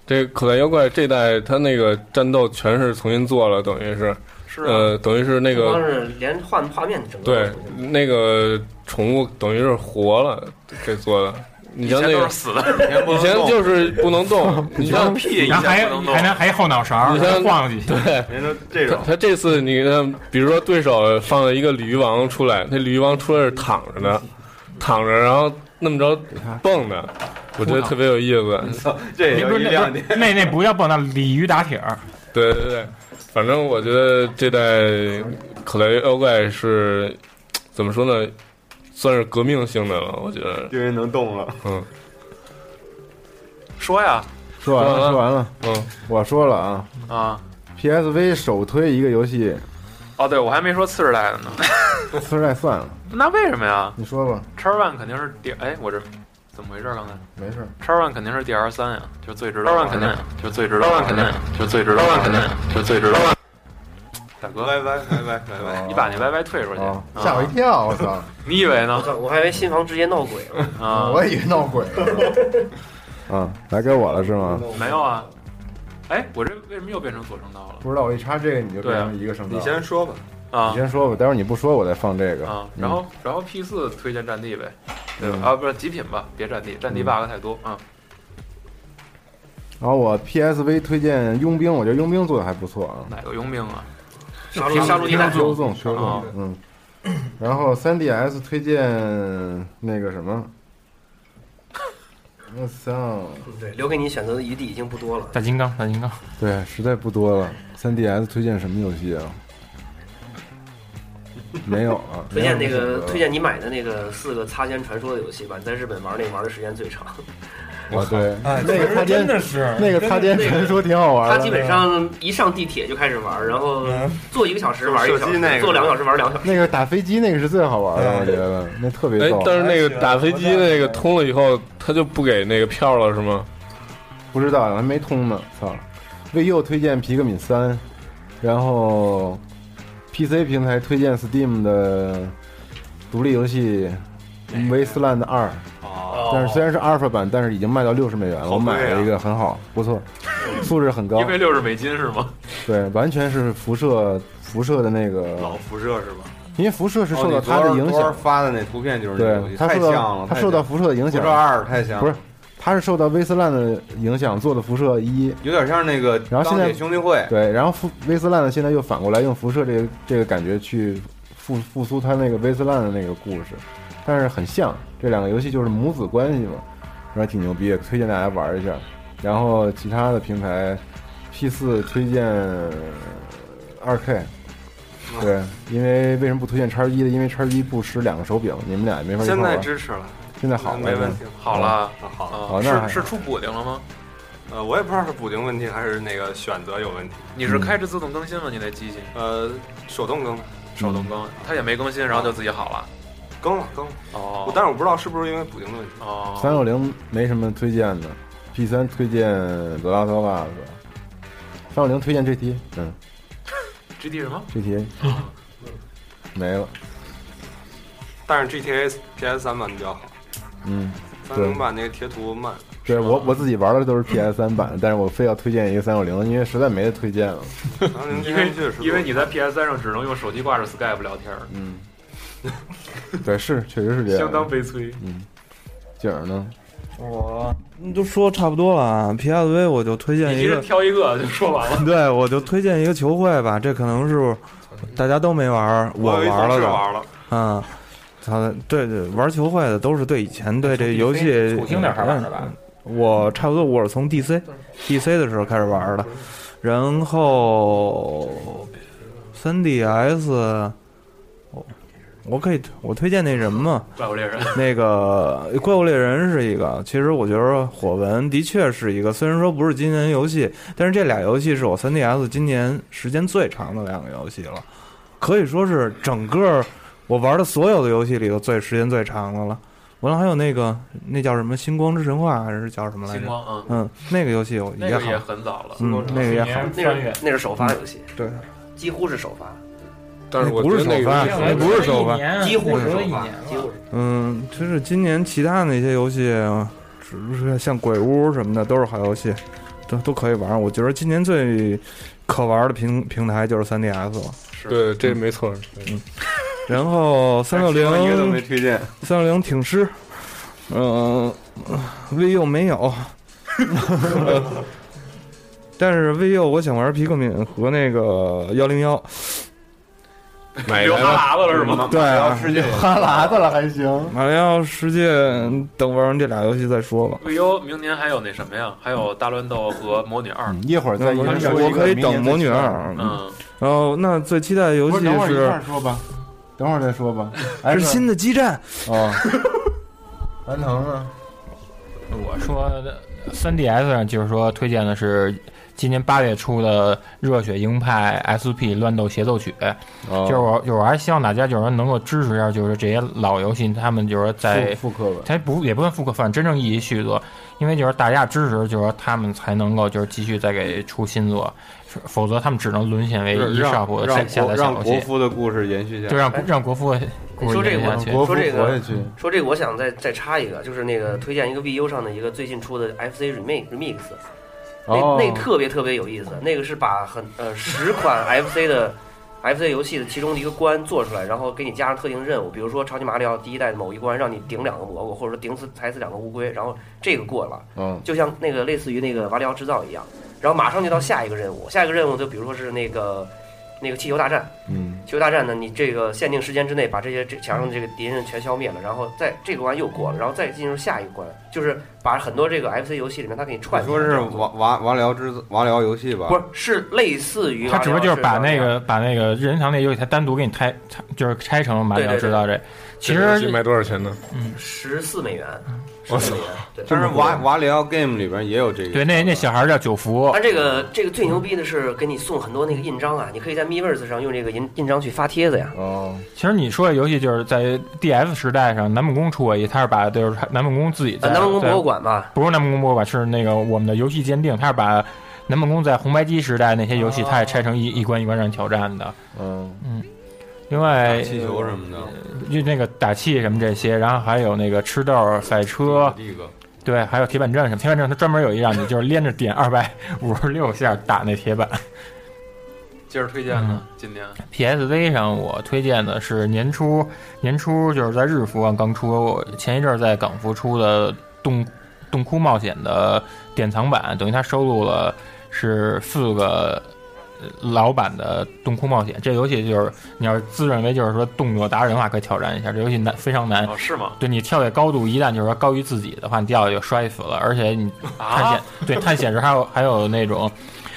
S7: 这个口袋妖怪这代它那个战斗全是重新做了，等于是
S1: 是啊
S7: 呃，等于是那
S4: 不光
S7: 个
S4: 是连换画面整个
S7: 对
S4: 都重新
S7: 那个宠物等于是活了给做的。你
S1: 以
S7: 像
S1: 前
S7: 那
S1: 都
S7: 个
S1: 是死的，
S7: 以前就是不 能动，你像
S1: 屁以
S5: 然后还
S1: 前不能动
S5: 还。能还有后脑勺，
S7: 你像
S5: 还晃几下，
S7: 对
S11: 人家这
S7: 他
S11: 种
S7: 他这次你看，比如说对手放了一个鲤鱼王出来，那鲤鱼王出来是躺着的，躺着然后那么着蹦的，我觉得特别有意思。
S11: 嗯哦这也
S5: 你
S11: 有
S5: 不
S11: 一
S5: 是
S11: 亮
S5: 那
S11: 点，
S5: 那那不叫蹦，那鲤鱼打挺儿，
S7: 对对对，反正我觉得这代口袋妖怪是怎么说呢，算是革命性的了。我觉得，嗯
S11: 因为能动了。
S1: 说呀
S3: 说完了，
S7: 说完了
S3: 说完了，
S7: 嗯，
S3: 我说了啊
S1: 啊，
S3: ，PSV 首推一个游戏，
S1: 哦，对我还没说次世代的呢。
S3: 次世代算了，
S1: 那为什么呀
S3: 你说吧，
S1: ？X One 肯定是 D，哎，我这怎么回事儿？刚才
S3: 没事。
S1: X One 肯定是 D R 三呀，就是最值得玩的。
S11: 肯定
S1: 就是最值得玩的。
S11: 肯定
S1: 就是最值得玩的。肯定就是最值得玩的。大哥，
S11: 拜拜拜拜拜拜。
S1: 你把那 YY 退出去，
S3: 哦
S1: 啊
S13: 吓我一跳！我操，
S1: 你以为
S4: 我
S1: 呢？
S4: 靠我还以为新房直接闹鬼了，
S1: 啊，
S13: 我以为闹鬼了。
S3: 啊，来该我了是吗？
S1: 没有啊。哎，我这为什么又变成左声道了？
S3: 不知道，我一插这个你就
S1: 对
S3: 变
S1: 啊
S3: 成一个声道。
S11: 你先说吧，
S1: 啊
S3: 你先说吧，待会儿你不说我再放这个。
S1: 啊，
S3: 嗯
S1: 然后然后 P 四推荐战地呗，对吧？啊，不是极品吧？别战地，战
S3: 嗯
S1: 地 bug 太多啊。
S3: 然后我 PSV 推荐佣兵，我觉得佣兵做的还不错啊。
S1: 哪个佣兵啊？
S4: 杀
S1: 平杀戮地带
S3: 修纵修
S1: 啊
S3: 纵，嗯。然后 3DS 推荐那个什么， 我操，
S4: 对，留给你选择的余地已经不多了。
S5: 大金刚，大金刚，
S3: 对，实在不多了。3DS 推荐什么游戏啊？没有啊，
S4: 推荐
S3: 没
S4: 那
S3: 有什么选择
S4: 个
S3: 了
S4: 推荐你买的那个四个擦肩传说的游戏吧，你在日本玩那个玩的时间最长。
S14: 啊，对，
S3: 哎，那
S5: 那
S3: 个擦
S5: 真
S3: 肩，
S5: 的是
S3: 那个擦肩传说挺好玩的。
S4: 他基本上一上地铁就开始玩，然后坐一个小时玩一个小
S11: 手机那
S4: 时，
S11: 个
S4: 坐两个小时玩两个小时。
S3: 那个打飞机那个是最好玩的，我觉得那特别
S7: 哎
S3: 逗，。
S7: 但是那个打飞机那个通了以后，他就不给那个票了是吗？
S3: 不知道还啊没通呢，操！为佑推荐皮克敏三，然后 PC 平台推荐 Steam 的独立游戏《维斯兰的二》，
S4: 哦
S3: 但是虽然是阿尔法版，但是已经卖到六十美元了。我买
S4: 啊
S3: 了一个，很好，不错，素质很高
S1: 因。为六十美金是吗？
S3: 对，完全是辐射辐射的那
S4: 哦
S3: 个，
S11: 老辐射是吧？
S3: 因为辐射是受到
S6: 哦你昨
S3: 它
S6: 儿
S3: 的影
S6: 昨儿
S3: 响，
S6: 发的那图片就是那游
S3: 对
S6: 戏，
S3: 它
S6: 太
S3: 受
S6: 像
S3: 到
S6: 了，
S3: 它受到辐射的影
S6: 辐
S3: 响
S6: 射，二太像了，
S3: 不是它是受到威斯兰的影响做的辐射一。
S6: 有点像那个
S3: 然后现
S6: 钢
S3: 在
S6: 铁兄弟会，
S3: 对，然后复威斯兰呢，现在又反过来用辐射这个这个感觉去复复苏他那个威斯兰的那个故事，但是很像，这两个游戏就是母子关系嘛，然后挺牛逼的，推荐大家玩一下。然后其他的平台，P 四推荐二 K，对，
S11: 嗯
S3: 因为为什么不推荐叉一呢？因为叉一不识两个手柄，你们俩也没法一块
S11: 现
S3: 玩
S11: 在。支持了，
S3: 现在好了，
S11: 没问题。
S1: 好了，
S11: 啊好了，
S1: 啊，
S3: 那还好
S1: 是是出补丁了吗？
S11: 呃，我也不知道是补丁问题还是那个选择有问题。
S1: 你
S3: 嗯
S1: 是开着自动更新了你那机器？
S11: 呃，手动更
S1: 手动
S3: 嗯
S1: 更，它也没更新，然后就自己好了。
S11: 更了更了，
S1: 哦，
S11: 但是我不知道是不是因为补丁的问题。
S1: 哦，
S3: 三六零没什么推荐的，P 三推荐《德拉托袜子》，三六零推荐 GT，嗯
S1: GT 什么？
S3: ，GTA 没了，
S11: 但是 GTA PS 三版比较好，
S3: 嗯，
S11: 三零版那个贴图慢。
S3: 对我我自己玩的都是 PS 三版，但是我非要推荐一个三六零，因为实在没得推荐 了。
S11: 三零
S1: 因
S11: 因
S1: 为
S11: 为确实
S1: 因为你在 PS 三上只能用手机挂着 Skype 聊天儿，
S3: 嗯，对，是确实是这样。嗯
S1: 相当悲催。
S3: 景儿呢？
S2: 我你都说差不多了啊，PSV 我就推荐
S1: 你一
S2: 一
S1: 人
S2: 个，
S1: 挑一个就说完了。
S2: 对我就推荐一个球会吧，这可能是大家都没玩儿，我
S11: 有一
S2: 玩
S11: 同
S2: 了
S11: 事
S2: 的，
S11: 玩了，
S2: 啊，他对对，玩球会的都是对以前对这游戏嗯
S13: 土星那块儿玩的吧？
S2: 我差不多我是从 DC DC 的时候开始玩的，然后 3DS，我我可以我推荐那什么嘛，
S1: 怪物猎人，
S2: 那个《怪物猎人》是一个，其实我觉得《火纹》的确是一个，虽然说不是今年游戏，但是这俩游戏是我 3DS 今年时间最长的两个游戏了，可以说是整个我玩的所有的游戏里头最时间最长的了。完了，还有那个那叫什么《星光之神话》还是叫什么来
S1: 星
S2: 着？
S1: 光啊，
S2: 嗯，那个游戏我
S1: 那
S2: 也
S1: 个
S2: 好，
S1: 也很早了。
S2: 嗯，那个也好，
S5: 年
S2: 嗯
S4: 那是
S5: 穿越，
S4: 那是首发游戏，
S2: 对，
S4: 几乎是首发，
S7: 但是我
S2: 不
S7: 觉
S2: 是
S7: 得那
S2: 首
S7: 个
S2: 发
S7: 游戏
S2: 那不是首发
S5: 一年啊
S4: 几乎
S5: 那
S4: 是
S5: 个
S4: 首
S5: 隔了一
S4: 发
S5: 年，
S4: 几
S5: 了。
S4: 乎是。
S2: 嗯，就是今年其他那些游戏，只是像鬼屋什么的，都是好游戏，都都可以玩。我觉得今年最可玩的平平台就是 3DS 了。
S7: 对，这没错。
S3: 嗯
S2: 然后三六
S6: 一个都
S2: 零
S6: 没推荐，
S2: 三六零挺尸，嗯、v u 没有， 但是 VU 我想玩皮克敏和那个幺零幺，
S7: 买
S1: 流
S7: 来吧，
S1: 哈喇子了是吗？
S2: 对啊，
S3: 哈喇子了还行，
S2: 马里奥世界等玩完这俩游戏再说吧。
S1: 未优明年还有那什么呀？还有大乱斗和魔女二。
S3: 嗯一会儿再一人说一个
S2: 我可以等《魔女二》。
S1: 嗯，
S2: 然后，那最期待的游
S3: 明
S2: 戏
S3: 年再说不是，等会儿
S2: 是
S3: 一块儿说吧，等会儿再说吧。哎，
S2: 是新的基站，
S3: 哦，安藤啊呢？
S2: 嗯
S5: 我说三 DS 上就是说推荐的是今年八月出的《热血鹰派 SP 乱斗协奏曲》，
S3: 哦
S5: 就是我就是我还希望大家就是说能够支持一下，就是这些老游戏他们就是说在
S3: 复复刻吧。
S5: 它不也不算复刻，反正真正意义续作，因为就是大家支持，就是说他们才能够就是继续再给出新作，否则他们只能沦陷为
S6: 让
S5: 一上火下
S6: 让
S5: 下
S6: 国
S5: 载小
S6: 让
S5: 游
S6: 国
S5: 戏，
S6: 服的哎故事延续下
S5: 就
S6: 去。
S5: 让让国服
S4: 你说这个
S5: 下
S4: 吧
S5: 去。
S3: 国服
S4: 说这个
S3: 活下去，
S4: 说这个，我想再再插一个，就是那个推荐一个 VU 上的一个最近出的 FC remake remix，那、
S3: 哦
S4: 那特别特别有意思，那个是把很呃十款 FC 的 FC 游戏的其中的一个关做出来，然后给你加上特定任务，比如说超级马里奥第一代的某一关让你顶两个蘑菇，或者说顶死踩死两个乌龟，然后这个过了，
S3: 嗯，
S4: 就像那个类似于那个马里奥制造一样，然后马上就到下一个任务，下一个任务就比如说是那个那个气球大战，
S3: 嗯，
S4: 气球大战呢，你这个限定时间之内把这些这墙上的这个敌人全消灭了，然后在这个关又过了，然后再进入下一个关，就是把很多这个 FC 游戏里面它给你
S6: 你
S4: 串起来。
S6: 说是
S4: 这样做
S6: 王王王聊之王聊游戏吧？
S4: 不是是类似于
S5: 他只不过就是把
S4: 马里
S5: 那
S4: 奥制造
S5: 个把那个任天堂那游戏，它单独给你拆拆，就是拆成了马里奥
S4: 对对对
S5: 制造这。其
S7: 这个游戏
S5: 实
S7: 卖多少钱呢？
S4: 十四美元，是这么严。对，
S6: 嗯但是瓦瓦里奥 game 里边也有这个，
S5: 对，那那小孩叫九福，
S4: 它这个这个最牛逼的是给你送很多那个印章啊，你可以在 Miiverse 上用这个印印章去发帖子呀。
S5: 哦，其实你说的游戏就是在 DS 时代上，南梦宫出过一，他是把就是南梦宫自己在
S4: 呃南梦宫
S5: 在
S4: 博物馆吧，
S5: 不是南梦宫博物馆，是那个我们的游戏鉴定，他是把南梦宫在红白机时代那些游
S4: 哦
S5: 戏，他也拆成一一关一关让你挑战的。
S6: 嗯
S5: 嗯，另外
S6: 气球什么的，
S5: 就那个打气什么这些，然后还有那个吃豆、赛车，
S6: 这个
S5: 对，还有铁板阵什么。铁板阵它专门有一让你就是连着点二百五十六下打那铁板。
S1: 接着推荐
S3: 嗯
S1: 呢，今年
S5: PSV 上我推荐的是年初年初就是在日服啊刚出，前一阵儿在港服出的《洞洞窟冒险》的典藏版，等于它收录了是四个呃老版的《洞窟冒险》。这游戏就是你要是自认为就是说动作达人的话，可以挑战一下。这游戏难非常难，
S1: 哦是吗？
S5: 对你跳跃高度一旦就是说高于自己的话，你掉下去就摔死了，而且你
S1: 啊
S5: 探险、对探险时还有还有那种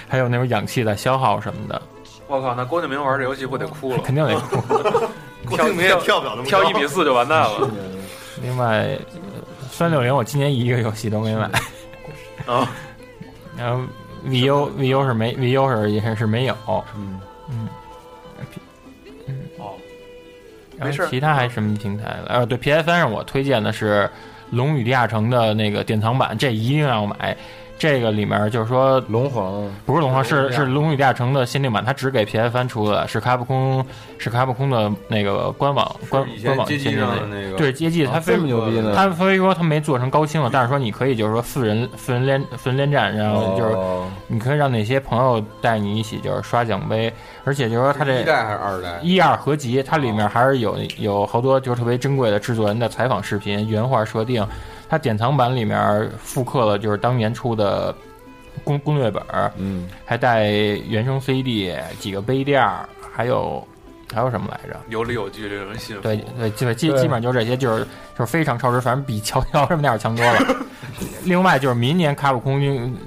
S5: 还有那种氧气的消耗什么的。
S1: 我靠，那郭敬明玩这游戏不得哭了？
S5: 肯 定得哭。
S1: 郭敬明也跳不了那么跳一比四就完蛋了。
S5: 另外，三六零我今年一个游戏都没买。
S1: 啊，
S5: 然后 VU VU 是没 VU 是也是没有。嗯嗯。
S1: 哦，
S5: 然
S1: 没事
S5: 后
S1: 儿
S5: 哎其他还什么平台了？呃，对，PS 三上我推荐的是《龙与地下城》的那个典藏版，这一定要买。这个里面就是说
S3: 龙皇
S5: 不是龙皇，
S3: 龙与
S5: 是
S3: 地下
S5: 是《龙与地下城》的限定版，它只给 PS 三出的，是卡普空是卡普空的那个官网官
S6: 以前
S5: 官网
S6: 街机
S5: 限定
S6: 上的那个
S5: 对街机，
S6: 啊
S5: 它非
S6: 这么牛逼呢
S5: 它所以说它没做成高清了，但是说你可以就是说四人四人连四人连战，然后就是
S6: 哦
S5: 你可以让哪些朋友带你一起就是刷奖杯，而且就是说它这
S6: 一代还是二代
S5: 一二合集，它里面还是有有好多就是特别珍贵的制作人的采访视频、原画设定。它典藏版里面复刻了就是当年出的攻攻略本，
S3: 嗯，
S5: 还带原声 CD、几个杯垫儿，还有还有什么来着？
S1: 有理有据，令人信服。
S5: 对对，基本基
S1: 对
S5: 基本上就是这些，就是就是非常超值，反正比乔乔什么那样强多了。 另外就是明年卡普空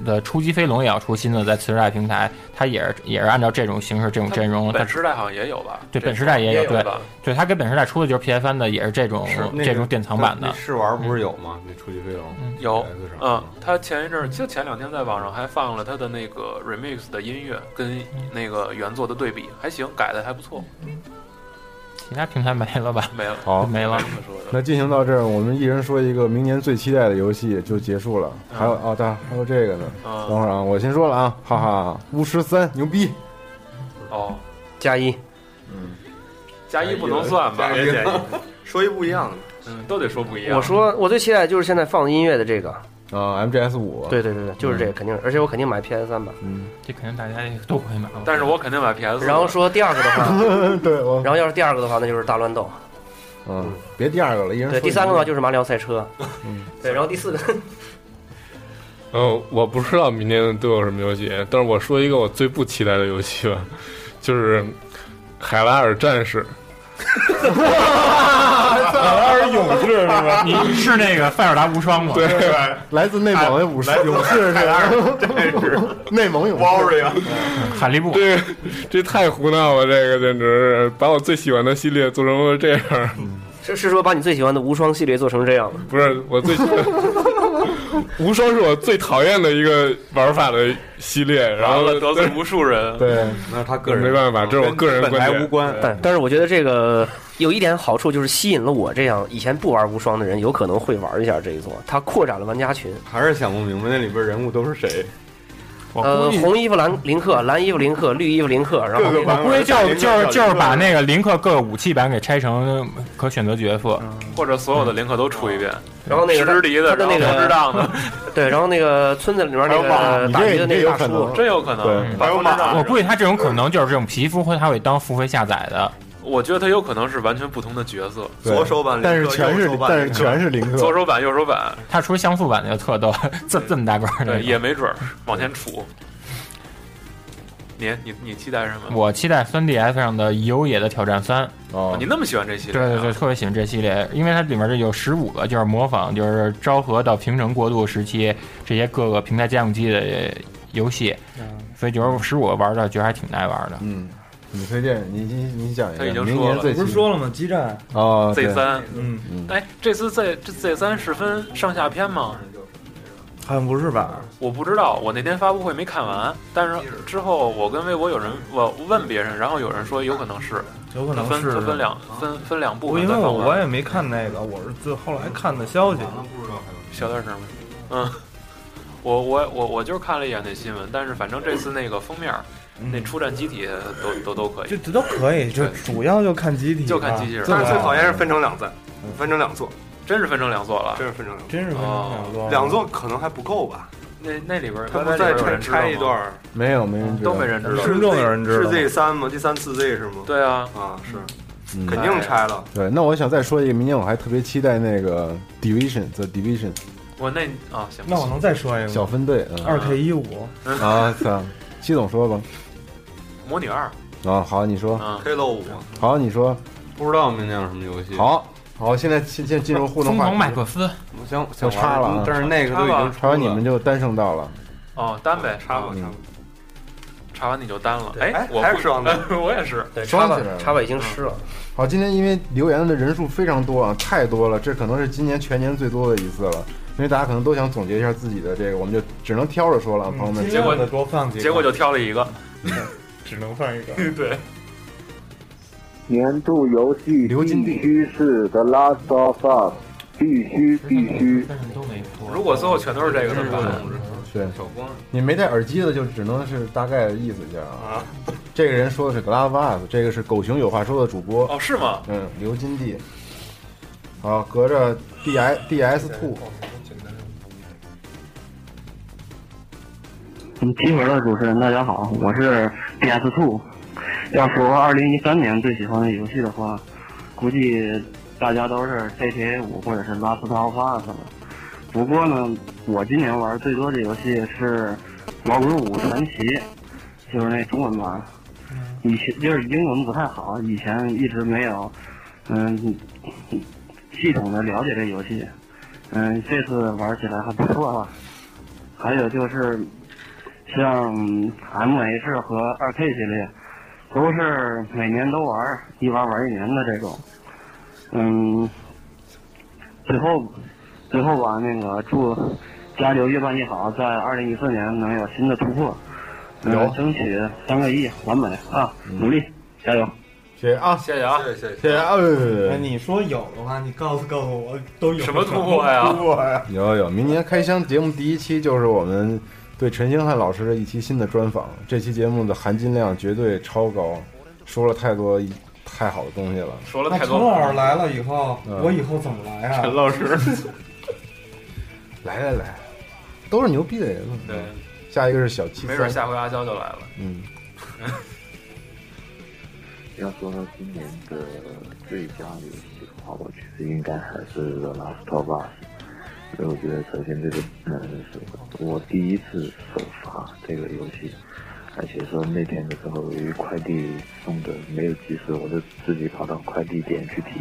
S5: 的初级飞龙也要出新的，在次世代平台，它也是也是按照这种形式、这种阵容。它
S1: 本时代好像也有吧？
S5: 对
S1: 这
S5: 本时代也有，对
S1: 吧？
S5: 对，它跟本时代出的就是 PS 三的，也是这种
S6: 是那个
S5: 这种典藏版
S6: 那
S5: 的。
S6: 试玩不是有吗？那初级飞龙
S1: 有
S6: PS 上，
S1: 嗯，他前一阵儿就前两天在网上还放了他的那个 remix 的音乐跟
S5: 嗯
S1: 那个原作的对比，还行，改的还不错。
S5: 其他平台没了吧？
S1: 没了，
S3: 好
S5: 没了。
S3: 那进行到这儿，我们一人说一个明年最期待的游戏就结束了。还有哦，对，还有这个呢。
S1: 嗯
S3: 等会儿啊，我先说了啊，哈哈，巫师三牛逼，
S1: 哦，
S4: 加一，
S1: 加一不能算吧？
S11: 加一
S1: 别介意
S11: 说一不一样的。
S1: 嗯，都得说不一样。
S4: 我说我最期待就是现在放的音乐的这个，
S3: 啊，MGS 五，
S4: 对对对对，就是这个肯定，而且我肯定买 PS 三吧。
S3: 嗯，
S5: 这肯定大家都会买。
S1: 但是我肯定买 PS。
S4: 然后说第二个的话，
S3: 对，
S4: 然后要是第二个的话，那就是大乱斗。
S3: 嗯，别第二个了，一人说
S4: 对，
S3: 一个
S4: 第三个的话就是马里奥赛车
S3: 嗯。
S4: 对，然后第四个，
S7: 嗯，我不知道明年都有什么游戏，但是我说一个我最不期待的游戏吧，就是《海拉尔战士》。
S13: 嗯
S5: 海拉尔勇士是吧？你是那个塞尔达无双吗？
S7: 对，
S3: 来自内蒙
S13: 哎
S3: 的武士勇士是吧？ 内蒙勇士，
S5: 海力布，
S7: 这这太胡闹了，这个简直是把我最喜欢的系列做成了这样。
S4: 是是说把你最喜欢的无双系列做成这样吗？
S7: 不是我最喜 欢无双是我最讨厌的一个玩法的系列，然
S1: 完
S7: 后
S1: 了得罪无数人。
S3: 对，
S6: 那是他
S7: 个人没办法，这是我个人观点，
S6: 嗯
S4: 但但是我觉得这个有一点好处，就是吸引了我这样以前不玩无双的人，有可能会玩一下这一座，它扩展了玩家群。
S6: 还是想不明白那里边人物都是谁。
S4: 呃，红衣服兰林克、蓝衣服林克、绿衣服林克，然后
S6: 各个版
S5: 我估计就是就是就是把那个林克各个武器版给拆成可选择角色。
S1: 或者所有的
S5: 嗯
S1: 林克都出一遍，
S4: 然后那个
S1: 直敌的，
S4: 他的那个
S1: 然后不知道的，
S4: 对，然后 那个村子里面那
S1: 啊
S4: 个打鱼的那个大叔，
S1: 真有可能。嗯把我知道
S5: 我估计他这种可能就是这种皮肤会他会当付费下载的。
S1: 我觉得他有可能是完全不同的角色，
S5: 对左手版林克但是全是右手版但是林克全是林克
S1: 左手版、右手版，
S5: 他出像素版的就特逗， 这这么大个儿那
S1: 对，
S5: 个。
S1: 也没准儿
S5: 嗯
S1: 往前杵。你你你期待什么？
S5: 我期待 3DS 上的《游野的挑战三》
S3: 哦
S1: 你那么喜欢这系列？啊
S5: 对对对，特别喜欢这系列，因为它里面这有十五个，就是模仿就是昭和到平成过渡时期这些各个嗯平台家用机的游戏，所以就是十五个玩的，觉得还挺耐玩的。
S3: 嗯，你推荐你你你讲一
S1: 他
S3: 个，
S1: 已经
S3: 明
S1: 说
S3: 年
S1: 了
S3: 最
S1: 不是
S3: 期
S1: 说
S2: 了吗激战
S3: 哦
S1: Z 三，
S2: 嗯
S3: 嗯，
S1: 哎，这次 Z 这 Z 三是分上下篇吗？
S2: 好像不是吧？
S1: 我不知道，我那天发布会没看完，但是之后我跟微博有人我问别人，然后有人说有可能是，
S2: 有可能
S1: 它分
S2: 是啊
S1: 它分两分分两部
S2: 我
S1: 分
S2: 因为
S1: 再
S2: 我
S1: 放完
S2: 我也没看那个，我是最后来看的消息。
S1: 小点声吧。嗯，我我我我就是看了一眼那新闻，但是反正这次那个封面儿，那出战机体都都都可
S2: 嗯
S1: 以，
S2: 这这都可以，就主要就看集体吧，
S1: 就看机器人。
S2: 对吧
S11: 但是最讨厌是分成两座，分成两座，
S1: 真是分成两座了，
S11: 真是分成两座，哦
S2: 真是分成两座了
S11: 两座可能还不够吧？
S1: 那那里边儿
S11: 他不
S1: 歪歪
S11: 再
S1: 里边
S11: 拆
S1: 有人知道吗
S11: 拆一段儿，
S3: 没有没人知道，
S1: 都没人知道
S11: 是
S1: 听众有人知道
S11: 是
S1: 吗
S11: Z 三吗？第三次 Z 是吗？
S1: 对啊，
S11: 啊是，
S3: 嗯
S11: 肯定拆了。
S3: 对，那我想再说一个，明年我还特别期待那个 Division The Division
S1: 我那啊行，
S2: 那我能再说一个吗
S3: 小分队，嗯
S2: 二 K 一五
S3: 啊，操，系总说吧，
S1: 模拟二
S3: 啊，好，你说，
S1: 啊
S11: ，Halo 五，
S3: 好，你说，
S6: 不知道明年有什么游戏。
S3: 好，好，现在现现进入互动话题，
S15: 斯，
S6: 我想
S3: 就
S6: 想
S3: 插了啊，
S6: 但是那个都已经
S3: 插完你们就单声道了，
S1: 哦单呗，
S11: 插吧插
S3: 嗯
S11: 吧，
S1: 插完你就单了。
S4: 对
S1: 哎
S4: 哎，
S1: 我
S4: 还
S1: 不
S4: 是双单
S1: 我也是，嗯
S4: 对，
S3: 双
S4: 插
S3: 起来
S4: 板
S3: 了
S4: 插板已经湿了，
S3: 好，今天因为留言的人数非常多啊，太多了，这可能是今年全年最多的一次了。因为大家可能都想总结一下自己的这个，我们就只能挑着说了，啊，朋
S2: 嗯
S3: 友
S5: 嗯
S3: 们。
S1: 结果
S2: 多放几个
S1: 结果就挑了一个，
S2: 只能放一个。
S1: 对，
S13: 年度游戏必须是《The Last of Us》，必须必须。
S1: 如果最后全都是这个怎么办？
S3: 对，
S1: 手工
S3: 你没戴耳机的就只能是大概意思一下啊。这个人说的是 Glavas，这个是狗熊有话说的主播
S1: 哦，是吗？
S3: 嗯，刘金帝。好，隔着 D I D S Two，
S16: 嗯，集合的主持人大家好，我是 DS Two。要说二零一三年最喜欢的游戏的话，估计大家都是 GTA 五或者是 Last of Us 了。不过呢，我今年玩最多的游戏是《老滚五传奇》，就是那中文版。以前就是英文不太好，以前一直没有嗯系统的了解这游戏。嗯，这次玩起来还不错了。还有就是像 M H 和二 K 系列，都是每年都玩儿，一玩儿玩儿一年的这种。嗯，最后最后吧，那个祝加流越办越好，在二零一四年能有新的突破，
S3: 有
S16: 嗯，争取三个亿完美啊，努力加油！
S3: 谢谢啊，
S1: 谢谢啊，
S11: 谢谢
S3: 谢谢啊。
S2: 哎，你说有的话，你告诉告诉我
S3: 哎
S2: 都有
S1: 什么突破呀
S2: 什么突破呀？
S3: 有有，明年开箱节目第一期就是我们对陈星汉老师的一期新的专访。这期节目的含金量绝对超高，说了太多一太好的东西了。
S1: 说
S2: 那陈老师来了以后，
S3: 嗯
S2: 我以后怎么来啊？
S3: 陈 老师来来来，都是牛逼的人嘛。
S1: 对，
S3: 下一个是小七，
S1: 没准下回阿娇就 来了。
S3: 嗯，
S13: 要说今年的最佳游戏的话，我觉得应该还是《The Last of Us》，因为我觉得首先这个嗯是我第一次首发这个游戏，而且说那天的时候由于快递送的没有及时，我就自己跑到快递点去提，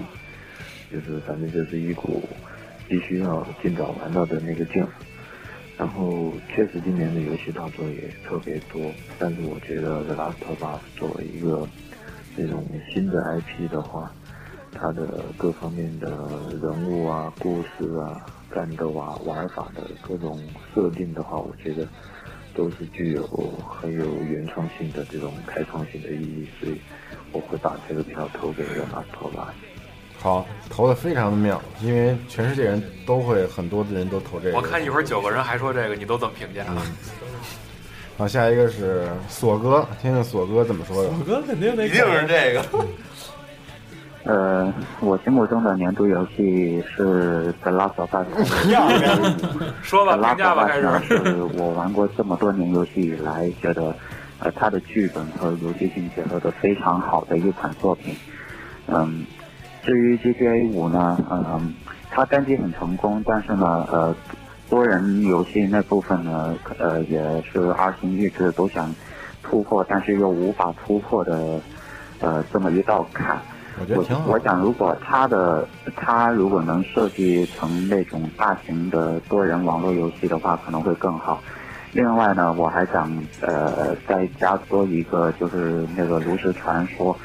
S13: 就是反正就是一股必须要尽早玩到的那个劲儿。然后确实今年的游戏大作也特别多，但是我觉得《The Last of Us》作为一个这种新的 IP 的话，它的各方面的人物啊、故事啊、战斗啊、玩法的各种设定的话，我觉得都是具有很有原创性的这种开创性的意义，所以我会把这个票投给《The Last of Us》。
S3: 好，投的非常的妙，因为全世界人都会，很多的人都投这个。
S1: 我看一会儿九个人还说这个，你都怎么评价？
S3: 好，下一个是锁哥，听听锁哥怎么说的。
S2: 我哥肯定得
S6: 一定是这个。
S13: 呃，我心目中的年度游戏是《The Last of Us》。
S3: 嗯
S1: 说吧，
S13: 拉
S1: 评价吧，开始。
S13: 是我玩过这么多年游戏以来，觉得呃它的剧本和游戏性结合的非常好的一款作品。嗯，至于 GTA 五呢，嗯，它单机很成功，但是呢，呃，多人游戏那部分呢，呃，也是二心一直都想突破，但是又无法突破的，呃，这么一道坎。
S3: 我觉得
S13: 我
S3: 挺好
S13: 我想，如果它的它如果能设计成那种大型的多人网络游戏的话，可能会更好。
S17: 另外呢，我还想呃再加多一个，就是那个炉石传说。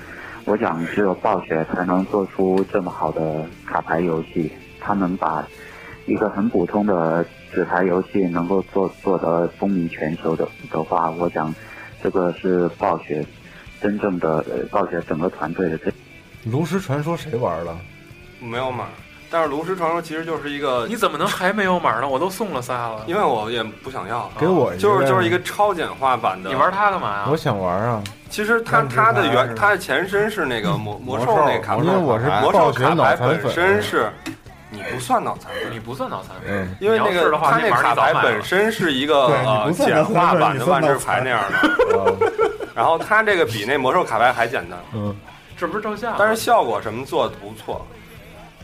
S17: 我想只有暴雪才能做出这么好的卡牌游戏，他们把一个很普通的纸牌游戏能够做做得风靡全球的的话，我想这个是暴雪真正的呃暴雪整个团队的这。
S9: 炉石传说谁玩了？
S11: 没有码。 但是炉石传说其实就是一个，
S1: 你怎么能还没有码呢？我都 送了仨了，
S11: 因为我也不想要，
S9: 给我一个
S11: 就是就是一个超简化版的。
S1: 你玩它干嘛呀？
S9: 我想玩啊。
S11: 其实它它的
S9: 是吧嗯
S11: 原它的前身是那个魔魔兽
S9: 魔兽
S11: 那卡牌，
S9: 因为我是
S11: 魔
S9: 暴
S11: 兽
S9: 雪
S11: 卡
S9: 脑
S11: 牌
S9: 残粉嗯
S11: 本身是，你不算脑残粉，
S1: 你不算脑残
S9: 粉，
S11: 因为那
S1: 你要是
S11: 个
S1: 的话
S11: 它
S1: 那
S11: 那
S1: 玩儿
S11: 卡
S1: 你早
S11: 牌
S1: 买了
S11: 本身是一个
S1: 对你
S11: 呃
S1: 不算
S11: 简
S1: 脑
S11: 化
S1: 残粉
S11: 版
S1: 你
S11: 的
S1: 算
S11: 万智
S1: 脑
S11: 牌
S1: 残
S11: 那样的， 然后它这个比那魔兽卡牌还简单，
S9: 嗯，
S1: 这不是照相吗，
S11: 但是效果什么做的不错。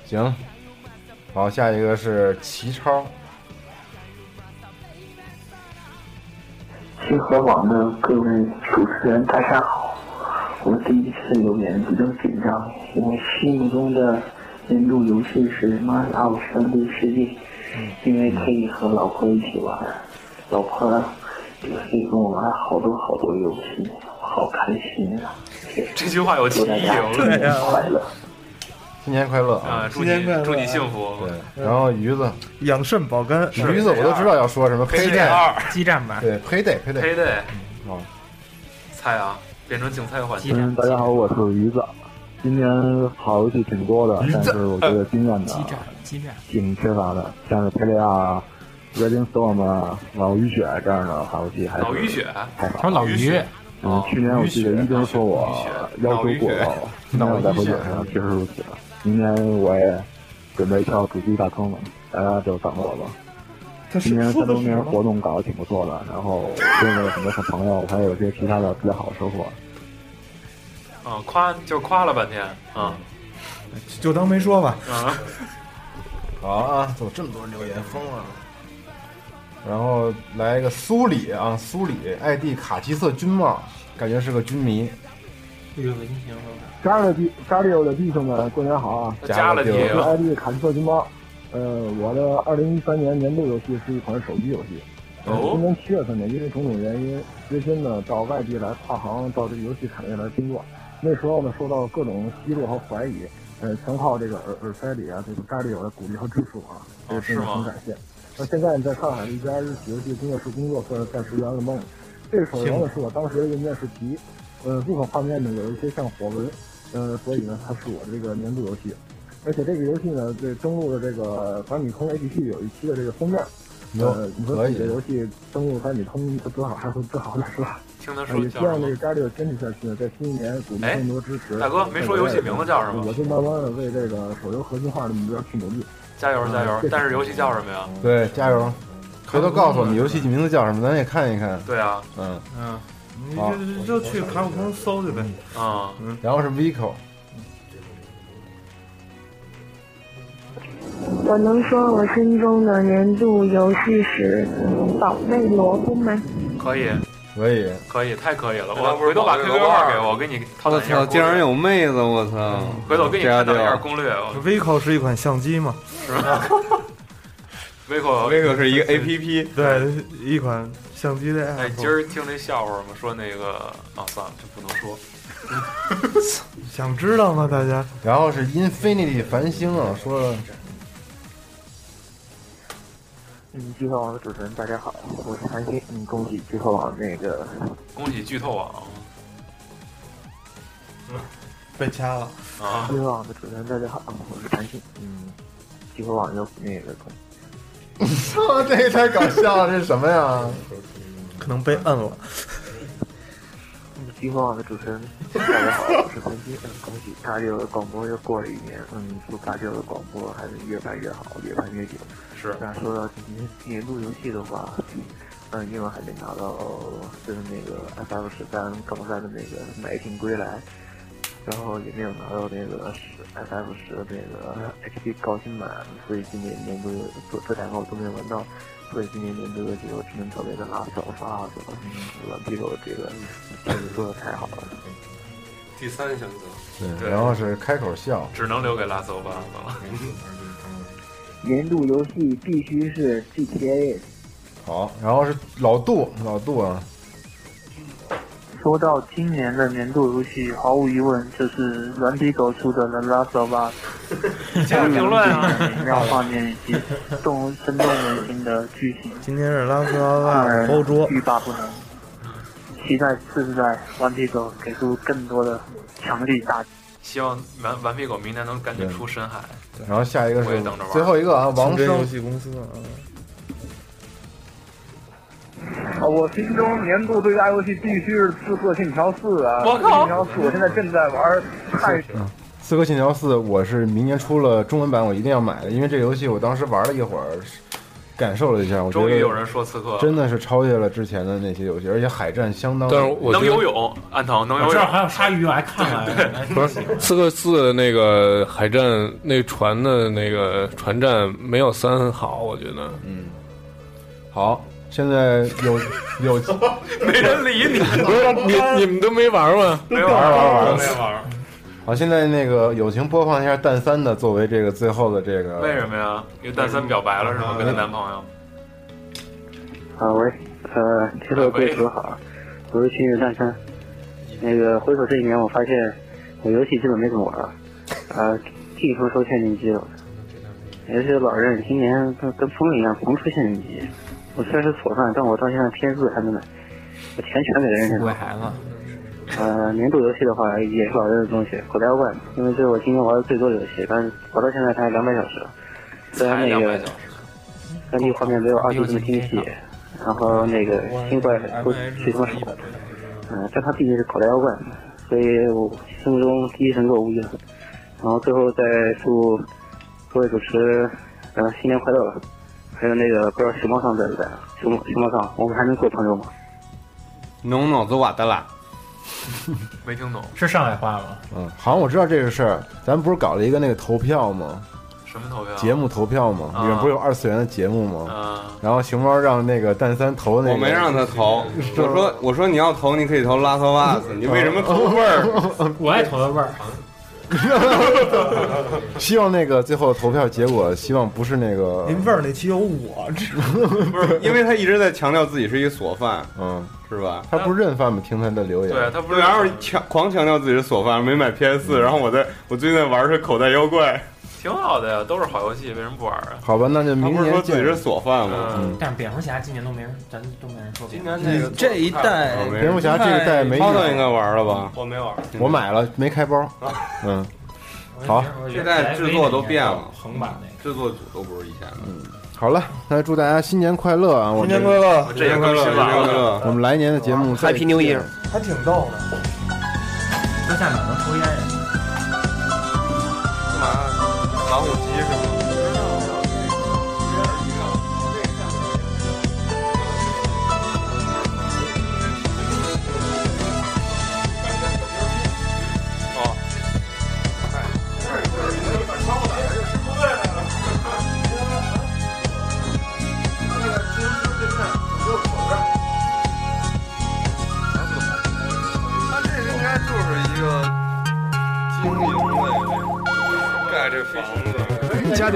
S9: 行，好，下一个是奇超，
S13: 清河网的各位主持人，大家好！我第一次留言，比较紧张。我心目中的年度游戏是《Mass of 三对世界》，因为可以和老婆一起玩。老婆有时跟我玩好多好多游戏，好开心啊！
S1: 这句话 有歧义，
S13: 祝大家
S1: 我
S13: 新
S1: 跟你
S13: 年
S1: 说
S13: 快乐！
S9: 新年快乐
S1: 啊，祝
S2: 新年
S1: 你
S2: 快乐啊
S1: 祝你幸福。
S9: 然后鱼子
S2: 养肾保肝，
S9: 驴子我都知道要说什么，
S1: 黑
S9: 黑
S1: 带
S9: 带
S1: 二
S9: 激战版，对，黑带黑带
S1: 黑队
S9: 哦，
S1: 猜啊，变成竞猜环节。
S13: 嗯，大家好，我是鱼子。今年好游戏挺多的，但是我觉得经验
S9: 呃
S13: 呢
S5: 激战，
S13: 挺缺乏的，像是佩雷亚、Red Storm 啊、老雨雪这样的好游戏还是
S1: 老雨雪哦
S13: 太少。
S5: 他说老于，
S13: 嗯，去年我记得一真说我要求过高，今年我在回酒上确实如此。明年我也准备跳主机大坑了，大家就等我吧。今年三周年活动搞得挺不错的，然后认识了很多好朋友，还有一些其他的比较好的收获。
S1: 啊，夸就是夸了半天啊
S2: 就当没说吧。
S9: 嗯
S1: 啊，
S9: 好啊，怎么这么多人留言疯了？然后来一个苏里啊，苏里 ID 卡其色军帽，感觉是个军迷。
S5: 这个文凭
S13: 加勒弟加利欧的弟兄们，过年好啊！
S9: 加勒
S13: 我
S9: 弟
S13: 是艾利卡斯特金包。呃，我的二零一三年年度游戏是一款手机游戏。呃
S1: 哦
S13: 今年七月份呢，因为种种原因，决心呢到外地来跨行，到这个游戏产业来工作。那时候呢，受到各种奚落和怀疑，呃，全靠这个耳耳塞里啊，这个加利欧的鼓励和支持我啊，这
S1: 哦
S13: 个真的
S1: 是吗
S13: 很感谢。那现在在上海的一家日企游戏工作室工作，算是暂时圆了梦。这首摇呢是我当时的一个面试题，呃，入口画面呢有一些像火纹，呃，所以呢它是我这个年度游戏。而且这个游戏呢，这登录了这个反米通 APP 有一期的这个封面，
S9: 哟
S13: 呃，你说
S9: 可以
S13: 自己的游戏登录反米通，它多好还会更好的是吧？
S1: 听他
S13: 呃
S1: 说
S13: 也希
S1: 叫
S13: 望
S1: 什
S13: 这个
S1: 么？
S13: 家里有坚持下去呢，在新一年鼓励
S1: 哎
S13: 更多支持。
S1: 大哥没说游戏名字叫什么
S13: 我就慢慢的为这个手游核心化的目标去努力。
S1: 加油加油
S13: 嗯！
S1: 但是游戏叫什么呀？
S9: 对，加油！回头告诉我们游戏名字叫什么，咱也看一看。
S1: 对啊，
S9: 嗯
S2: 嗯，你
S9: 好
S2: 就就去卡普空搜去呗。
S1: 啊，
S2: 嗯
S9: 然后是 Vico，
S18: 我能说我心中的年度游戏是《宝贝萝卜》吗？
S1: 可以
S9: 可以
S1: 可以，太可以了！
S11: 那
S1: 我
S11: 不是
S1: 回头
S11: 宝
S1: 把
S11: 贝
S1: QQ
S11: 萝卜
S1: 号
S11: 二
S1: 给我，我给你
S6: 我
S1: 探讨一
S6: 操，
S1: 下攻
S6: 竟然
S1: 略。
S6: 有妹子！我操，
S1: 回头我给你
S6: 这
S1: 探
S6: 样
S1: 讨一下
S6: 就
S1: 攻略，我
S2: Vico 是一款相机嘛？
S1: 是吧？Vico
S6: 是一个 APP，
S2: 对，一款相机的 app。
S1: 哎，今儿听那笑话嘛，说那个啊，算了，这不能说。
S2: 想知道吗？大家？
S9: 然后是 Infinity 繁星啊，说了
S13: 嗯，聚合网的主持人大家好，我是韩星。嗯，恭喜聚合网那个
S1: 恭喜剧透网
S2: 被掐了
S1: 啊！
S13: 聚合网的主持人大家好，我是韩星。嗯，聚合网又那个恭喜
S9: 操，这也太搞笑了，这是什么呀？
S2: 可能被摁了。
S13: 嗯聚合网的主持人大家好，我是韩星。嗯，恭喜大六的广播又过了一年。嗯，祝大六的广播还是越办越好，越办越久。
S1: 是
S13: 那说到今年年度游戏的话，嗯，因为还没拿到就是那个 FF 十三高三的那个买瓶归来，然后也没有拿到那个十 FF 十的那个 HD 高清版，所以今年年度这这两个我都没有玩到，所以今年年度游戏我只能特别的拉小发了，嗯，蓝皮狗这个确实做的太好了。
S11: 第三选择，
S9: 对，然后是开口笑，
S1: 只能留给拉走吧了。
S13: 年度游戏必须是 GTA。
S3: 好，然后是老杜，老杜啊，
S13: 说到今年的年度游戏，毫无疑问就是软体狗出的《The Last of Us》，
S19: 加个评论啊
S13: 美妙画面以及动生动人心的剧情，
S2: 今天是拉斯拉
S13: 让
S2: 瓦
S13: 人
S2: 包桌，
S13: 欲罢不能。 期待次世代软体狗给出更多的强力打击。
S19: 希望顽顽皮狗明年能赶紧出深海。
S3: 然后下一个是
S19: 我也等着玩
S3: 最后一个啊，王
S2: 清真
S3: 生
S2: 游戏公司啊，
S17: 啊，我心中年度最佳游戏必须是《刺客信条四》啊！
S19: 我
S17: 刺客
S19: 靠
S17: 信条四》，我现在正在玩儿太
S3: 《刺客信条嗯四》，我是明年出了中文版，我一定要买的，因为这游戏我当时玩了一会儿，感受了一下，我觉得
S19: 终于有人说刺客了
S3: 真的是超越了之前的那些游戏，而且海战相当。
S19: 能游泳，安藤能游泳，
S5: 还有鲨鱼，我还看了。
S7: 不是《刺客四》那个海战那船的那个船战没有三好，我觉得。
S3: 嗯，好，现在有有
S19: 没人理 你，
S7: 不是你你们都没玩吗？
S19: 没玩
S3: 玩玩
S19: 没玩。
S3: 好，现在那个友情播放一下蛋三的作为这个最后的这个
S19: 为什么呀？因为蛋三表白了是
S3: 嗯
S19: 吗？跟她男朋友。
S16: 啊喂，呃，铁路贵族好，我是新日诞生。那个回首这一年，我发现我游戏基本没怎么玩儿，啊，净出收限定机了。尤其是老任，今年跟跟疯一样狂出限定机。我虽然是锁饭，但我到现在 PS 还没买，我钱全给任天堂。孩子。呃，年度游戏的话也是老任的东西，口袋妖怪嘛，因为这是我今年玩的最多的游戏，但是玩到现在才两百小时了。虽然那个三 D 画面没有二 D 这么精细，然后那个新怪不去他妈手，嗯，但它毕竟是口袋妖怪嘛，所以我心目中第一神作无疑了。然后最后再祝各位主持，呃，新年快乐吧！还有那个不知道熊猫上在不在啊？熊猫熊猫上，我们还能做朋友吗？
S6: 侬脑子瓦的啦，
S19: 没听懂
S5: 是上海话吗？
S3: 嗯，好像我知道这个事儿，咱们不是搞了一个那个投票吗？
S19: 什么投
S5: 啊
S19: 票？
S3: 节目投票嘛，
S19: 啊
S3: 里面不是有二次元的节目吗？
S19: 啊
S3: 然后熊猫让那个蛋三投那个，
S6: 我没让他投，我说我说你要投，你可以投拉索瓦斯，
S3: 嗯
S6: 你为什么投味 儿？
S5: 我爱投的味儿。
S3: 希望那个最后投票结果，希望不是那个
S2: 您味儿那期有我，
S6: 不是，因为他一直在强调自己是一个锁贩，
S3: 嗯，
S6: 是吧？
S3: 他不啊是认犯吗？听他的
S5: 啊
S3: 留言，
S6: 对啊他不是，然后强狂强调自己是锁贩，没买 PS
S3: 嗯
S6: 四，然后我在我最近在玩是口袋妖怪，
S19: 挺好的呀，都是好游戏，为什么不玩啊？
S3: 好吧，那就
S6: 他
S3: 明
S6: 不是说
S3: 年
S6: 自己
S3: 见
S6: 是。锁贩吗？
S3: 嗯
S5: 但是蝙蝠侠今年都没人，咱都没人说蝙蝠侠。
S19: 今年那个
S6: 嗯这一代
S3: 嗯蝙蝠侠这一代没
S6: 猫头应该玩了吧？
S19: 我没玩，
S3: 我买了没开包，嗯，好，
S6: 这代制作都变了，
S5: 横版那
S6: 个制作组都不是以前
S3: 嗯
S6: 的。
S3: 好了，那祝大家新年快乐啊！我们
S2: 新年快乐
S6: 新年快乐，新年快乐！
S3: 我们来年的节目再见
S2: 还挺逗的。
S5: 那在哪能抽烟呀？
S11: 干嘛？老虎机是吗？它这应该就是一个经营类，盖这房子。
S1: 家里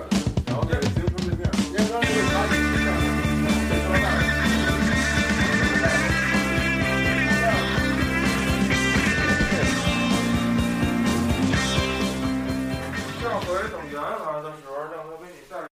S11: 上回等原来的时候，那